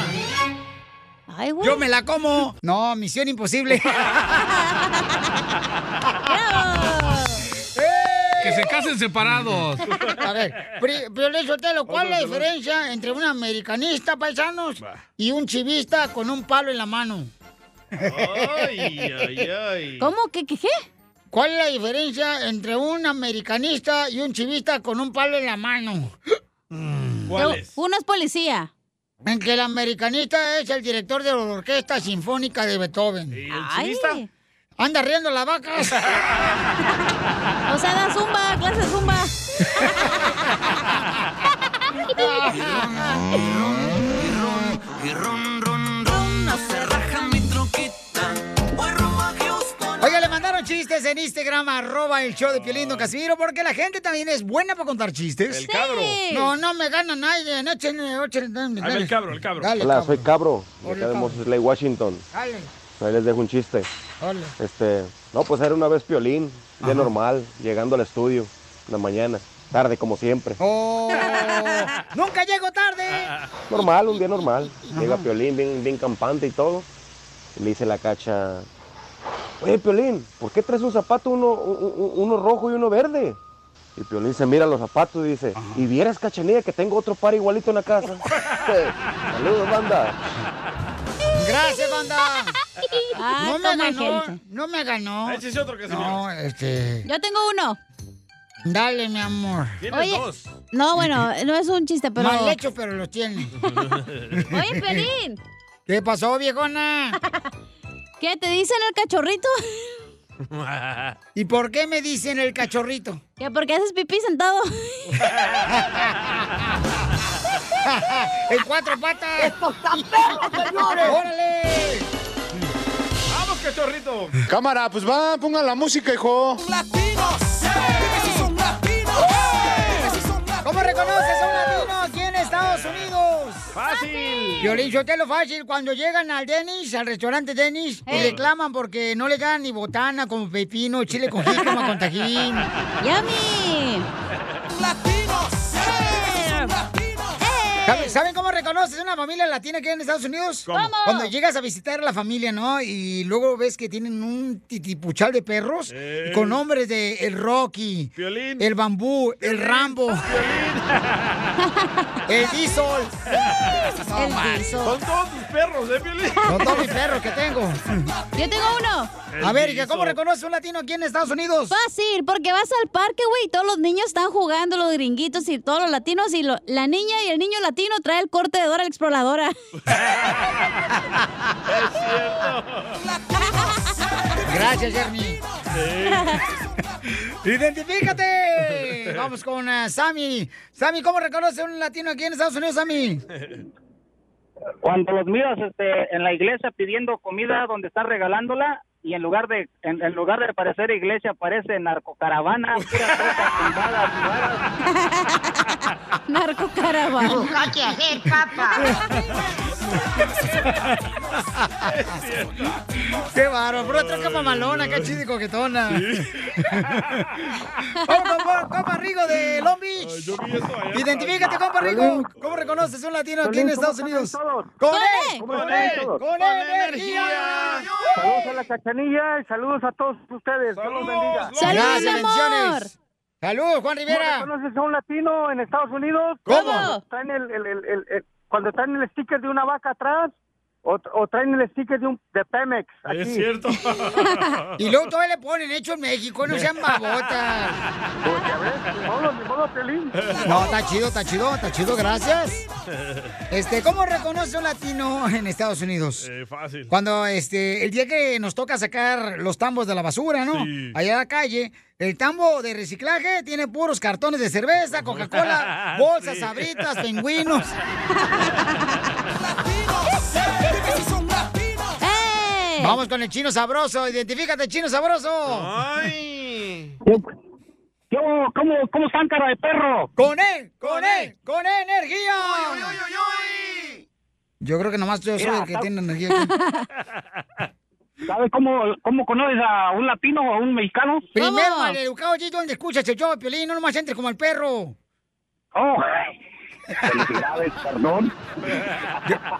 Speaker 3: Yo me la como. No, misión imposible.
Speaker 22: Que se casen separados.
Speaker 3: A ver, Pri- Piolín Sotelo, ¿cuál es la
Speaker 22: Otro, otro.
Speaker 3: diferencia entre un americanista, paisanos, y un chivista con un palo en la mano?
Speaker 2: Ay, ay, ay.
Speaker 3: ¿Cómo? ¿Qué, qué, ¿Cuál es la diferencia entre un americanista y un chivista con un palo en la mano?
Speaker 6: ¿Cuál es? Uno es policía.
Speaker 3: En que el americanista es el director de la Orquesta Sinfónica de Beethoven. ¿Y el
Speaker 6: chivista?
Speaker 3: Anda riendo las vacas.
Speaker 6: O sea, da zumba, clase de zumba.
Speaker 3: Oiga, le mandaron chistes en Instagram, arroba el show de Piolindo Casimiro, porque la gente también es buena para contar chistes.
Speaker 2: El cabro. Sí.
Speaker 3: No, no me gana nadie. No, échenle, échenle, dale,
Speaker 2: Ahí va el cabro, el cabro.
Speaker 3: Dale,
Speaker 12: Hola,
Speaker 3: cabro.
Speaker 12: soy Cabro, de
Speaker 3: Hola,
Speaker 12: acá de
Speaker 3: cabro.
Speaker 12: Moses Lake, Washington.
Speaker 3: Dale,
Speaker 12: Ahí les dejo un chiste.
Speaker 3: dale.
Speaker 12: Este, no, pues era una vez Piolín, día normal, llegando al estudio, en la mañana, tarde como siempre.
Speaker 3: ¡Nunca llego tarde!
Speaker 12: Normal, un día normal. Llega Piolín, bien, bien campante y todo. Y le dice la cacha, oye Piolín, ¿por qué traes un zapato uno, u- u- uno rojo y uno verde? Y Piolín se mira los zapatos y dice, y vieras cachanilla que tengo otro par igualito en la casa. Saludos, banda.
Speaker 3: Gracias, banda.
Speaker 6: Ah,
Speaker 3: no me
Speaker 6: toma,
Speaker 3: ganó.
Speaker 6: gente.
Speaker 3: No me
Speaker 2: Ah,
Speaker 3: ganó.
Speaker 1: Échese otro, Casimiro.
Speaker 3: No, este.
Speaker 6: Yo tengo uno.
Speaker 3: Dale, mi amor.
Speaker 1: Tienes dos.
Speaker 6: No, bueno, no es un chiste, pero.
Speaker 3: Mal hecho, pero lo tiene.
Speaker 6: Oye, Pelín,
Speaker 3: ¿Qué pasó, viejona?
Speaker 6: ¿qué te dicen el cachorrito?
Speaker 3: ¿Y por qué me dicen el cachorrito?
Speaker 6: Que porque haces pipí sentado.
Speaker 3: ¡En cuatro patas!
Speaker 2: ¡Estos están perros, señores!
Speaker 3: ¡Órale!
Speaker 1: ¡Vamos, cachorrito!
Speaker 21: Cámara, pues va, pongan la música, hijo.
Speaker 3: ¿Cómo reconoces a un latino aquí en Estados Unidos?
Speaker 1: ¡Fácil!
Speaker 3: Violín, yo te lo fácil. Cuando llegan al Denis, al restaurante Denis, y reclaman porque no le dan ni botana como pepino, chile con jícama, con tajín.
Speaker 6: ¡Yummy!
Speaker 3: ¿Saben, saben cómo reconoces una familia latina aquí en Estados Unidos?
Speaker 2: ¿Cómo?
Speaker 3: Cuando llegas a visitar a la familia, ¿no? Y luego ves que tienen un titipuchal de perros
Speaker 2: Eh.
Speaker 3: con nombres de El Rocky,
Speaker 1: Piolín.
Speaker 3: El Bambú, El Rambo, El Diesel.
Speaker 6: El Diesel.
Speaker 1: Son todos tus perros, ¿eh, Piolín?
Speaker 3: Son todos mis perros que tengo.
Speaker 6: Yo tengo uno.
Speaker 3: A ver, ¿y cómo reconoce un latino aquí en Estados Unidos?
Speaker 6: Fácil, porque vas al parque, güey, y todos los niños están jugando, los gringuitos y todos los latinos, y lo- la niña y el niño latino trae el corte de Dora la Exploradora.
Speaker 3: Gracias, Jeremy. ¡Identifícate! Vamos con eh, Sammy. Sammy, ¿cómo reconoce un latino aquí en Estados Unidos, Sammy?
Speaker 26: Cuando los miras este, en la iglesia pidiendo comida donde están regalándola y en lugar de en, en lugar de parecer iglesia parece narcocaravana. puras cosas tumbadas, raras.
Speaker 6: Narcocaravana.
Speaker 2: Busca
Speaker 3: que
Speaker 2: hacer, papa.
Speaker 3: ¡Qué bárbaro! Pura troca mamalona, qué chido y coquetona. Vamos con con compa Rigo de Long Beach. Identifícate, compa Rigo.
Speaker 2: Piolín.
Speaker 3: ¿Cómo reconoces un latino aquí en
Speaker 26: Piolín,
Speaker 3: Estados
Speaker 26: ¿cómo
Speaker 3: Unidos?
Speaker 26: están todos?
Speaker 3: ¡Con
Speaker 26: ¿Cómo
Speaker 3: él!
Speaker 26: están todos?
Speaker 3: ¡Con E. energía!
Speaker 26: Saludos a la cachanilla y saludos a todos ustedes. Dios los bendiga.
Speaker 3: Gracias, bendiciones. Saludos, Juan Rivera.
Speaker 26: ¿Cómo reconoces a un latino en Estados Unidos?
Speaker 3: ¿Cómo?
Speaker 26: Cuando traen el, el- el- el- el- cuando traen el sticker de una vaca atrás o, o traen el sticker de, un, de Pemex. Aquí.
Speaker 1: Es cierto.
Speaker 3: Y luego todavía le ponen hecho en México, no sean babotas. No, está chido, está chido, está chido, gracias. Este, ¿cómo reconoce un latino en Estados Unidos?
Speaker 1: Eh, fácil.
Speaker 3: Cuando, este, el día que nos toca sacar los tambos de la basura, ¿no?
Speaker 1: Sí.
Speaker 3: Allá en la calle, el tambo de reciclaje tiene puros cartones de cerveza, Coca-Cola, bolsas,
Speaker 2: Sí.
Speaker 3: sabritas, pingüinos.
Speaker 6: ¡Eh!
Speaker 3: Vamos con el chino sabroso, identifícate, chino sabroso.
Speaker 26: ¿Cómo, cómo, ¿Cómo están, cara de perro?
Speaker 3: Con él, con él, con energía. Yo creo que nomás yo soy
Speaker 26: Mira,
Speaker 3: el que
Speaker 26: sab-
Speaker 3: tiene energía. aquí.
Speaker 26: ¿Sabes cómo, cómo conoces a un latino o a un mexicano?
Speaker 3: Primero, maleducado, allí donde escuchas el show de Piolín, no nomás entres como el perro.
Speaker 26: Oh, felicidades, perdón.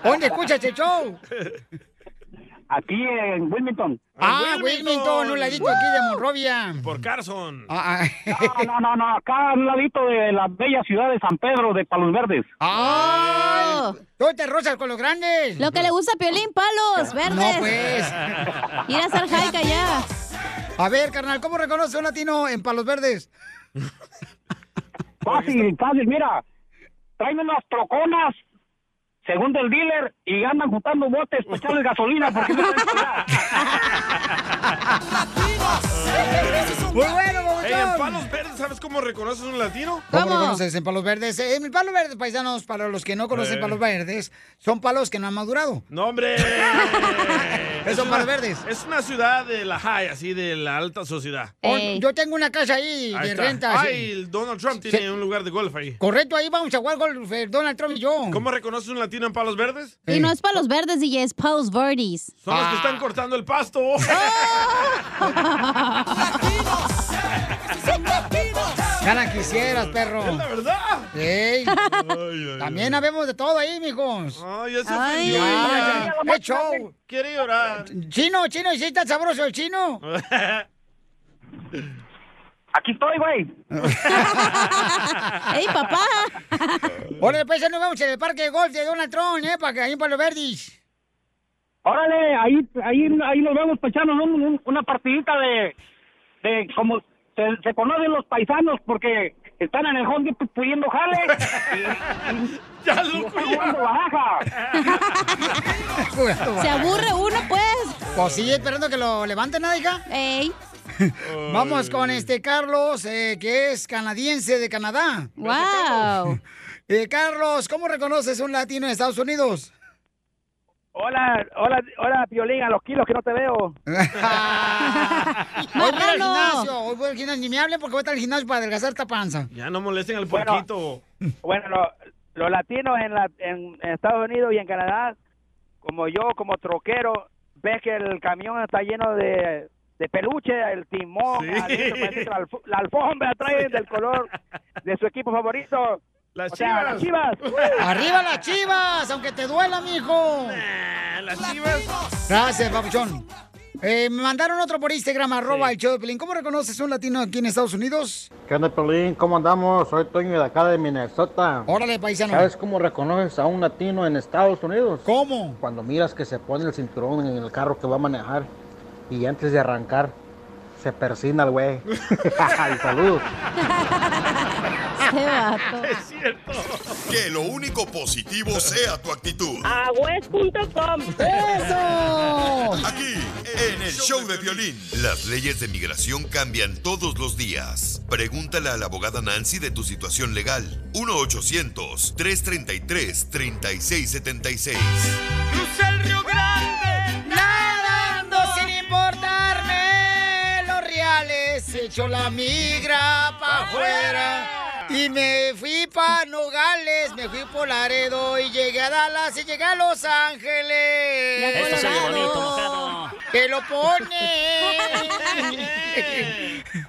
Speaker 3: ¿Dónde escuchas el show?
Speaker 26: Aquí en Wilmington.
Speaker 3: Ah, Wilmington, un ladito aquí de Monrovia.
Speaker 1: Por Carson.
Speaker 3: Ah,
Speaker 26: No, no, no, acá a un ladito de la bella ciudad de San Pedro de Palos Verdes.
Speaker 3: ¡Ah!
Speaker 6: Oh.
Speaker 3: ¡Tú te rozas con los grandes!
Speaker 6: Lo que le gusta a Piolín, palos verdes.
Speaker 3: No, pues.
Speaker 6: Ir a hacer jaica ya.
Speaker 3: A ver, carnal, ¿cómo reconoce un latino en Palos Verdes?
Speaker 26: Fácil, fácil, mira. Traen unas troconas, según del dealer, y andan juntando botes para echarles gasolina porque no traen ciudad.
Speaker 3: Muy bueno,
Speaker 1: Ey, en
Speaker 3: Bogotón.
Speaker 1: Palos Verdes, ¿sabes cómo reconoces un latino?
Speaker 3: ¿Cómo reconoces en palos verdes? Eh, En palos verdes, paisanos, para los que no conocen
Speaker 1: Eh.
Speaker 3: palos verdes, son palos que no han madurado.
Speaker 1: ¡No, hombre!
Speaker 3: Esos
Speaker 1: una-
Speaker 3: Palos Verdes.
Speaker 1: Es una ciudad de la high, así de la alta sociedad.
Speaker 3: O- Yo tengo una casa ahí,
Speaker 1: Ahí
Speaker 3: de
Speaker 1: está.
Speaker 3: renta. sí.
Speaker 1: Ay, el Donald Trump tiene un lugar de golf ahí.
Speaker 3: Correcto, ahí vamos a jugar golf, eh, Donald Trump y yo.
Speaker 1: ¿Cómo reconoces un latino en Palos Verdes?
Speaker 6: Y no es palos verdes, DJ, es palos verdes. Ah.
Speaker 1: Son los que están cortando el pasto.
Speaker 3: Gana quisieras, perro.
Speaker 1: Es la verdad.
Speaker 3: Ey. También habemos de todo ahí, mijos.
Speaker 1: Ay, ya se
Speaker 3: Ay,
Speaker 1: ofendió
Speaker 3: ya.
Speaker 1: ella.
Speaker 3: ¡Qué show!
Speaker 1: Quiere llorar.
Speaker 3: Chino, chino, ¿y si está sabroso el chino?
Speaker 26: Aquí estoy, güey.
Speaker 3: Ah, ¡Ey, papá! pues, Ahora después nos vemos en el parque de golf de Donald Trump, ¿eh? Para que ahí en Palos Verdes.
Speaker 26: Órale, ahí, ahí, ahí nos vemos para echarnos un- un- una partidita de, de como se, se conocen los paisanos porque están en el Honda pudiendo jale. ya lo
Speaker 6: Se aburre uno, pues.
Speaker 3: Pues sí, esperando que lo levanten, ¿no, hija?
Speaker 6: Ey.
Speaker 3: Vamos con este Carlos, eh, que es canadiense de Canadá.
Speaker 6: ¡Wow!
Speaker 3: Eh, Carlos, ¿cómo reconoces un latino en Estados Unidos?
Speaker 26: Hola, hola, hola, Piolín, a los kilos que no te veo.
Speaker 3: Hoy voy al gimnasio, hoy voy al gimnasio. Ni me hablen porque voy a estar al gimnasio para adelgazar esta panza.
Speaker 1: Ya no molesten al
Speaker 26: Bueno.
Speaker 1: puerquito.
Speaker 26: Bueno, lo- los latinos en, la- en- en Estados Unidos y en Canadá, como yo, como troquero, ves que el camión está lleno de, de peluche, el timón,
Speaker 2: Sí.
Speaker 26: adentro, por dentro, la, alf- la alfombra trae del color de su equipo favorito.
Speaker 1: Las
Speaker 26: O sea, las chivas.
Speaker 3: ¡Arriba las chivas! Aunque te duela, mijo. Ah,
Speaker 1: las chivas.
Speaker 3: Gracias, papuchón. Eh, me mandaron otro por Instagram, arroba el show de Pelín. ¿Cómo reconoces un latino aquí en Estados Unidos?
Speaker 5: ¿Qué onda, Piolín? ¿Cómo andamos? Soy Toño de acá de Minnesota.
Speaker 3: Órale, paisano.
Speaker 5: ¿Sabes cómo reconoces a un latino en Estados Unidos?
Speaker 3: ¿Cómo?
Speaker 5: Cuando miras que se pone el cinturón en el carro que va a manejar y antes de arrancar se persina el güey. y saludos.
Speaker 9: Es cierto. Que lo único positivo sea tu actitud.
Speaker 2: Agüez.com.
Speaker 3: ¡Eso!
Speaker 9: Aquí, en el show de violín. Las leyes de migración cambian todos los días. Pregúntale a la abogada Nancy de tu situación legal. 1-800-333-3676.
Speaker 3: Nadando sin importarme los reales, echó la migra pa' afuera. Y me fui pa' Nogales, me fui por Laredo y llegué a Dallas y llegué a Los Ángeles.
Speaker 2: Ya Eso se oye colorado. bonito,
Speaker 3: ¡Que lo pone!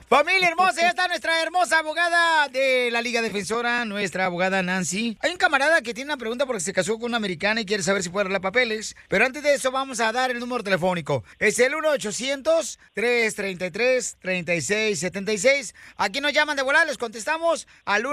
Speaker 3: Familia hermosa, ya está nuestra hermosa abogada de la Liga Defensora, nuestra abogada Nancy. Hay un camarada que tiene una pregunta porque se casó con una americana y quiere saber si puede arreglar papeles. Pero antes de eso, vamos a dar el número telefónico. Es el 1-800-333-3676. Aquí nos llaman de volar, les contestamos al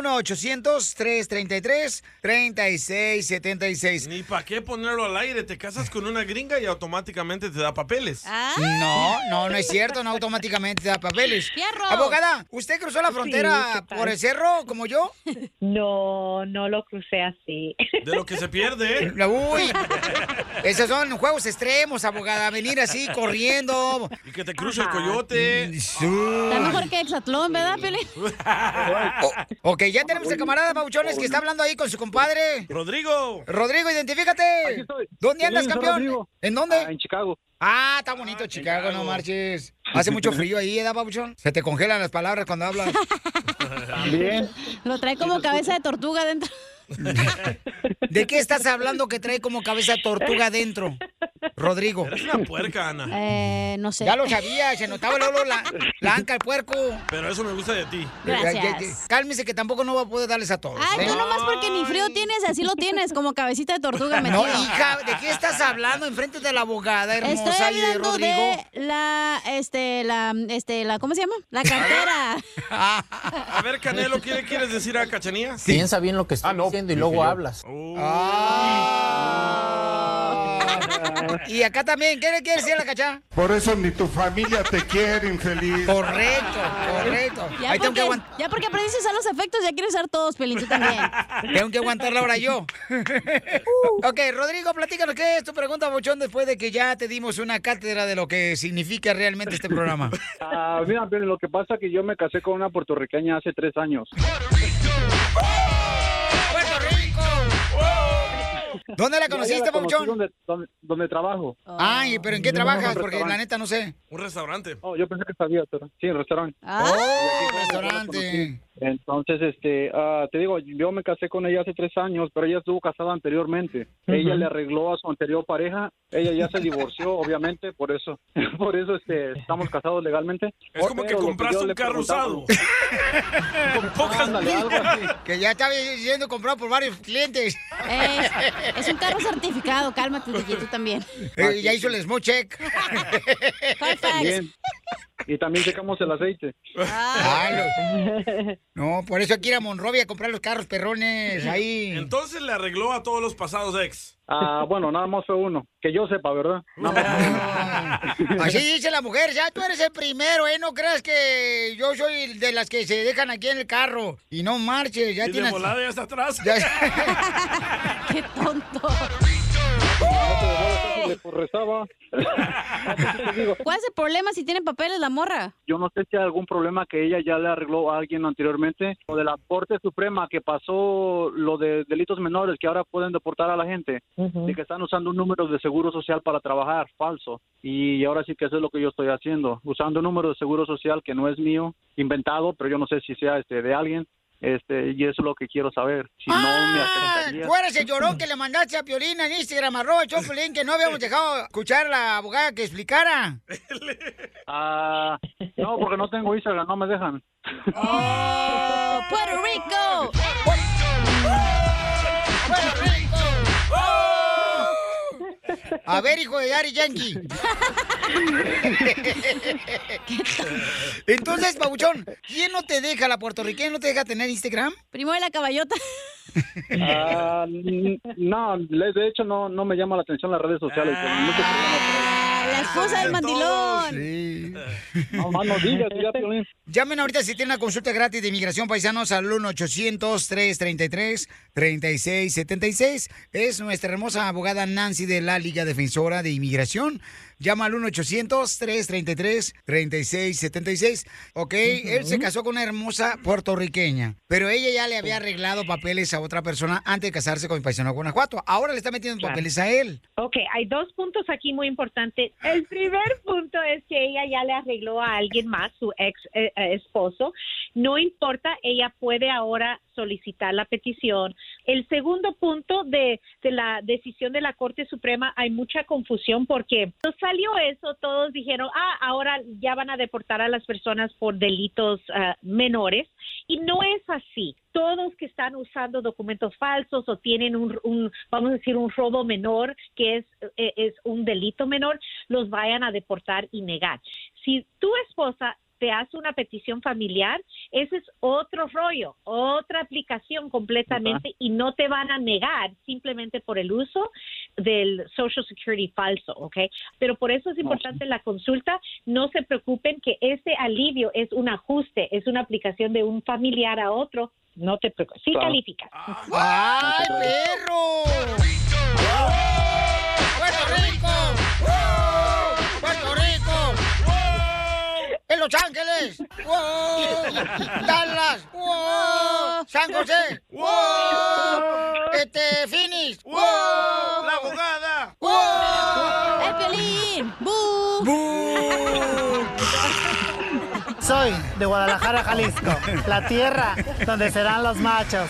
Speaker 3: 1-800-333-3676.
Speaker 1: Ni para qué ponerlo al aire. Te casas con una gringa y automáticamente te da papeles.
Speaker 3: No, no, no es cierto, no automáticamente te da papeles. Abogada, ¿usted cruzó la
Speaker 15: ¿qué
Speaker 3: frontera
Speaker 15: tal?
Speaker 3: por el cerro como yo?
Speaker 15: No, no lo crucé así.
Speaker 1: De lo que se pierde.
Speaker 3: La- Uy, esos son juegos extremos, abogada, venir así corriendo.
Speaker 1: Y que te cruce el coyote.
Speaker 6: Está mejor que Exatlón, ¿verdad, Pelín?
Speaker 3: Ok, ya tenemos el camarada Pauchones que está hablando ahí con su compadre.
Speaker 1: Rodrigo.
Speaker 3: Rodrigo, identifícate. ¿Dónde andas,
Speaker 16: Sí, soy
Speaker 3: campeón?
Speaker 16: Rodrigo.
Speaker 3: ¿En dónde?
Speaker 16: en Chicago.
Speaker 3: Ah, está bonito Chicago, no marches. Hace mucho frío ahí, ¿eh, Pauchón? Se te congelan las palabras cuando hablas.
Speaker 16: También.
Speaker 6: Lo trae como cabeza de tortuga dentro.
Speaker 3: ¿De qué estás hablando que trae como cabeza tortuga adentro? Rodrigo.
Speaker 1: Eres una puerca, Ana.
Speaker 6: Eh, no sé.
Speaker 3: Ya lo sabía, se notaba el olor, la, la anca, el puerco.
Speaker 1: Pero eso me gusta de ti.
Speaker 3: Ya, ya, ya. Cálmese que tampoco no va a poder darles a todos.
Speaker 6: Ay,
Speaker 3: ¿eh?
Speaker 6: tú nomás porque ni frío tienes, así lo tienes, como cabecita de tortuga metida.
Speaker 3: No, hija, ¿de qué estás hablando enfrente de la abogada hermosa
Speaker 6: Estoy
Speaker 3: y de
Speaker 6: hablando
Speaker 3: Rodrigo?
Speaker 6: de la, este, la, este, la, ¿cómo se llama? La cartera.
Speaker 1: A ver, Canelo, ¿qué le quieres decir a Cachanía?
Speaker 17: Piensa bien lo que
Speaker 21: Ah,
Speaker 17: estás diciendo y luego hablas.
Speaker 3: Y acá también, ¿qué le quiere decir la cachá?
Speaker 23: Por eso ni tu familia te quiere, infeliz.
Speaker 3: Correcto, correcto.
Speaker 6: Ya, porque, ya porque aprendiste a usar los efectos, ya quieres usar todos, Pelín, tú también.
Speaker 3: Tengo que aguantarla ahora yo. ok, Rodrigo, platícanos qué es tu pregunta, Bochón, después de que ya te dimos una cátedra de lo que significa realmente este programa.
Speaker 16: Ah, mira, pero lo que pasa es que yo me casé con una puertorriqueña hace tres años.
Speaker 3: ¿Dónde la
Speaker 16: Ya, ya
Speaker 3: conociste,
Speaker 16: conocí
Speaker 3: Papuchón?
Speaker 16: Donde, donde, donde trabajo.
Speaker 3: Ay, pero ¿en qué
Speaker 16: No,
Speaker 3: trabajas?
Speaker 16: no,
Speaker 3: Porque la
Speaker 16: restaurante.
Speaker 3: neta no sé.
Speaker 1: Un restaurante.
Speaker 16: Oh, yo pensé que sabía, pero sí, el restaurante.
Speaker 3: ¡Oh,
Speaker 16: Sí.
Speaker 3: restaurante!
Speaker 16: Entonces, este, ah, te digo, yo me casé con ella hace tres años, pero ella estuvo casada anteriormente. Ella
Speaker 24: Ujú.
Speaker 16: le arregló a su anterior pareja. Ella ya se divorció, obviamente, por eso, por eso, este, estamos casados legalmente.
Speaker 1: Es como que
Speaker 16: Pero lo
Speaker 1: compraste
Speaker 16: yo
Speaker 1: un
Speaker 16: le
Speaker 1: carro
Speaker 16: preguntaba-
Speaker 1: usado.
Speaker 16: Con pocas
Speaker 3: Que ya estaba siendo comprado por varios clientes.
Speaker 6: Eh, es un carro certificado, cálmate, DJ, tú también.
Speaker 3: Eh, ya hizo el smoke check.
Speaker 6: High fives.
Speaker 16: Bien. Y también checamos el aceite.
Speaker 3: No, por eso hay que ir a Monrovia a comprar los carros perrones ahí.
Speaker 1: Entonces le arregló a todos los pasados ex.
Speaker 16: Ah, bueno, nada más fue uno. Que yo sepa, ¿verdad?
Speaker 3: Así dice la mujer, ya tú eres el primero, ¿eh? No creas que yo soy de las que se dejan aquí en el carro y no marches, ya
Speaker 1: Y de
Speaker 3: tienes...
Speaker 1: volada ya está atrás.
Speaker 3: ¡Qué tonto!
Speaker 16: Le rezaba. Ah, pues
Speaker 6: ¿Cuál es el problema si tienen papeles la morra?
Speaker 16: Yo no sé si hay algún problema que ella ya le arregló a alguien anteriormente. O de la Corte Suprema que pasó lo de delitos menores que ahora pueden deportar a la gente. De que están usando un número de seguro social para trabajar, falso. Y ahora sí que eso es lo que yo estoy haciendo. Usando un número de seguro social que no es mío, inventado, pero yo no sé si sea este de alguien. Este, y eso es lo que quiero saber. Si no me afectaría.
Speaker 3: Ah, Tú eres el llorón que le mandaste a Piolina en Instagram, arroba el Choplin, que no habíamos dejado escuchar a la abogada que explicara.
Speaker 16: Ah, no, porque no tengo Instagram, no me dejan.
Speaker 3: Oh.
Speaker 6: ¡Puerto Rico!
Speaker 3: ¡Puerto Rico! A ver, hijo de Yari Yankee. Entonces, Pabuchón, ¿quién no te deja, la puertorriqueña no te deja tener Instagram?
Speaker 6: Primo de la caballota.
Speaker 16: Ah, n- no, le- de hecho no, no me llama la atención las redes sociales. pero mucho
Speaker 6: Ah, La esposa del mandilón.
Speaker 16: No, más no digas, ya, Piolín.
Speaker 3: Este, Llamen ahorita si tienen una consulta gratis de inmigración paisanos al 1-800-333-3676. Es nuestra hermosa abogada Nancy de la Liga Defensora de Inmigración. Llama al 1-800-333-3676. Ok, él se casó con una hermosa puertorriqueña, pero ella ya le había arreglado papeles a otra persona antes de casarse con mi paisano de Guanajuato. Ahora le está metiendo
Speaker 15: Claro.
Speaker 3: papeles a él.
Speaker 15: Ok, hay dos puntos aquí muy importantes. El primer punto es que ella ya le arregló a alguien más, su ex eh, eh, esposo. No importa, ella puede ahora solicitar la petición. El segundo punto de, de la decisión de la Corte Suprema, hay mucha confusión porque cuando salió eso, todos dijeron, ah, ahora ya van a deportar a las personas por delitos ah, menores. Y no es así. Todos que están usando documentos falsos o tienen un, un, vamos a decir, un robo menor, que es, eh, es un delito menor, los vayan a deportar y negar. Si tu esposa te hace una petición familiar, ese es otro rollo, otra aplicación completamente y no te van a negar simplemente por el uso del Social Security falso, ¿ok? Pero por eso es importante la consulta, no se preocupen que ese alivio es un ajuste, es una aplicación de un familiar a otro, no te preocupes, sí
Speaker 2: Claro. Ah,
Speaker 15: califica.
Speaker 3: ¡Ay, perro! ¡Puerto Rico! ¡Wow! ¡Puerto Rico! ¡Wow! ¡En Los Ángeles! ¡Wow! ¡Dallas! ¡Wow! ¡San José! ¡Wow! ¡Este, Phoenix! ¡Wow! ¡La abogada! ¡Wow!
Speaker 6: ¡El pelín!
Speaker 13: Soy de Guadalajara, Jalisco, la tierra donde serán los machos.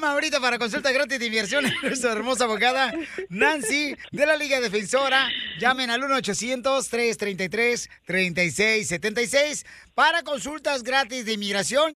Speaker 3: Ahorita para consulta gratis de inversión nuestra hermosa abogada Nancy de la Liga Defensora. Llamen al 1-800-333-3676 para consultas gratis de inmigración.